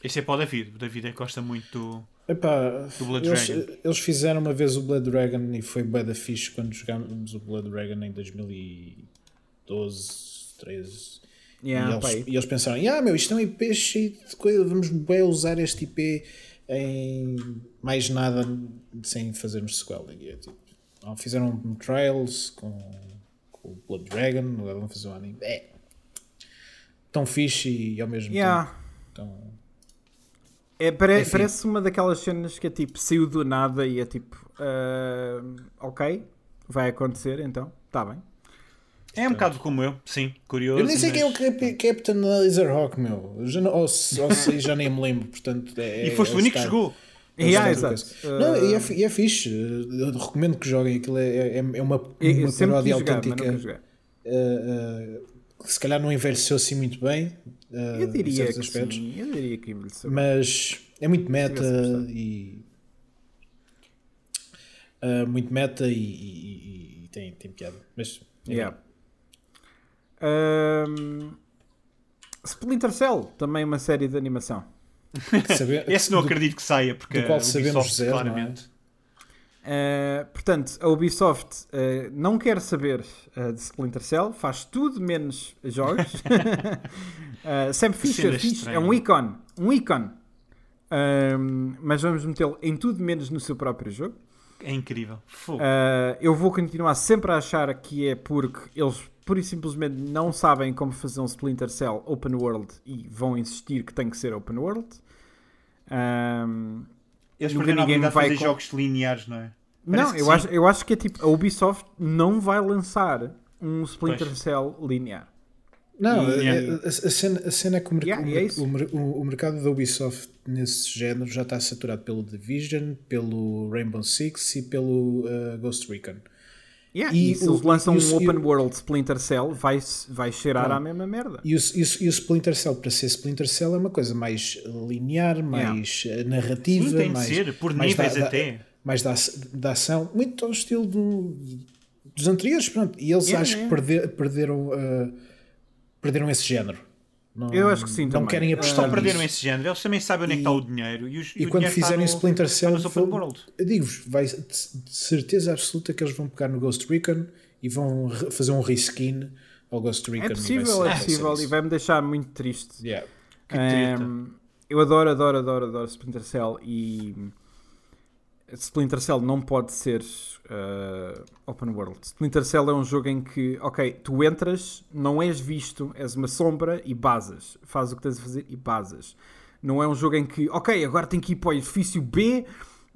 [SPEAKER 2] Este é para o David. O David é que gosta muito do...
[SPEAKER 3] Epá,
[SPEAKER 2] Do Blood
[SPEAKER 3] eles,
[SPEAKER 2] Dragon.
[SPEAKER 3] eles fizeram uma vez o Blood Dragon e foi bué da fixe quando jogámos o Blood Dragon em 2012, 13
[SPEAKER 1] Yeah,
[SPEAKER 3] e, eles,
[SPEAKER 1] pá,
[SPEAKER 3] e eles pensaram, ah meu, isto é um IP cheio de coisa, vamos bem usar este IP em mais nada sem fazermos sequel. E é tipo, ah, fizeram um Trials com, com o Blood Dragon, agora vão fazer um anime. É. Tão fixe e ao mesmo
[SPEAKER 1] Yeah.
[SPEAKER 3] tempo. Tão...
[SPEAKER 1] É, pare-
[SPEAKER 3] Enfim.
[SPEAKER 1] Parece uma daquelas cenas que é tipo, saiu do nada e é tipo, ah, ok, vai acontecer então, está bem.
[SPEAKER 2] É um bocado como eu, sim, curioso.
[SPEAKER 3] Eu nem sei quem é o
[SPEAKER 2] mas-
[SPEAKER 3] Cap- Captain Laserhawk, meu. Eu Já não, ou, se- ou sei, já nem me lembro, portanto. É,
[SPEAKER 2] E foste o único que
[SPEAKER 3] jogou
[SPEAKER 2] jogou.
[SPEAKER 3] Eles
[SPEAKER 1] Yeah,
[SPEAKER 3] estão
[SPEAKER 1] exato. Uh, Ah,
[SPEAKER 3] com essa- É Não, e é, fi- e é fixe. Eu recomendo que joguem. Aquilo é, é, é uma,
[SPEAKER 1] Eu- eu
[SPEAKER 3] uma
[SPEAKER 1] sempre quis
[SPEAKER 3] paródia
[SPEAKER 1] jogar, mas
[SPEAKER 3] autêntica.
[SPEAKER 1] nunca joguei.
[SPEAKER 3] eh, eh, que se calhar não envelheceu assim muito bem. eh,
[SPEAKER 1] Eu
[SPEAKER 3] em
[SPEAKER 1] diria
[SPEAKER 3] certos
[SPEAKER 1] que
[SPEAKER 3] aspectos,
[SPEAKER 1] sim, eu diria que envelheceu.
[SPEAKER 3] Mas é muito meta
[SPEAKER 1] Tivesse gostado.
[SPEAKER 3] e. eh, muito meta e, e- e- e tem, tem piada. Mas.
[SPEAKER 1] Yeah. Ahm, Splinter Cell, também uma série de animação.
[SPEAKER 3] Saber,
[SPEAKER 2] Esse não
[SPEAKER 3] do-
[SPEAKER 2] acredito que saia, porque
[SPEAKER 3] do qual
[SPEAKER 2] a
[SPEAKER 3] sabemos
[SPEAKER 2] Ubisoft,
[SPEAKER 3] zero, não é?
[SPEAKER 2] claramente.
[SPEAKER 1] Uh, portanto, a Ubisoft uh, não quer saber uh, de Splinter Cell, faz tudo menos jogos. uh, Sam Fisher
[SPEAKER 2] Cena
[SPEAKER 1] fixe,
[SPEAKER 2] estranha.
[SPEAKER 1] é um ícone, um ícone. Um, mas vamos metê-lo em tudo menos no seu próprio jogo.
[SPEAKER 2] É incrível. Fogo.
[SPEAKER 1] Uh, eu vou continuar sempre a achar que é porque eles pura e simplesmente não sabem como fazer um Splinter Cell open world e vão insistir que tem que ser open world. Um,
[SPEAKER 2] Eles
[SPEAKER 1] nunca
[SPEAKER 2] perderam a
[SPEAKER 1] ninguém
[SPEAKER 2] habilidade de
[SPEAKER 1] vai
[SPEAKER 2] fazer
[SPEAKER 1] com-
[SPEAKER 2] jogos lineares, não é? Parece
[SPEAKER 1] Não,
[SPEAKER 2] que
[SPEAKER 1] eu
[SPEAKER 2] sim.
[SPEAKER 1] acho, eu acho que é tipo, a Ubisoft não vai lançar um Splinter
[SPEAKER 2] Pois.
[SPEAKER 1] Cell linear.
[SPEAKER 3] Não,
[SPEAKER 2] E-
[SPEAKER 3] é- é- a, a cena, a cena é que o, merc-
[SPEAKER 1] Yeah,
[SPEAKER 3] o
[SPEAKER 1] e é
[SPEAKER 3] merc-
[SPEAKER 1] isso.
[SPEAKER 3] o mer- o- o mercado da Ubisoft nesse género já está saturado pelo Division, pelo Rainbow Six e pelo uh, Ghost Recon.
[SPEAKER 1] Yeah,
[SPEAKER 3] E
[SPEAKER 1] e, se
[SPEAKER 3] o-
[SPEAKER 1] eles lançam
[SPEAKER 3] e o-
[SPEAKER 1] um
[SPEAKER 3] e o-
[SPEAKER 1] open world Splinter Cell, vai, vai cheirar à mesma merda.
[SPEAKER 3] E o, e o- e o Splinter Cell, para ser Splinter Cell, é uma coisa mais linear, mais eh, narrativa.
[SPEAKER 2] Sim, tem de
[SPEAKER 3] mais,
[SPEAKER 2] ser, por
[SPEAKER 3] mais
[SPEAKER 2] níveis
[SPEAKER 3] da- da-
[SPEAKER 2] até.
[SPEAKER 3] mais da, ac- da ação, muito ao estilo do- dos anteriores. Pronto. E eles
[SPEAKER 1] Yeah,
[SPEAKER 3] acho
[SPEAKER 1] yeah.
[SPEAKER 3] que perder- perderam, eh, perderam esse género. Não,
[SPEAKER 1] Eu acho que sim
[SPEAKER 3] Não
[SPEAKER 1] também.
[SPEAKER 3] querem
[SPEAKER 1] Eles
[SPEAKER 2] Eles
[SPEAKER 3] apostar
[SPEAKER 2] só perderam
[SPEAKER 3] nisso.
[SPEAKER 1] um
[SPEAKER 2] esse género, eles também sabem onde é que está o dinheiro. E, os,
[SPEAKER 3] Ah, E
[SPEAKER 2] o
[SPEAKER 3] quando
[SPEAKER 2] dinheiro está
[SPEAKER 3] fizerem
[SPEAKER 2] no-
[SPEAKER 3] Splinter Cell,
[SPEAKER 2] está nos Open
[SPEAKER 3] vão-
[SPEAKER 2] World.
[SPEAKER 3] eu digo-vos, vai de de certeza absoluta que eles vão pegar no Ghost Recon e vão re- fazer um reskin ao Ghost Recon.
[SPEAKER 1] É
[SPEAKER 3] e vai
[SPEAKER 1] possível,
[SPEAKER 3] ser-
[SPEAKER 1] é
[SPEAKER 3] vai ser
[SPEAKER 1] possível
[SPEAKER 3] isso.
[SPEAKER 1] e vai-me deixar muito triste.
[SPEAKER 3] Yeah.
[SPEAKER 2] Que treta.
[SPEAKER 1] Um, eu adoro, adoro, adoro, adoro Splinter Cell e Splinter Cell não pode ser uh, open world. Splinter Cell é um jogo em que, ok, tu entras, não és visto, és uma sombra e basas. Faz o que tens a fazer e basas. Não é um jogo em que, ok, agora tenho que ir para o edifício B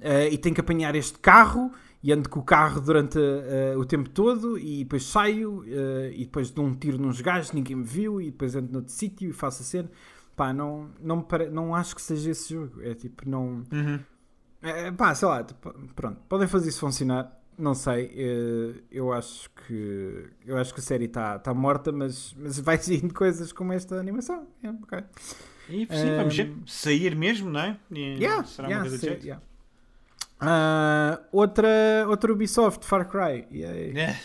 [SPEAKER 1] uh, e tenho que apanhar este carro e ando com o carro durante uh, o tempo todo e depois saio uh, e depois dou um tiro nos gajos, ninguém me viu e depois ando noutro sítio e faço a cena. Pá, não, não, me pare- não acho que seja esse jogo. É tipo, não...
[SPEAKER 2] Uhum.
[SPEAKER 1] É, pá, sei lá, tipo, pronto, podem fazer isso funcionar, não sei, eh, eu acho que eu acho que a série está tá morta, mas, mas vai saindo coisas como esta animação. É, ok.
[SPEAKER 2] E sim, vamos ver. Sair mesmo, não é? E
[SPEAKER 1] Yeah,
[SPEAKER 2] será
[SPEAKER 1] yeah,
[SPEAKER 2] uma coisa de
[SPEAKER 1] sim,
[SPEAKER 2] jeito.
[SPEAKER 1] yeah. Ah, outra, outra Ubisoft, Far Cry. Yay.
[SPEAKER 2] É,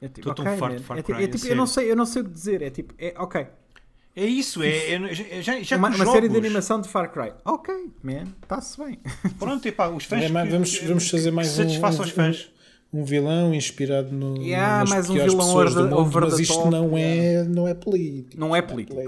[SPEAKER 1] É tipo,
[SPEAKER 2] tô tão
[SPEAKER 1] ok,
[SPEAKER 2] farto
[SPEAKER 1] man.
[SPEAKER 2] de Far
[SPEAKER 1] É tipo-
[SPEAKER 2] Cry,
[SPEAKER 1] é
[SPEAKER 2] a
[SPEAKER 1] tipo, eu
[SPEAKER 2] sério.
[SPEAKER 1] não sei, eu não sei o que dizer, é tipo, é, ok.
[SPEAKER 2] é isso, é, é- já, já
[SPEAKER 1] uma
[SPEAKER 2] que os
[SPEAKER 1] uma série de
[SPEAKER 2] jogos-
[SPEAKER 1] animação de Far Cry. Ok, man, está-se bem.
[SPEAKER 2] Pronto, e pá, os fãs.
[SPEAKER 3] É, mas
[SPEAKER 2] que-
[SPEAKER 3] vamos,
[SPEAKER 2] que-
[SPEAKER 3] vamos fazer mais
[SPEAKER 2] que
[SPEAKER 3] um,
[SPEAKER 2] satisfaçam
[SPEAKER 3] um-
[SPEAKER 2] os fãs.
[SPEAKER 3] um vilão inspirado no
[SPEAKER 1] Yeah,
[SPEAKER 3] nas
[SPEAKER 1] mais um
[SPEAKER 3] piores
[SPEAKER 1] vilão
[SPEAKER 3] pessoas
[SPEAKER 1] over-
[SPEAKER 3] do mundo,
[SPEAKER 1] over
[SPEAKER 3] mas
[SPEAKER 1] the
[SPEAKER 3] isto
[SPEAKER 1] top,
[SPEAKER 3] não é não é político
[SPEAKER 1] Não é político.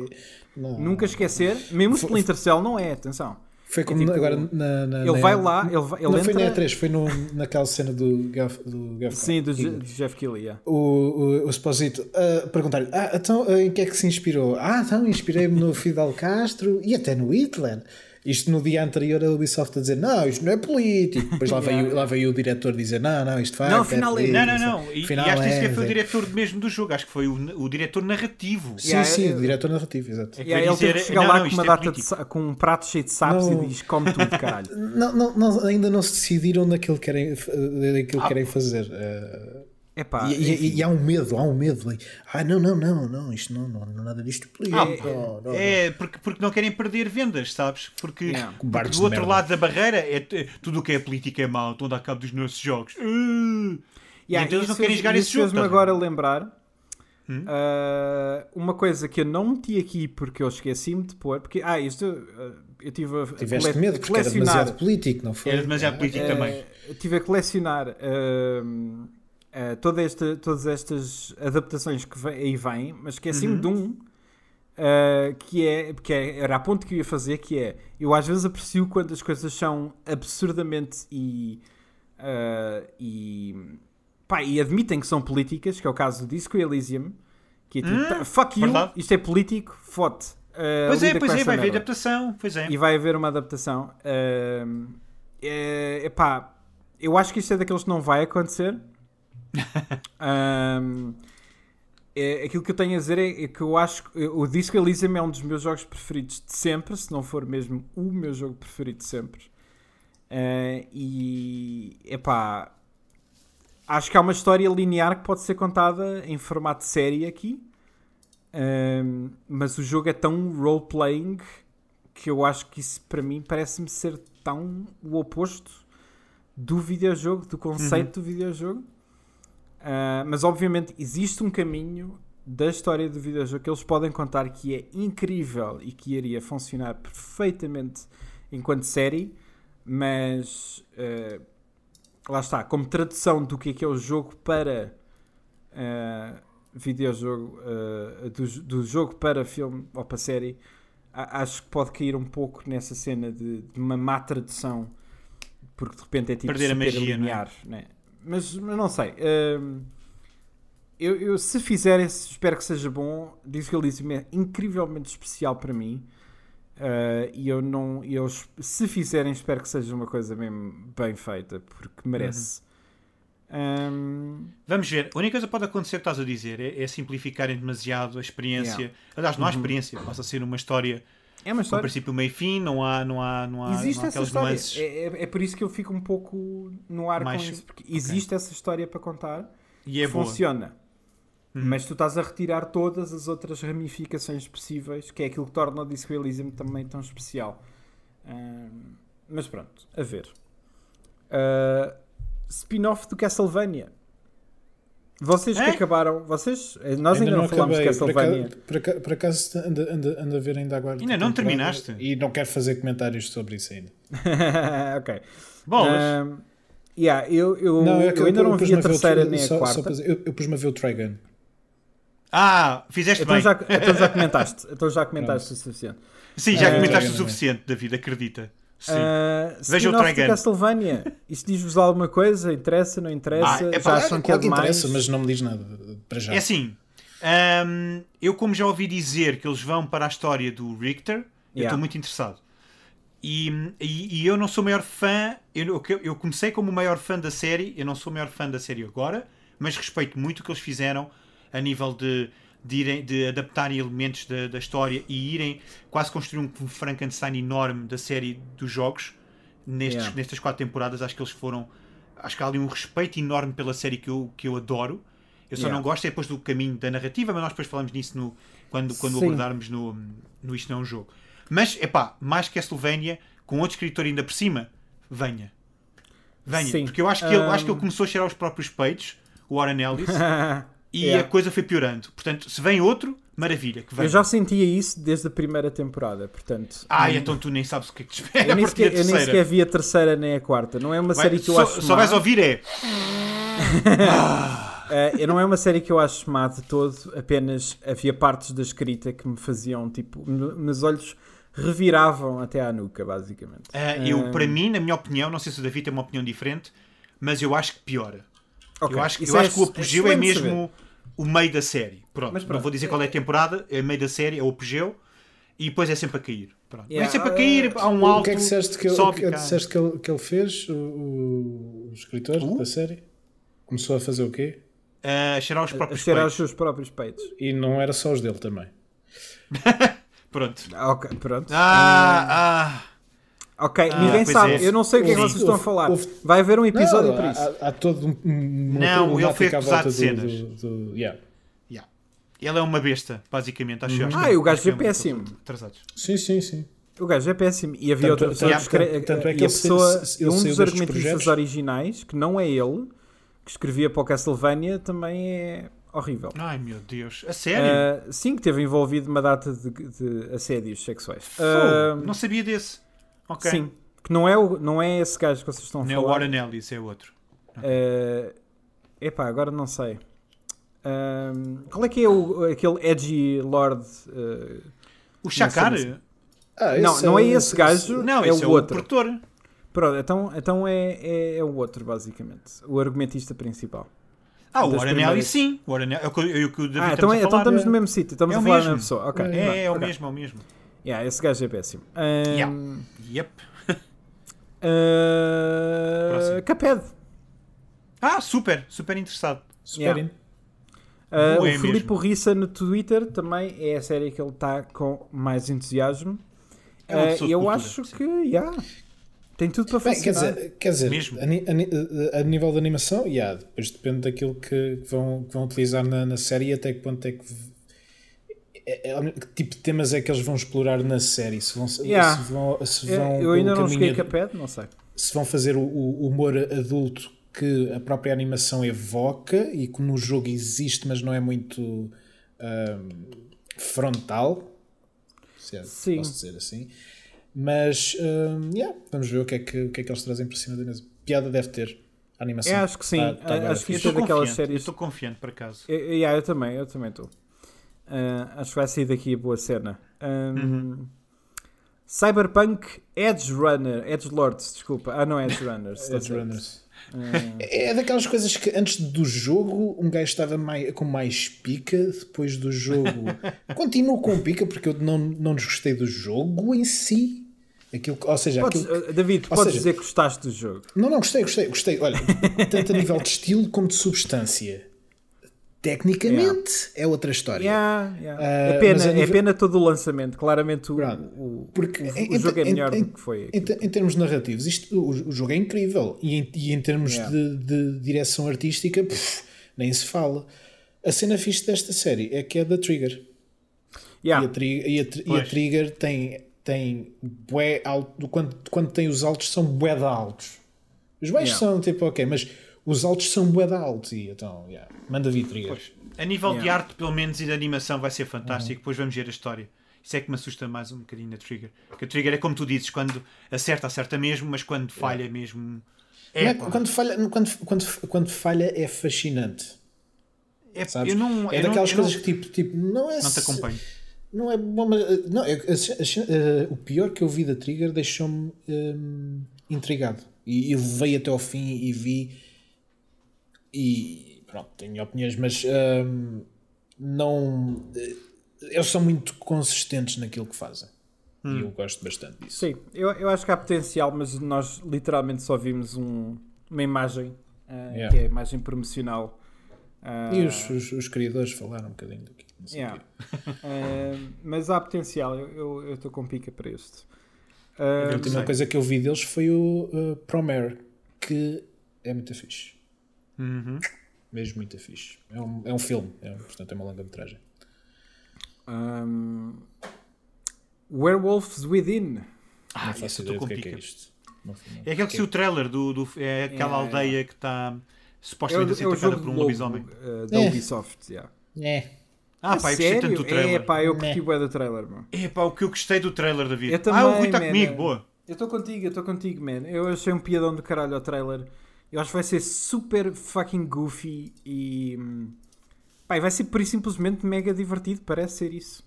[SPEAKER 3] Não.
[SPEAKER 2] Hum.
[SPEAKER 1] Nunca esquecer, mesmo Splinter Cell não é, atenção.
[SPEAKER 3] foi como
[SPEAKER 1] tipo,
[SPEAKER 3] agora na, na-
[SPEAKER 1] Ele
[SPEAKER 3] na-
[SPEAKER 1] vai lá, ele, vai- ele
[SPEAKER 3] não
[SPEAKER 1] entra.
[SPEAKER 3] foi na E3 foi no, naquela cena do Gav, do Gav
[SPEAKER 1] Sim, do, Je- do Jeff Keighley, yeah.
[SPEAKER 3] o, o, o Esposito ah, perguntar-lhe ah, então ah, em que é que se inspirou? Ah, então inspirei-me no Fidel Castro e até no Hitler. Isto no dia anterior a Ubisoft a dizer não, isto não é político. Depois lá, veio, lá veio o diretor dizer não, não, isto vai.
[SPEAKER 1] Não,
[SPEAKER 3] é
[SPEAKER 1] afinal é.
[SPEAKER 3] político,
[SPEAKER 2] Não, não, não. E,
[SPEAKER 3] Afinal
[SPEAKER 2] e acho que isso
[SPEAKER 3] é,
[SPEAKER 2] que foi o
[SPEAKER 3] é.
[SPEAKER 2] diretor mesmo do jogo. Acho que foi o, o diretor narrativo.
[SPEAKER 3] Sim,
[SPEAKER 1] Yeah,
[SPEAKER 3] sim,
[SPEAKER 1] eu-
[SPEAKER 3] o diretor narrativo, exato.
[SPEAKER 2] É que
[SPEAKER 1] E aí
[SPEAKER 2] vai
[SPEAKER 1] ele teve
[SPEAKER 2] dizer,
[SPEAKER 1] que chegar
[SPEAKER 2] "Não,
[SPEAKER 1] lá
[SPEAKER 2] não,
[SPEAKER 1] com,
[SPEAKER 2] isto
[SPEAKER 1] uma
[SPEAKER 2] é
[SPEAKER 1] data de
[SPEAKER 2] político."
[SPEAKER 1] sa- com um prato cheio de sapos
[SPEAKER 3] Não.
[SPEAKER 1] e diz come tudo, caralho.
[SPEAKER 3] Não, não, não, ainda não se decidiram naquilo que querem, eh, daquilo que querem fazer. eh,
[SPEAKER 1] Epá,
[SPEAKER 3] e, e- e há um medo, há um medo. em, Ah, não, não, não, não, isto não, não, não nada disto é político. não, não,
[SPEAKER 2] É, porque, porque não querem perder vendas, sabes? Porque,
[SPEAKER 1] Yeah.
[SPEAKER 2] porque
[SPEAKER 3] Barcos
[SPEAKER 2] do
[SPEAKER 3] de
[SPEAKER 2] outro
[SPEAKER 3] merda.
[SPEAKER 2] lado da barreira é t- tudo o que é política é mau, estão a dar cabo dos nossos jogos. Uh!
[SPEAKER 1] Yeah,
[SPEAKER 2] então eles não
[SPEAKER 1] isso
[SPEAKER 2] querem
[SPEAKER 1] fez-
[SPEAKER 2] jogar
[SPEAKER 1] isso
[SPEAKER 2] esse jogo.
[SPEAKER 1] fez-me
[SPEAKER 2] tá
[SPEAKER 1] agora lembrar
[SPEAKER 2] Hum?
[SPEAKER 1] ah, uma coisa que eu não meti aqui porque eu esqueci-me de pôr. Porque, ah, isto ah, eu tive a, a
[SPEAKER 3] Tiveste
[SPEAKER 1] cole-
[SPEAKER 3] medo
[SPEAKER 1] a
[SPEAKER 3] porque era
[SPEAKER 1] colecionar. É,
[SPEAKER 3] demasiado político, não foi?
[SPEAKER 2] Era demasiado político também.
[SPEAKER 1] eh, eu tive a colecionar ah, eh, toda esta- todas estas adaptações que vem- aí vêm, mas
[SPEAKER 2] Uhum.
[SPEAKER 1] esqueci-me de um eh, que, é, que é- era a ponto que eu ia fazer, que é eu às vezes aprecio quando as coisas são absurdamente e, eh, e, pá, e admitem que são políticas, que é o caso do Disco Elysium, que é tipo, tá, fuck you,
[SPEAKER 2] Hum, verdade.
[SPEAKER 1] isto é político, fote. eh,
[SPEAKER 2] Pois é,
[SPEAKER 1] lida com
[SPEAKER 2] pois é,
[SPEAKER 1] essa
[SPEAKER 2] vai haver
[SPEAKER 1] merda
[SPEAKER 2] adaptação. Pois é.
[SPEAKER 1] e vai haver uma adaptação. Ahm, é, epá, eu acho que isto é daqueles que não vai acontecer. Ahm, é, aquilo que eu tenho a dizer é, é que eu acho que o Disco Elysium é um dos meus jogos preferidos de sempre, se não for mesmo o meu jogo preferido de sempre. Eh, e epá, acho que há uma história linear que pode ser contada em formato de série aqui. Ahm, mas o jogo é tão role-playing que eu acho que isso para mim parece-me ser tão o oposto do videojogo, do conceito do videojogo. Ah, mas obviamente existe um caminho da história do videojogo que eles podem contar que é incrível e que iria funcionar perfeitamente enquanto série, mas ah, lá está, como tradução do que é que é o jogo para ah, videojogo, ah, do, do jogo para filme ou para série, a- acho que pode cair um pouco nessa cena de, de uma má tradução, porque de repente é tipo
[SPEAKER 2] Perder a
[SPEAKER 1] super
[SPEAKER 2] magia, não é?
[SPEAKER 1] linear, né? mas, mas não sei. hum, eu, eu, se fizerem, espero que seja bom. Disco Elysium é incrivelmente especial para mim. ah, e eu não. Eu, es- se fizerem, espero que seja uma coisa mesmo bem feita, porque merece.
[SPEAKER 2] Uhum.
[SPEAKER 1] Hum,
[SPEAKER 2] Vamos ver. A única coisa que pode acontecer que estás a dizer é, é simplificarem demasiado a experiência.
[SPEAKER 1] Yeah. Uhum.
[SPEAKER 2] Aliás, não há experiência. Passa a ser uma história
[SPEAKER 1] é uma
[SPEAKER 2] com
[SPEAKER 1] história.
[SPEAKER 2] princípio, meio e fim. Não há, não há, não há, não
[SPEAKER 1] existe
[SPEAKER 2] há
[SPEAKER 1] essa
[SPEAKER 2] aqueles
[SPEAKER 1] história.
[SPEAKER 2] nuances.
[SPEAKER 1] É, é- é por isso que eu fico um pouco no ar
[SPEAKER 2] Mais-
[SPEAKER 1] com isso. Porque existe essa história para contar.
[SPEAKER 2] E é boa. Uhum.
[SPEAKER 1] funciona. Mas tu estás a retirar todas as outras ramificações possíveis, que é aquilo que torna o Disco Elysium também tão especial. Ahm, mas pronto, a ver. Ah, Spin-off do Castlevania. Vocês que
[SPEAKER 2] É?
[SPEAKER 1] acabaram. Vocês, eh, nós ainda, não, falámos de
[SPEAKER 3] Por
[SPEAKER 1] Castlevania.
[SPEAKER 3] acaso, por aca- por acaso anda, anda, anda a ver ainda agora.
[SPEAKER 2] Ainda não terminaste?
[SPEAKER 3] E não quero fazer comentários sobre isso ainda.
[SPEAKER 1] ok.
[SPEAKER 2] Bolas.
[SPEAKER 1] Ahm, yeah, eu, eu,
[SPEAKER 3] é
[SPEAKER 1] eu
[SPEAKER 3] que
[SPEAKER 1] ainda não vi
[SPEAKER 3] pus-me
[SPEAKER 1] a
[SPEAKER 3] ver o
[SPEAKER 1] terceira
[SPEAKER 3] tra-
[SPEAKER 1] nem a
[SPEAKER 3] só- só
[SPEAKER 1] quarta.
[SPEAKER 3] para dizer, eu eu pus-me a ver o Trigun.
[SPEAKER 2] Ah, fizeste
[SPEAKER 1] Então
[SPEAKER 2] bem.
[SPEAKER 1] já, então já comentaste. Então já comentaste
[SPEAKER 3] Hum.
[SPEAKER 1] o suficiente.
[SPEAKER 2] Sim, já
[SPEAKER 3] É,
[SPEAKER 2] comentaste
[SPEAKER 3] é,
[SPEAKER 2] o
[SPEAKER 3] é.
[SPEAKER 2] suficiente, David, acredita. Sim.
[SPEAKER 1] Ah,
[SPEAKER 2] Veja o
[SPEAKER 1] spin-off
[SPEAKER 2] Trigun.
[SPEAKER 1] de Castlevania. Isso diz-vos alguma coisa? Interessa, não interessa?
[SPEAKER 2] Ah, é
[SPEAKER 1] Já
[SPEAKER 2] pá,
[SPEAKER 1] acham que é
[SPEAKER 3] Claro
[SPEAKER 1] demais?
[SPEAKER 3] interessa, mas não me diz nada para já.
[SPEAKER 2] É assim. hum, eu, como já ouvi dizer que eles vão para a história do Richter, eu
[SPEAKER 1] Yeah.
[SPEAKER 2] estou muito interessado. E, e, e eu não sou o maior fã. Eu, não- eu- eu comecei como o maior fã da série. Eu não sou o maior fã da série agora, mas respeito muito o que eles fizeram a nível de, de, irem, de adaptarem elementos da, da história e irem quase construir um Frankenstein enorme da série dos jogos nestes,
[SPEAKER 1] Yeah.
[SPEAKER 2] nestas quatro temporadas. Acho que eles foram. Acho que há ali um respeito enorme pela série que eu, que eu adoro. Eu só
[SPEAKER 1] Yeah.
[SPEAKER 2] não gosto é depois do caminho da narrativa, mas nós depois falamos nisso no, quando, quando
[SPEAKER 1] Sim.
[SPEAKER 2] abordarmos no, no Isto Não é um Jogo. Mas, epá, mais que a Eslovénia, com outro escritor ainda por cima, venha. Venha.
[SPEAKER 1] Sim.
[SPEAKER 2] Porque eu acho, que ele, eu acho que ele
[SPEAKER 1] Um,
[SPEAKER 2] começou a cheirar os próprios peitos, o Warren Ellis, e
[SPEAKER 1] Yeah.
[SPEAKER 2] a coisa foi piorando. Portanto, se vem outro, maravilha, que venha.
[SPEAKER 1] Eu já sentia isso desde a primeira temporada, portanto.
[SPEAKER 2] Ai, então tu nem sabes o que é que te espera
[SPEAKER 1] eu, nem
[SPEAKER 2] a partir
[SPEAKER 1] sequer,
[SPEAKER 2] da
[SPEAKER 1] eu nem
[SPEAKER 2] terceira.
[SPEAKER 1] sequer vi a terceira nem a quarta. Não é uma
[SPEAKER 2] Vai-
[SPEAKER 1] série que eu
[SPEAKER 2] só,
[SPEAKER 1] acho
[SPEAKER 2] só
[SPEAKER 1] má.
[SPEAKER 2] vais ouvir é...
[SPEAKER 1] Uh, eu não é uma série que eu acho má de todo, apenas havia partes da escrita que me faziam, tipo, me- meus olhos reviravam até à nuca, basicamente.
[SPEAKER 2] Ah, eu, para mim, na minha opinião, não sei se o David tem uma opinião diferente, mas eu acho que piora.
[SPEAKER 1] Ok,
[SPEAKER 2] Eu acho, que-
[SPEAKER 1] isso
[SPEAKER 2] eu
[SPEAKER 1] é
[SPEAKER 2] acho que o apogeu é
[SPEAKER 1] excelente saber.
[SPEAKER 2] mesmo o meio da série. Pronto,
[SPEAKER 1] Mas
[SPEAKER 2] não
[SPEAKER 1] pronto,
[SPEAKER 2] vou dizer qual é a temporada, é meio da série, é o apogeu, e depois é sempre a cair. Pronto.
[SPEAKER 1] Yeah,
[SPEAKER 2] é sempre a
[SPEAKER 1] ah,
[SPEAKER 2] cair, há um alto.
[SPEAKER 3] O que é que disseste que ele,
[SPEAKER 2] sobe
[SPEAKER 3] o que é
[SPEAKER 2] e
[SPEAKER 3] que
[SPEAKER 2] cai.
[SPEAKER 3] disseste que ele, que ele fez, o, o- o escritor
[SPEAKER 2] Tu?
[SPEAKER 3] da série? Começou a fazer o quê?
[SPEAKER 2] Ah, cheirar os
[SPEAKER 1] A
[SPEAKER 2] próprios
[SPEAKER 1] cheirar aos
[SPEAKER 2] peitos.
[SPEAKER 1] seus próprios peitos.
[SPEAKER 3] E não era só os dele também.
[SPEAKER 2] Pronto.
[SPEAKER 1] Ah, Ok, pronto. Hum.
[SPEAKER 2] Ah, ah.
[SPEAKER 1] Ok, ninguém
[SPEAKER 2] pois
[SPEAKER 1] sabe.
[SPEAKER 2] é.
[SPEAKER 1] Eu não sei o que é que
[SPEAKER 2] Houve-
[SPEAKER 1] vocês estão a
[SPEAKER 3] houve-
[SPEAKER 1] falar.
[SPEAKER 3] houve-
[SPEAKER 1] Vai haver um episódio
[SPEAKER 3] Não,
[SPEAKER 1] para
[SPEAKER 3] há-
[SPEAKER 1] isso.
[SPEAKER 3] Há, há todo um, um uma
[SPEAKER 2] Não, ele
[SPEAKER 3] problemática
[SPEAKER 2] foi
[SPEAKER 3] à volta
[SPEAKER 2] acusado de
[SPEAKER 3] do- do- do- yeah.
[SPEAKER 2] Yeah. Ele é uma besta, basicamente. Acho acho
[SPEAKER 1] Ah, e o gajo
[SPEAKER 2] acho que
[SPEAKER 1] é
[SPEAKER 2] um-
[SPEAKER 1] péssimo.
[SPEAKER 2] Atrasados.
[SPEAKER 3] Sim, sim, sim.
[SPEAKER 1] O gajo é péssimo. E havia
[SPEAKER 3] Tanto-
[SPEAKER 1] outra pessoa que
[SPEAKER 2] tanto-
[SPEAKER 1] escre-
[SPEAKER 3] tanto- tanto é que
[SPEAKER 1] e
[SPEAKER 3] ele
[SPEAKER 1] a pessoa,
[SPEAKER 3] saiu- ele
[SPEAKER 1] um
[SPEAKER 3] saiu
[SPEAKER 1] dos
[SPEAKER 3] destes
[SPEAKER 1] argumentistas
[SPEAKER 3] projetos.
[SPEAKER 1] originais, que não é ele, que escrevia para o Castlevania, também é horrível.
[SPEAKER 2] Ai, meu Deus. A sério?
[SPEAKER 1] Ah, sim, que teve envolvido uma data de, de assédios sexuais.
[SPEAKER 2] Fogo,
[SPEAKER 1] Ah,
[SPEAKER 2] não sabia desse. Ok.
[SPEAKER 1] Sim, que não é, o, não é esse gajo que vocês estão a
[SPEAKER 2] Não é o
[SPEAKER 1] falar.
[SPEAKER 2] Warren Ellis, é outro.
[SPEAKER 1] Ah, Epá, agora não sei. Ahm, qual é que é o, aquele edgy lord? eh,
[SPEAKER 2] O Chacar?
[SPEAKER 1] Não
[SPEAKER 3] Ah,
[SPEAKER 1] não,
[SPEAKER 3] esse
[SPEAKER 1] não é
[SPEAKER 3] o-
[SPEAKER 1] esse gajo,
[SPEAKER 2] Não,
[SPEAKER 1] é
[SPEAKER 2] esse
[SPEAKER 1] o outro.
[SPEAKER 2] produtor.
[SPEAKER 1] Pronto, então, então é, é, é o outro, basicamente. O argumentista principal.
[SPEAKER 2] Ah, o
[SPEAKER 1] Das
[SPEAKER 2] Warren
[SPEAKER 1] primeiras.
[SPEAKER 2] Ellis sim. O Warren Ellis, é o que, é o que o David
[SPEAKER 1] ah, então, é,
[SPEAKER 2] estamos a
[SPEAKER 1] então
[SPEAKER 2] falar.
[SPEAKER 1] estamos no mesmo sítio, estamos
[SPEAKER 2] É
[SPEAKER 1] a
[SPEAKER 2] o
[SPEAKER 1] falar da
[SPEAKER 2] mesmo.
[SPEAKER 1] mesma pessoa. Ok.
[SPEAKER 2] É, é, é o
[SPEAKER 1] ok.
[SPEAKER 2] mesmo, é o mesmo.
[SPEAKER 1] Yeah, esse gajo é péssimo. Ahm,
[SPEAKER 2] Yeah. Yep.
[SPEAKER 1] ah,
[SPEAKER 2] Próximo.
[SPEAKER 1] Cuphead.
[SPEAKER 2] Ah, super, super interessado.
[SPEAKER 3] Super
[SPEAKER 1] Yeah.
[SPEAKER 3] in.
[SPEAKER 1] Ah,
[SPEAKER 2] Boa
[SPEAKER 1] o
[SPEAKER 2] é
[SPEAKER 1] Filipe
[SPEAKER 2] mesmo.
[SPEAKER 1] Rissa no Twitter também é a série que ele está com mais entusiasmo.
[SPEAKER 2] É uma
[SPEAKER 1] Ah,
[SPEAKER 2] pessoa de
[SPEAKER 1] eu
[SPEAKER 2] cultura,
[SPEAKER 1] acho
[SPEAKER 2] sim.
[SPEAKER 1] que yeah, tem tudo para
[SPEAKER 3] Bem,
[SPEAKER 1] fazer.
[SPEAKER 3] quer dizer, quer dizer
[SPEAKER 2] Mesmo.
[SPEAKER 3] A, ni- a ni- a- a nível de animação, yeah, depois depende daquilo que que vão, que vão utilizar na, na série e até que ponto é que. v- é- é- que tipo de temas é que eles vão explorar na série? Se vão, se-
[SPEAKER 1] Yeah.
[SPEAKER 3] se vão, se
[SPEAKER 1] É,
[SPEAKER 3] vão
[SPEAKER 1] eu
[SPEAKER 3] pelo
[SPEAKER 1] ainda não cheguei a
[SPEAKER 3] caminho-
[SPEAKER 1] Cuphead, não sei.
[SPEAKER 3] se vão fazer o, o humor adulto que a própria animação evoca e que no jogo existe, mas não é muito ahm, frontal, se é,
[SPEAKER 1] Sim.
[SPEAKER 3] posso dizer assim. Mas ahm, yeah, vamos ver o que, é que, o que é que eles trazem para cima da mesa. Piada deve ter. A animação.
[SPEAKER 1] Eu acho que sim.
[SPEAKER 3] Tá- tá agora
[SPEAKER 1] Acho que
[SPEAKER 2] Eu
[SPEAKER 3] fixe.
[SPEAKER 1] isso
[SPEAKER 2] estou
[SPEAKER 1] é daquelas
[SPEAKER 2] confiante, eu
[SPEAKER 1] séries.
[SPEAKER 2] estou confiante, por acaso.
[SPEAKER 1] Eu, yeah, eu também, eu também estou. acho que vai sair daqui a boa cena. Ahm,
[SPEAKER 2] Uhum.
[SPEAKER 1] Cyberpunk Edge Runner, Edge Lords, desculpa. Ah, não, Edge Runners.
[SPEAKER 3] Edge Runners. É é daquelas coisas que antes do jogo um gajo estava mai- com mais pica, depois do jogo continuo com pica porque eu não, não desgostei do jogo em si. Aquilo, que- ou seja,
[SPEAKER 1] Podes,
[SPEAKER 3] aquilo,
[SPEAKER 1] ah, David,
[SPEAKER 3] Ou
[SPEAKER 1] podes
[SPEAKER 3] seja-
[SPEAKER 1] dizer que gostaste do jogo.
[SPEAKER 3] não, não, gostei, gostei, gostei. Olha, tanto a nível de estilo como de substância. Tecnicamente é outra história.
[SPEAKER 1] Yeah, yeah.
[SPEAKER 3] Ah,
[SPEAKER 1] é, pena,
[SPEAKER 3] mas a nível-
[SPEAKER 1] é pena todo o lançamento. Claramente o,
[SPEAKER 3] Pronto.
[SPEAKER 1] o-
[SPEAKER 3] Porque
[SPEAKER 1] o-
[SPEAKER 3] em-
[SPEAKER 1] o jogo é
[SPEAKER 3] em-
[SPEAKER 1] melhor
[SPEAKER 3] em-
[SPEAKER 1] do que foi.
[SPEAKER 3] Em, te- em termos narrativos, isto, o, o jogo é incrível. E em, e em termos
[SPEAKER 1] Yeah.
[SPEAKER 3] de, de direção artística, pff, nem se fala. A cena fixe desta série é que é da Trigger. E,
[SPEAKER 1] Yeah.
[SPEAKER 3] a Trigger, e, a, Tri- e a
[SPEAKER 2] Pois.
[SPEAKER 3] Trigger tem, tem bué alto. Quando, quando tem os altos, são bué de altos. Os baixos
[SPEAKER 1] Yeah.
[SPEAKER 3] são tipo, ok, mas os altos são bué de altos. E então, yeah, manda vir Trigger.
[SPEAKER 2] Pois. A nível de
[SPEAKER 1] Yeah. Uhum.
[SPEAKER 2] arte, pelo menos, e de animação vai ser fantástico. Depois vamos ver a história. Isso é que me assusta mais um bocadinho na Trigger. Porque a Trigger é como tu dizes, quando acerta, acerta mesmo, mas quando falha mesmo. É,
[SPEAKER 3] Não é-
[SPEAKER 2] pá.
[SPEAKER 3] quando, falha, quando, quando, quando falha, é fascinante.
[SPEAKER 2] É-
[SPEAKER 3] Sabes?
[SPEAKER 2] eu não,
[SPEAKER 3] é
[SPEAKER 2] eu não-
[SPEAKER 3] daquelas
[SPEAKER 2] eu não-
[SPEAKER 3] coisas que tipo, tipo não é
[SPEAKER 2] não te
[SPEAKER 3] se-
[SPEAKER 2] acompanho.
[SPEAKER 3] Não é bom, mas. eh, Não, eu- a- a- a- o pior que eu vi da Trigger deixou-me hum, intrigado. E eu levei até ao fim e vi. E pronto, tenho opiniões, mas hum, não. eh, Eles são muito consistentes naquilo que fazem. E eu gosto bastante disso.
[SPEAKER 1] Sim, eu, eu acho que há potencial, mas nós literalmente só vimos um- uma imagem, ah,
[SPEAKER 3] Yeah.
[SPEAKER 1] que é a imagem promocional. ah,
[SPEAKER 3] E os, os, os criadores falaram um bocadinho daquilo. não sei o
[SPEAKER 1] yeah.
[SPEAKER 3] quê.
[SPEAKER 1] Ah, mas há potencial, eu- eu eu estou com pica para este. Ah,
[SPEAKER 3] A última
[SPEAKER 2] sei.
[SPEAKER 3] coisa que eu vi deles foi o eh, Promare, que é muito fixe.
[SPEAKER 2] Uhum.
[SPEAKER 3] Mesmo muito fixe. É um, é um filme, é, um- portanto é uma longa-metragem.
[SPEAKER 1] um, Werewolves Within.
[SPEAKER 2] Ah,
[SPEAKER 3] não
[SPEAKER 2] isso
[SPEAKER 3] faço
[SPEAKER 2] eu estou
[SPEAKER 3] ideia do
[SPEAKER 2] com
[SPEAKER 3] que é que é
[SPEAKER 2] pica.
[SPEAKER 3] isto. Não- não-
[SPEAKER 2] É aquele que se o trailer do, do é aquela
[SPEAKER 1] É,
[SPEAKER 2] aldeia que está
[SPEAKER 1] É o,
[SPEAKER 2] supostamente a
[SPEAKER 1] é
[SPEAKER 2] ser
[SPEAKER 1] o
[SPEAKER 2] atacada
[SPEAKER 1] jogo
[SPEAKER 2] por um
[SPEAKER 1] logo,
[SPEAKER 2] lobisomem.
[SPEAKER 1] ah, da
[SPEAKER 3] É.
[SPEAKER 1] Ubisoft. yeah.
[SPEAKER 3] É.
[SPEAKER 2] Ah, pá, eu gostei tanto do
[SPEAKER 1] É,
[SPEAKER 2] trailer.
[SPEAKER 1] pá, eu
[SPEAKER 3] Né.
[SPEAKER 1] curti bué do trailer, mano.
[SPEAKER 2] É pá, o que eu gostei do trailer, David.
[SPEAKER 1] Eu
[SPEAKER 2] ah, o
[SPEAKER 1] também,
[SPEAKER 2] Rui está
[SPEAKER 1] man,
[SPEAKER 2] comigo,
[SPEAKER 1] é.
[SPEAKER 2] boa.
[SPEAKER 1] Eu estou contigo, eu estou contigo, man. Eu achei um piadão do caralho ao trailer. Eu acho que vai ser super fucking goofy e. hum, Pá, e vai ser por isso simplesmente mega divertido, parece ser isso.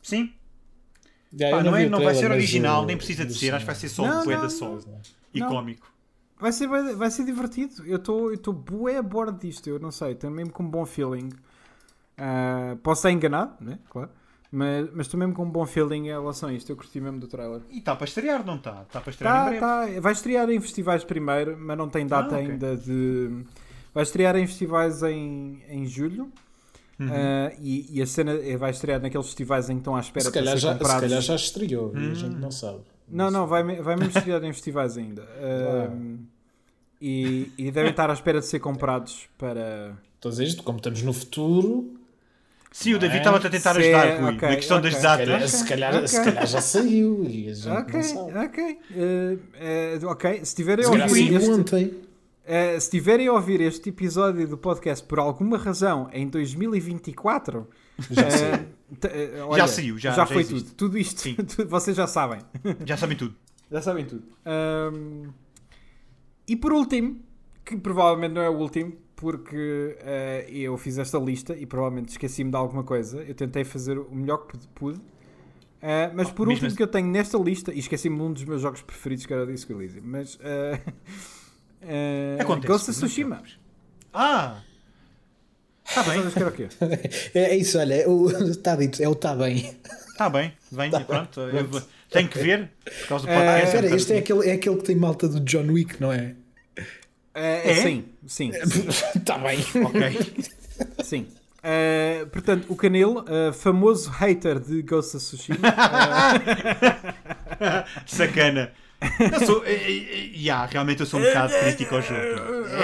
[SPEAKER 2] Sim.
[SPEAKER 3] Já,
[SPEAKER 2] Pá,
[SPEAKER 3] eu
[SPEAKER 2] não, é,
[SPEAKER 3] vi o
[SPEAKER 2] não vai
[SPEAKER 3] trailer,
[SPEAKER 2] ser
[SPEAKER 3] mas
[SPEAKER 2] original,
[SPEAKER 3] o-
[SPEAKER 2] nem precisa de
[SPEAKER 3] o
[SPEAKER 2] ser. Acho que vai ser só um
[SPEAKER 1] Não,
[SPEAKER 2] poeda
[SPEAKER 1] não,
[SPEAKER 2] só.
[SPEAKER 1] não.
[SPEAKER 2] E
[SPEAKER 1] Não.
[SPEAKER 2] cómico.
[SPEAKER 1] Vai ser, bué- vai ser divertido. Eu estou bué a bordo disto, eu não sei. Tenho mesmo com um bom feeling. Ah, posso estar enganado, né? Claro. Mas estou mesmo com um bom feeling em relação a isto. Eu curti mesmo do trailer.
[SPEAKER 2] E está para estrear, não está? Está para estrear em
[SPEAKER 1] Tá,
[SPEAKER 2] breve.
[SPEAKER 1] tá. Vai estrear em festivais primeiro, mas não tem data
[SPEAKER 2] Ah, ok.
[SPEAKER 1] ainda de. Vai estrear em festivais em, em julho.
[SPEAKER 2] Uhum.
[SPEAKER 1] Ah, e, e a cena é- vai estrear naqueles festivais em que estão à espera
[SPEAKER 3] Se
[SPEAKER 1] para
[SPEAKER 3] calhar,
[SPEAKER 1] ser
[SPEAKER 3] já, se
[SPEAKER 1] comprados.
[SPEAKER 3] calhar já estreou e
[SPEAKER 2] Hum.
[SPEAKER 3] a gente não sabe.
[SPEAKER 1] Não, não, vai, me- vai mesmo estrear em festivais ainda. Ah, e, e devem estar à espera de ser comprados para.
[SPEAKER 3] Estou a dizer isto, como estamos no futuro,
[SPEAKER 2] Sim, o David
[SPEAKER 3] é?
[SPEAKER 2] estava-te a tentar
[SPEAKER 1] Se-
[SPEAKER 2] ajudar, Rui,
[SPEAKER 1] ok,
[SPEAKER 2] na questão das
[SPEAKER 1] ok.
[SPEAKER 3] se calhar,
[SPEAKER 2] datas.
[SPEAKER 3] se, calhar,
[SPEAKER 1] ok.
[SPEAKER 3] se calhar já saiu e a gente
[SPEAKER 1] Ok,
[SPEAKER 3] não sabe.
[SPEAKER 1] ok. Ah, ah, ok, se tiverem a
[SPEAKER 3] Se calhar
[SPEAKER 1] ouvir
[SPEAKER 3] saiu
[SPEAKER 1] este-
[SPEAKER 3] ontem.
[SPEAKER 1] Uh, se tiverem a ouvir este episódio do podcast por alguma razão em 2024,
[SPEAKER 3] Já
[SPEAKER 1] uh,
[SPEAKER 3] saiu.
[SPEAKER 1] t- uh, olha,
[SPEAKER 2] saiu, já- já
[SPEAKER 1] foi
[SPEAKER 2] existe.
[SPEAKER 1] tudo. Tudo isto,
[SPEAKER 2] Sim.
[SPEAKER 1] tudo- vocês já sabem.
[SPEAKER 2] Já sabem tudo.
[SPEAKER 1] Já sabem tudo. Um, e por último, que provavelmente não é o último, porque eh, eu fiz esta lista e provavelmente esqueci-me de alguma coisa. Eu tentei fazer o melhor que pude, pude. Eh, mas por
[SPEAKER 2] mesmo
[SPEAKER 1] último
[SPEAKER 2] assim-
[SPEAKER 1] que eu tenho nesta lista, e esqueci-me de um dos meus jogos preferidos que era o Disco Elysium, mas eh, eh,
[SPEAKER 2] Acontece.
[SPEAKER 1] Ghost of
[SPEAKER 2] não te
[SPEAKER 1] Tsushima. Tá
[SPEAKER 2] preocupes. Ah! Está bem,
[SPEAKER 1] Sabes que era o quê?
[SPEAKER 3] É, é isso, olha, está dito, é o está bem.
[SPEAKER 2] está tá bem. Venha, pronto. eu vou- tenho que ver. Por causa do
[SPEAKER 1] Eh,
[SPEAKER 3] Ah,
[SPEAKER 2] podcast.
[SPEAKER 3] Tá espera,
[SPEAKER 2] portanto,
[SPEAKER 3] este é aquele, é aquele que tem malta do John Wick, não é?
[SPEAKER 1] Eh,
[SPEAKER 2] É?
[SPEAKER 1] Sim, sim,
[SPEAKER 3] Está Tá bem. é
[SPEAKER 2] Ok.
[SPEAKER 1] sim. Eh, portanto, o Canelo, eh, famoso hater de Ghost of Tsushima,
[SPEAKER 2] Sacana. Eu sou. eh, eh, eh, yeah, realmente eu sou um bocado crítico ao jogo.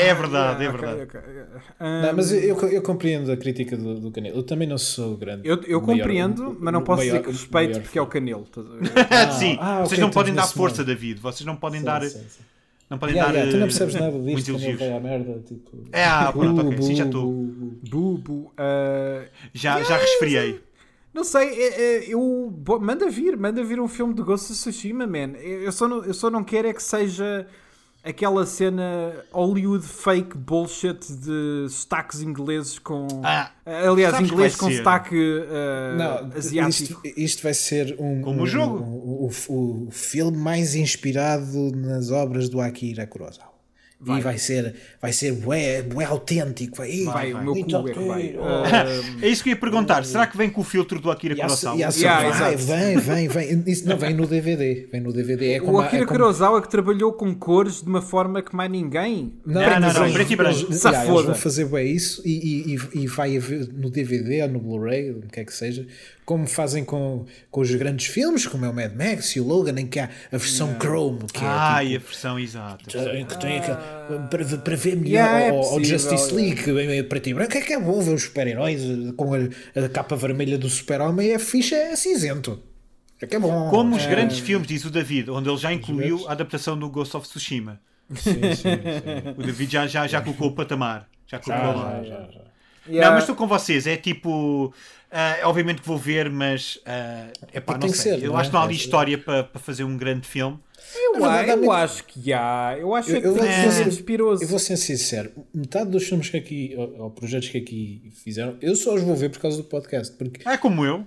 [SPEAKER 2] É verdade, é
[SPEAKER 1] Ok,
[SPEAKER 2] verdade.
[SPEAKER 1] Ah, ok, ok. Ah,
[SPEAKER 3] Não, mas eu, eu- eu compreendo a crítica do, do Canelo. Eu também não sou grande.
[SPEAKER 1] Eu, eu
[SPEAKER 3] maior-
[SPEAKER 1] compreendo, mas não posso
[SPEAKER 3] maior-
[SPEAKER 1] dizer que respeito
[SPEAKER 3] maior
[SPEAKER 1] porque é o
[SPEAKER 3] fã.
[SPEAKER 1] Canelo. Estás a ver?
[SPEAKER 2] Ah, sim, vocês
[SPEAKER 3] ah, ok,
[SPEAKER 2] não
[SPEAKER 3] estamos
[SPEAKER 2] podem dar
[SPEAKER 3] nesse
[SPEAKER 2] força,
[SPEAKER 3] modo.
[SPEAKER 2] David. Vocês não podem
[SPEAKER 3] Sim,
[SPEAKER 2] dar.
[SPEAKER 3] sim, sim.
[SPEAKER 2] Não podem
[SPEAKER 3] Yeah,
[SPEAKER 2] dar.
[SPEAKER 3] yeah, tu
[SPEAKER 2] eh,
[SPEAKER 3] não percebes nada
[SPEAKER 2] muitos
[SPEAKER 3] disto, Canelo
[SPEAKER 2] elogios.
[SPEAKER 3] vai à merda. Tipo...
[SPEAKER 1] Eh,
[SPEAKER 2] É, ah, pronto, ok. Sim, já
[SPEAKER 3] Bu,
[SPEAKER 2] estou.
[SPEAKER 3] bu, bu.
[SPEAKER 1] Bubo. ah,
[SPEAKER 2] Já, já resfriei.
[SPEAKER 1] não sei, é- é- eu. bo- Manda vir, manda vir um filme de Ghost of Tsushima, man. Eu eu só, não, eu só não quero é que seja aquela cena Hollywood fake bullshit de sotaques ingleses com. eh,
[SPEAKER 2] Ah,
[SPEAKER 1] aliás,
[SPEAKER 2] sabes que
[SPEAKER 1] inglês
[SPEAKER 2] vai
[SPEAKER 1] com
[SPEAKER 2] ser.
[SPEAKER 1] sotaque ah,
[SPEAKER 3] Não,
[SPEAKER 1] asiático.
[SPEAKER 3] isto, isto vai ser um.
[SPEAKER 2] Como o
[SPEAKER 3] um-
[SPEAKER 2] jogo.
[SPEAKER 3] um- O, o- o filme mais inspirado nas obras do Akira Kurosawa.
[SPEAKER 1] Vai.
[SPEAKER 3] E vai ser, vai ser bué, bué autêntico. Vai, Ih,
[SPEAKER 1] Vai, o
[SPEAKER 2] vai.
[SPEAKER 1] meu
[SPEAKER 3] Então,
[SPEAKER 1] cu é que vai.
[SPEAKER 3] tu-
[SPEAKER 1] Ah,
[SPEAKER 2] é isso que eu ia perguntar. Será que vem com o filtro do Akira
[SPEAKER 3] E a, su-
[SPEAKER 2] Kurosawa?
[SPEAKER 3] e a
[SPEAKER 1] Yeah,
[SPEAKER 3] survive,
[SPEAKER 1] exato.
[SPEAKER 3] vem, vem, vem. Isso não, vem no DVD. Vem no DVD. É como,
[SPEAKER 1] o
[SPEAKER 3] a-
[SPEAKER 1] Akira
[SPEAKER 3] é como-
[SPEAKER 1] Kurosawa que trabalhou com cores de uma forma que mais ninguém.
[SPEAKER 3] Não,
[SPEAKER 2] Preto e
[SPEAKER 3] mas
[SPEAKER 2] branco,
[SPEAKER 3] eles-
[SPEAKER 2] preto e branco.
[SPEAKER 3] eles-
[SPEAKER 1] Safoda.
[SPEAKER 3] yeah, eles vão fazer bem isso e, e- e- e vai haver no DVD ou no Blu-ray, o que é que seja, como fazem com, com os grandes filmes, como é o Mad Max e o Logan, em que há a versão Chrome, que é
[SPEAKER 2] Ah,
[SPEAKER 3] tipo,
[SPEAKER 2] e a versão exata.
[SPEAKER 3] em que tem aquele- para, para ver melhor
[SPEAKER 1] Ah. Yeah, é
[SPEAKER 3] ao- ao
[SPEAKER 1] possível,
[SPEAKER 3] Justice
[SPEAKER 1] yeah.
[SPEAKER 3] League bem, preto e branco é que é bom ver os super-heróis eh, com a, a capa vermelha do super-homem e a ficha é cinzento é que é bom
[SPEAKER 2] Como
[SPEAKER 3] É.
[SPEAKER 2] os grandes filmes, diz o David, onde ele já incluiu a adaptação do Ghost of Tsushima.
[SPEAKER 3] Sim, sim, sim. É.
[SPEAKER 2] O David já, já, já colocou o patamar. Já colocou lá.
[SPEAKER 3] Já, já, já.
[SPEAKER 1] Yeah.
[SPEAKER 2] Não, mas estou com vocês. É tipo. ah, obviamente que vou ver, mas. é epá,
[SPEAKER 3] Tem
[SPEAKER 2] não
[SPEAKER 3] que
[SPEAKER 2] sei.
[SPEAKER 3] ser,
[SPEAKER 2] eu
[SPEAKER 3] não
[SPEAKER 2] acho que não há
[SPEAKER 3] é?
[SPEAKER 2] ali história para para fazer um grande filme.
[SPEAKER 1] Eu,
[SPEAKER 3] Na verdade,
[SPEAKER 1] eu
[SPEAKER 3] há muito-
[SPEAKER 1] acho que há. Eu acho
[SPEAKER 3] Eu-
[SPEAKER 1] que
[SPEAKER 3] eu vou-
[SPEAKER 1] é
[SPEAKER 3] vou ser-
[SPEAKER 1] inspiroso.
[SPEAKER 3] Eu vou ser sincero, metade dos filmes que aqui, ou, ou projetos que aqui fizeram, eu só os vou ver por causa do podcast, porque
[SPEAKER 2] É como eu.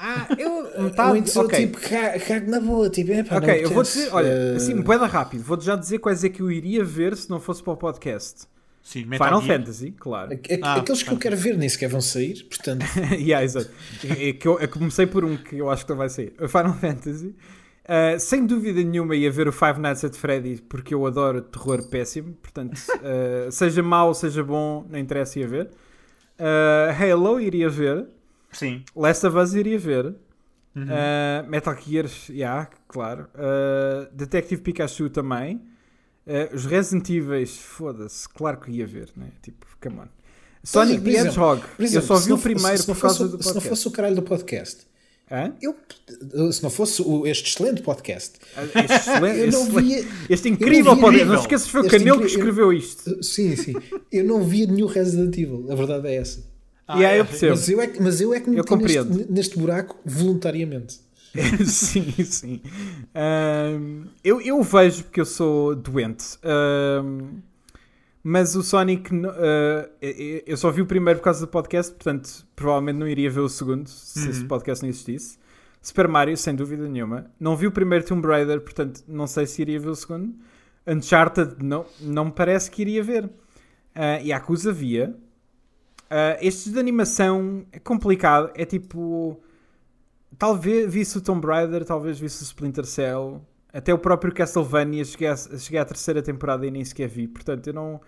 [SPEAKER 1] Ah, eu.
[SPEAKER 3] ou
[SPEAKER 1] Metade,
[SPEAKER 3] então
[SPEAKER 1] ok.
[SPEAKER 3] tipo ca- cago na boa, tipo, epá, não
[SPEAKER 1] Ok, eu vou
[SPEAKER 3] apetece,
[SPEAKER 1] dizer, olha,
[SPEAKER 3] eh,
[SPEAKER 1] assim, boeda rápido, vou já dizer quais é que eu iria ver se não fosse para o podcast.
[SPEAKER 2] Sim,
[SPEAKER 1] Final
[SPEAKER 2] Metal Gear.
[SPEAKER 1] Fantasy, claro.
[SPEAKER 3] aqu- aqu-
[SPEAKER 2] Ah,
[SPEAKER 3] aqueles que eu quero ver nem sequer vão sair, portanto,
[SPEAKER 1] yeah, exato. É que eu, eu comecei por um que eu acho que não vai sair. A Final Fantasy. Ah, sem dúvida nenhuma ia ver o Five Nights at Freddy porque eu adoro terror péssimo. Portanto, ah, seja mau, seja bom, não interessa ia ver. Ah, Halo iria ver.
[SPEAKER 2] Sim.
[SPEAKER 1] Last of Us iria ver.
[SPEAKER 2] Uhum.
[SPEAKER 1] Uh, Metal Gear, yeah, claro. Uh, Detective Pikachu também. Uh, os Resident Evil, foda-se, claro que ia ver, né? Tipo, come on. Sonic
[SPEAKER 3] por
[SPEAKER 1] the
[SPEAKER 3] exemplo,
[SPEAKER 1] Hedgehog,
[SPEAKER 3] por exemplo,
[SPEAKER 1] eu só
[SPEAKER 3] se
[SPEAKER 1] vi
[SPEAKER 3] não
[SPEAKER 1] o
[SPEAKER 3] fosse-
[SPEAKER 1] primeiro
[SPEAKER 3] se não
[SPEAKER 1] por causa
[SPEAKER 3] fosse-
[SPEAKER 1] do
[SPEAKER 3] Se não
[SPEAKER 1] podcast.
[SPEAKER 3] fosse o caralho do podcast,
[SPEAKER 1] Hã?
[SPEAKER 3] eu, eh, se não fosse o- este excelente podcast,
[SPEAKER 1] Ah, Excelente,
[SPEAKER 3] eu não
[SPEAKER 1] excelente.
[SPEAKER 3] via.
[SPEAKER 1] Este
[SPEAKER 3] eu não
[SPEAKER 1] incrível
[SPEAKER 3] vi-
[SPEAKER 1] podcast, não se esqueças, foi o
[SPEAKER 3] Este
[SPEAKER 1] Canelo que
[SPEAKER 3] incrível-
[SPEAKER 1] escreveu isto.
[SPEAKER 3] Eh, Sim, sim, eu não via nenhum Resident Evil, a verdade é essa.
[SPEAKER 2] Ah,
[SPEAKER 1] e aí
[SPEAKER 2] é,
[SPEAKER 1] eu percebo.
[SPEAKER 3] Mas eu é que, mas eu é que me
[SPEAKER 1] Eu
[SPEAKER 3] meti neste-
[SPEAKER 1] compreendo.
[SPEAKER 3] neste, buraco voluntariamente.
[SPEAKER 1] sim, sim. Ahm, eu, eu vejo porque eu sou doente. Ahm, mas o Sonic, no- ah, eu eu só vi o primeiro por causa do podcast, portanto, provavelmente não iria ver o segundo se
[SPEAKER 2] Uhum.
[SPEAKER 1] esse podcast não existisse. Super Mario, sem dúvida nenhuma. Não vi o primeiro Tomb Raider, portanto, não sei se iria ver o segundo. Uncharted, não, não me parece que iria ver. Ah, Yakuza via. Ah, estes de animação é complicado. É tipo. Talvez visse o Tomb Raider, talvez visse o Splinter Cell. Até o próprio Castlevania cheguei, a, cheguei à terceira temporada e nem sequer vi. Portanto, eu não.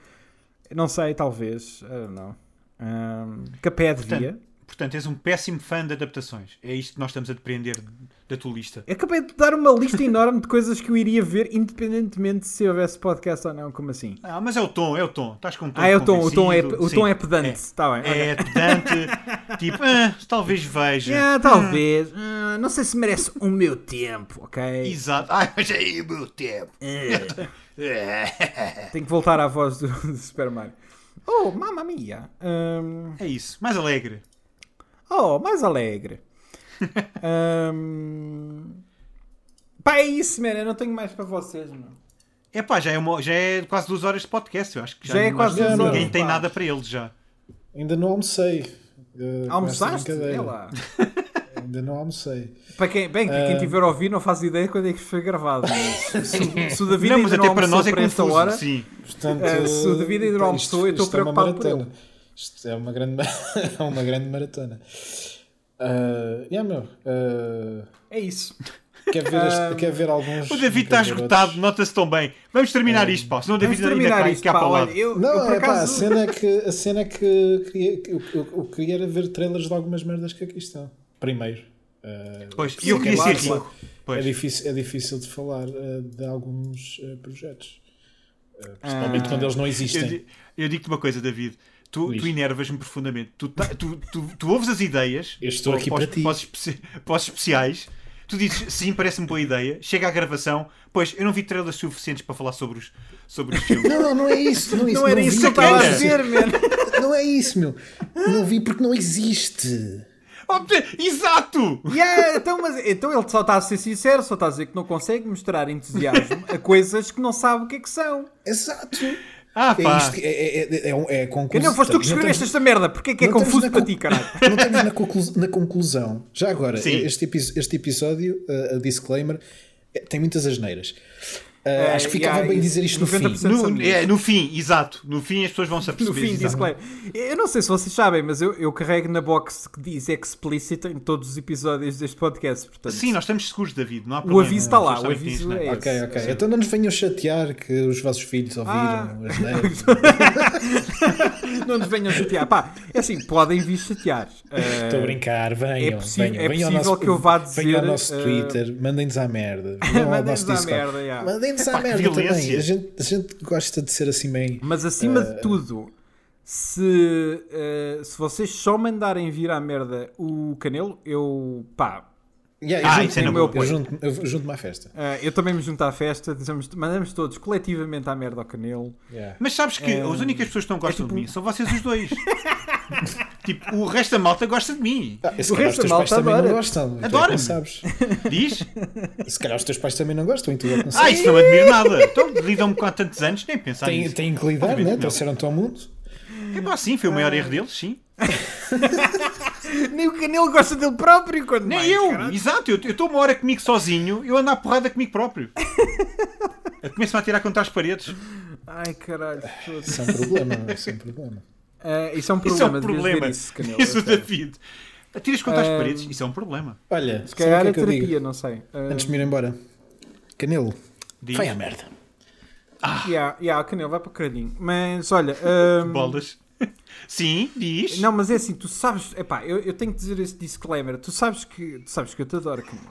[SPEAKER 1] eu não sei, talvez. Não. Um, Capé de via.
[SPEAKER 2] Portanto, és um péssimo fã de adaptações. É isto que nós estamos a depreender da tua lista.
[SPEAKER 1] Acabei É de dar uma lista enorme de coisas que eu iria ver, independentemente se houvesse podcast ou não. Como assim?
[SPEAKER 2] Ah, mas é o tom, é o tom. Estás com um tom
[SPEAKER 1] Ah, é o tom. O tom é,
[SPEAKER 2] convencido.
[SPEAKER 1] o tom
[SPEAKER 2] Sim.
[SPEAKER 1] é pedante. Está bem.
[SPEAKER 2] É,
[SPEAKER 1] ok.
[SPEAKER 2] é pedante. tipo, ah, talvez veja.
[SPEAKER 1] Ah, talvez. Ah, não sei se merece o meu tempo, ok?
[SPEAKER 2] Exato. Ai, mas aí o meu tempo.
[SPEAKER 1] É.
[SPEAKER 2] É.
[SPEAKER 1] Tenho que voltar à voz do, do Super Mario. Oh, mamma mia. Ahm,
[SPEAKER 2] É isso. Mais alegre.
[SPEAKER 1] oh, mais alegre. Um... Pá, é isso, mano. Eu não tenho mais para vocês, não.
[SPEAKER 2] É pá, já é, uma, já é quase duas horas de podcast. Eu acho que já,
[SPEAKER 1] Já é
[SPEAKER 2] não-
[SPEAKER 1] quase
[SPEAKER 2] acho que
[SPEAKER 3] duas
[SPEAKER 2] ninguém
[SPEAKER 1] horas,
[SPEAKER 2] tem
[SPEAKER 1] pá.
[SPEAKER 2] nada para eles já.
[SPEAKER 3] Ainda não almocei. eh, com
[SPEAKER 1] Almoçaste?
[SPEAKER 3] esta brincadeira.
[SPEAKER 1] É lá.
[SPEAKER 3] Ainda não almocei.
[SPEAKER 1] Para quem, bem, para quem tiver a ouvir, não faz ideia quando é que isto foi gravado. mas se, se o David
[SPEAKER 2] não,
[SPEAKER 1] ainda
[SPEAKER 2] mas até
[SPEAKER 1] não
[SPEAKER 2] para nós é
[SPEAKER 1] almoçou para esta
[SPEAKER 2] confuso.
[SPEAKER 1] hora,
[SPEAKER 2] Sim.
[SPEAKER 3] Portanto,
[SPEAKER 1] Eh, se o David ainda não
[SPEAKER 3] pá, isto-
[SPEAKER 1] almoçou, eu estou
[SPEAKER 3] isto é uma
[SPEAKER 1] preocupado por
[SPEAKER 3] maratona. Isto é uma grande, ma- é uma grande maratona. Ah, yeah, meu, ah,
[SPEAKER 1] é isso.
[SPEAKER 3] quer, ver este- quer ver alguns.
[SPEAKER 2] O David
[SPEAKER 3] quer
[SPEAKER 2] está
[SPEAKER 3] ver
[SPEAKER 2] esgotado,
[SPEAKER 3] outros?
[SPEAKER 2] nota-se tão bem. Vamos terminar isto, pá. Senão o
[SPEAKER 1] É. Vamos
[SPEAKER 2] David ainda
[SPEAKER 1] terminar
[SPEAKER 2] cai
[SPEAKER 1] isto,
[SPEAKER 2] cá
[SPEAKER 1] pá.
[SPEAKER 2] para lá.
[SPEAKER 1] Olha, eu, eu,
[SPEAKER 3] Não,
[SPEAKER 1] por
[SPEAKER 3] é pá, a
[SPEAKER 1] acaso...
[SPEAKER 3] cena é que, a cena é que queria, que- eu, eu, eu queria era ver trailers de algumas merdas que aqui estão. Primeiro. Ah,
[SPEAKER 2] Pois,
[SPEAKER 1] Sim,
[SPEAKER 2] eu queria
[SPEAKER 1] claro,
[SPEAKER 2] ser rico.
[SPEAKER 3] é,
[SPEAKER 2] Pois.
[SPEAKER 3] difícil, é difícil de falar ah, de alguns ah, projetos. Ah, principalmente quando eles não
[SPEAKER 2] Eu,
[SPEAKER 3] existem.
[SPEAKER 2] di- eu digo-te uma coisa, David. Tu,
[SPEAKER 3] Diz.
[SPEAKER 2] tu enervas-me profundamente. Tu, ta- tu, tu- tu ouves as ideias.
[SPEAKER 3] Eu estou
[SPEAKER 2] pa-
[SPEAKER 3] aqui
[SPEAKER 2] pa-
[SPEAKER 3] para ti.
[SPEAKER 2] os especi- para os especiais. Tu dizes, sim, parece-me boa ideia. Chega à gravação. Pois, eu não vi trailers suficientes para falar sobre os, sobre os filmes.
[SPEAKER 3] Não, não, não é isso. Não, é isso,
[SPEAKER 1] Não era
[SPEAKER 3] vi
[SPEAKER 1] isso que eu
[SPEAKER 2] cara.
[SPEAKER 1] estava a
[SPEAKER 3] trailers.
[SPEAKER 1] dizer, man.
[SPEAKER 3] Não é isso, meu. Não vi porque não existe.
[SPEAKER 2] Oh, pe- Exato!
[SPEAKER 1] Yeah, então, mas, então ele só está a ser sincero, só está a dizer que não consegue mostrar entusiasmo a coisas que não sabe o que é que são.
[SPEAKER 3] Exato.
[SPEAKER 2] Ah,
[SPEAKER 3] É
[SPEAKER 2] pá.
[SPEAKER 3] isto. que- É, é, é, é, um- é conclusão.
[SPEAKER 1] Que não foste tu que escreveste esta merda, porque é que é
[SPEAKER 3] não estamos
[SPEAKER 1] confuso
[SPEAKER 3] na
[SPEAKER 1] para
[SPEAKER 3] con-
[SPEAKER 1] ti, caralho?
[SPEAKER 3] Não estamos na, conclu- na conclusão. Já agora,
[SPEAKER 2] Sim.
[SPEAKER 3] este, epi- este episódio, uh, a disclaimer, eh, tem muitas asneiras. Uh,
[SPEAKER 1] Eh,
[SPEAKER 3] acho que ficava
[SPEAKER 1] yeah,
[SPEAKER 3] bem
[SPEAKER 1] isso,
[SPEAKER 3] dizer isto no fim.
[SPEAKER 1] 90% são
[SPEAKER 2] No,
[SPEAKER 1] minhas.
[SPEAKER 2] é, no fim, exato. No fim as pessoas vão se
[SPEAKER 1] No
[SPEAKER 2] aperceber.
[SPEAKER 1] fim,
[SPEAKER 2] exato.
[SPEAKER 1] disclaimer. Eu não sei se vocês sabem, mas eu, eu carrego na box que diz explicit em todos os episódios deste podcast. Portanto,
[SPEAKER 2] Sim, nós estamos seguros, David. Não há
[SPEAKER 1] o
[SPEAKER 2] problema.
[SPEAKER 1] aviso está
[SPEAKER 2] As
[SPEAKER 1] lá.
[SPEAKER 2] pessoas
[SPEAKER 1] O
[SPEAKER 2] sabem que tem
[SPEAKER 1] aviso
[SPEAKER 2] asneira.
[SPEAKER 1] é esse.
[SPEAKER 3] Ok, ok. Então não nos venham chatear que os vossos filhos ouviram
[SPEAKER 1] Ah.
[SPEAKER 3] asneiras.
[SPEAKER 1] Não nos venham chatear. Pá, é assim, podem vir chatear. Eh,
[SPEAKER 3] Estou a brincar, venham.
[SPEAKER 1] é possi-
[SPEAKER 3] venham,
[SPEAKER 1] é
[SPEAKER 3] venham ao
[SPEAKER 1] possível
[SPEAKER 3] nosso,
[SPEAKER 1] que eu vá
[SPEAKER 3] Venham ao
[SPEAKER 1] dizer,
[SPEAKER 3] nosso
[SPEAKER 1] eh,
[SPEAKER 3] Twitter, mandem-nos à merda. Venham ao
[SPEAKER 1] Mandem-nos
[SPEAKER 3] nosso
[SPEAKER 1] à
[SPEAKER 3] Discord.
[SPEAKER 1] merda, yeah.
[SPEAKER 3] Mandem-nos
[SPEAKER 2] Epá,
[SPEAKER 3] à
[SPEAKER 2] que
[SPEAKER 3] merda também.
[SPEAKER 2] violência.
[SPEAKER 3] A gente, a gente gosta de ser assim meio.
[SPEAKER 1] Mas acima
[SPEAKER 2] Eh.
[SPEAKER 1] de tudo, se, eh, se vocês só mandarem vir à merda o Canelo, eu pá.
[SPEAKER 3] Yeah,
[SPEAKER 2] Ah,
[SPEAKER 3] eu
[SPEAKER 2] isso é na
[SPEAKER 3] junto-me-
[SPEAKER 1] boa.
[SPEAKER 3] eu junto- eu junto-me à festa.
[SPEAKER 1] eh, eu também me junto à festa, dizemos- mandamos todos coletivamente à merda ao Canelo.
[SPEAKER 3] Yeah.
[SPEAKER 2] Mas sabes que as únicas pessoas que não gostam
[SPEAKER 1] É, tipo
[SPEAKER 2] de mim são vocês os dois. tipo, o resto da malta gosta de mim.
[SPEAKER 3] Ah, e se
[SPEAKER 1] O
[SPEAKER 3] calhar os
[SPEAKER 1] resto
[SPEAKER 3] teus
[SPEAKER 1] da
[SPEAKER 3] pais
[SPEAKER 1] malta
[SPEAKER 3] também não
[SPEAKER 1] adora.
[SPEAKER 3] gostam. tu é que
[SPEAKER 2] Adora-me.
[SPEAKER 3] não sabes.
[SPEAKER 2] Diz?
[SPEAKER 3] Se calhar os teus pais também não gostam e tu é que não
[SPEAKER 2] Ah,
[SPEAKER 3] sabes.
[SPEAKER 2] isso não admiro nada. Então, lidam-me com há tantos anos, nem pensar
[SPEAKER 3] Tem,
[SPEAKER 2] nisso.
[SPEAKER 3] tem que lidar,
[SPEAKER 2] Obviamente
[SPEAKER 3] né?
[SPEAKER 2] não.
[SPEAKER 3] Trouxeram-te ao mundo.
[SPEAKER 2] É pá, sim, foi o
[SPEAKER 1] Ah.
[SPEAKER 2] maior erro deles, sim.
[SPEAKER 1] Nem o Canelo gosta dele próprio, quando
[SPEAKER 2] Nem
[SPEAKER 1] mais,
[SPEAKER 2] eu,
[SPEAKER 1] caralho.
[SPEAKER 2] exato. Eu estou uma hora comigo sozinho, eu ando à porrada comigo próprio. Eu Começo-me a tirar contra as paredes.
[SPEAKER 1] Ai caralho, foda-se.
[SPEAKER 3] Isso é um problema, meu, isso é um problema.
[SPEAKER 1] Eh, isso é um
[SPEAKER 2] Isso é um
[SPEAKER 1] problema, devias
[SPEAKER 2] problema.
[SPEAKER 1] ver isso, Canelo.
[SPEAKER 2] Isso, David. Atiras contra as
[SPEAKER 1] Ah,
[SPEAKER 2] paredes, isso é um problema.
[SPEAKER 3] Olha,
[SPEAKER 1] Se
[SPEAKER 3] sabe o
[SPEAKER 1] calhar
[SPEAKER 3] que
[SPEAKER 1] é
[SPEAKER 3] é que eu digo?
[SPEAKER 1] terapia, não sei. Eh,
[SPEAKER 3] Antes de me ir embora. Canelo,
[SPEAKER 2] Diz.
[SPEAKER 3] vai à merda.
[SPEAKER 1] yeah, yeah, o Canelo vai para o caralhinho. Mas olha. ehm,
[SPEAKER 2] Bolas. Sim, diz.
[SPEAKER 1] Não, mas é assim, tu sabes, epá, eu, eu tenho que dizer esse disclaimer. Tu sabes que, tu sabes que eu te adoro, Camilo.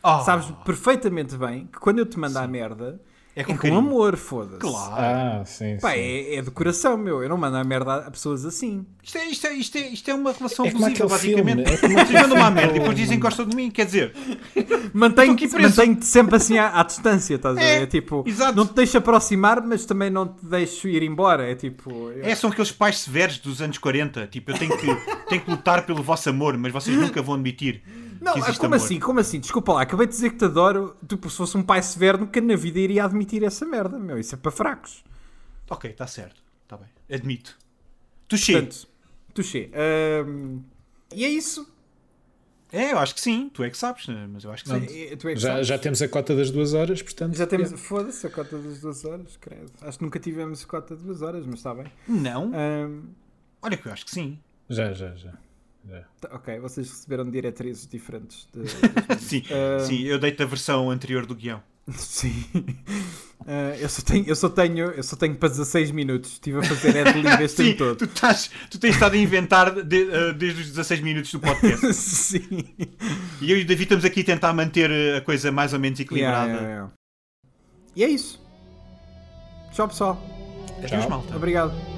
[SPEAKER 2] Oh,
[SPEAKER 1] Sabes perfeitamente bem que quando eu te mando à merda,
[SPEAKER 2] É
[SPEAKER 1] é
[SPEAKER 2] com
[SPEAKER 1] com,
[SPEAKER 2] carinho.
[SPEAKER 1] amor, foda-se.
[SPEAKER 2] Claro.
[SPEAKER 3] Ah, sim,
[SPEAKER 1] Pá, é, é do coração, meu. Eu não mando à merda a pessoas assim.
[SPEAKER 2] Isto é, isto, é, isto, é, isto é uma relação
[SPEAKER 3] É como
[SPEAKER 2] abusiva,
[SPEAKER 3] aquele
[SPEAKER 2] basicamente.
[SPEAKER 3] filme, é como
[SPEAKER 2] Vocês mandam uma
[SPEAKER 3] aquele
[SPEAKER 2] merda e depois
[SPEAKER 3] filme.
[SPEAKER 2] dizem que gostam de mim. Quer dizer,
[SPEAKER 1] Mantenho-te
[SPEAKER 2] aqui preso.
[SPEAKER 1] mantenho-te sempre assim à, à distância, estás a
[SPEAKER 2] É,
[SPEAKER 1] ver? É tipo,
[SPEAKER 2] exato.
[SPEAKER 1] não te deixo aproximar, mas também não te deixo ir embora. É tipo, eu-
[SPEAKER 2] é, são aqueles pais severos dos anos 40. Tipo, eu tenho que, tenho que lutar pelo vosso amor, mas vocês nunca vão admitir.
[SPEAKER 1] não,
[SPEAKER 2] que
[SPEAKER 1] ah,
[SPEAKER 2] existe
[SPEAKER 1] como
[SPEAKER 2] amor.
[SPEAKER 1] assim? Como assim? Desculpa lá, acabei de dizer que te adoro. Tipo, se fosse um pai severo, nunca na vida iria admitir essa merda, meu. Isso é para fracos.
[SPEAKER 2] Ok, está certo. Está bem. Admito. Tu
[SPEAKER 1] Portanto, touché. Ahm, e é isso.
[SPEAKER 2] É, eu acho que sim. Tu é que sabes, né? mas eu acho que sim.
[SPEAKER 1] É- é- tu é que
[SPEAKER 3] Já,
[SPEAKER 1] sabes.
[SPEAKER 3] já temos a cota das duas horas, portanto.
[SPEAKER 1] Já temos. Foda-se a cota das duas horas, credo. Acho que nunca tivemos a cota de duas horas, mas está bem.
[SPEAKER 2] Não.
[SPEAKER 1] Ahm,
[SPEAKER 2] Olha que eu acho que sim.
[SPEAKER 3] Já, já, já. já.
[SPEAKER 1] tá- ok, vocês receberam diretrizes diferentes. De...
[SPEAKER 2] Sim, sim eu deito a versão anterior do guião.
[SPEAKER 1] Sim. Ah, eu, só tenho, eu, só tenho, eu só tenho para 16 minutos. Estive a fazer ad-lib este
[SPEAKER 2] Sim,
[SPEAKER 1] tempo
[SPEAKER 2] tu,
[SPEAKER 1] todo.
[SPEAKER 2] estás, tu tens estado a inventar de- eh, desde os 16 minutos do podcast.
[SPEAKER 1] Sim.
[SPEAKER 2] E eu e o David estamos aqui a tentar manter eh, a coisa mais ou menos
[SPEAKER 1] Yeah,
[SPEAKER 2] equilibrada.
[SPEAKER 1] yeah, yeah. E é isso. Tchau, pessoal.
[SPEAKER 2] Adeus, malta.
[SPEAKER 1] Obrigado.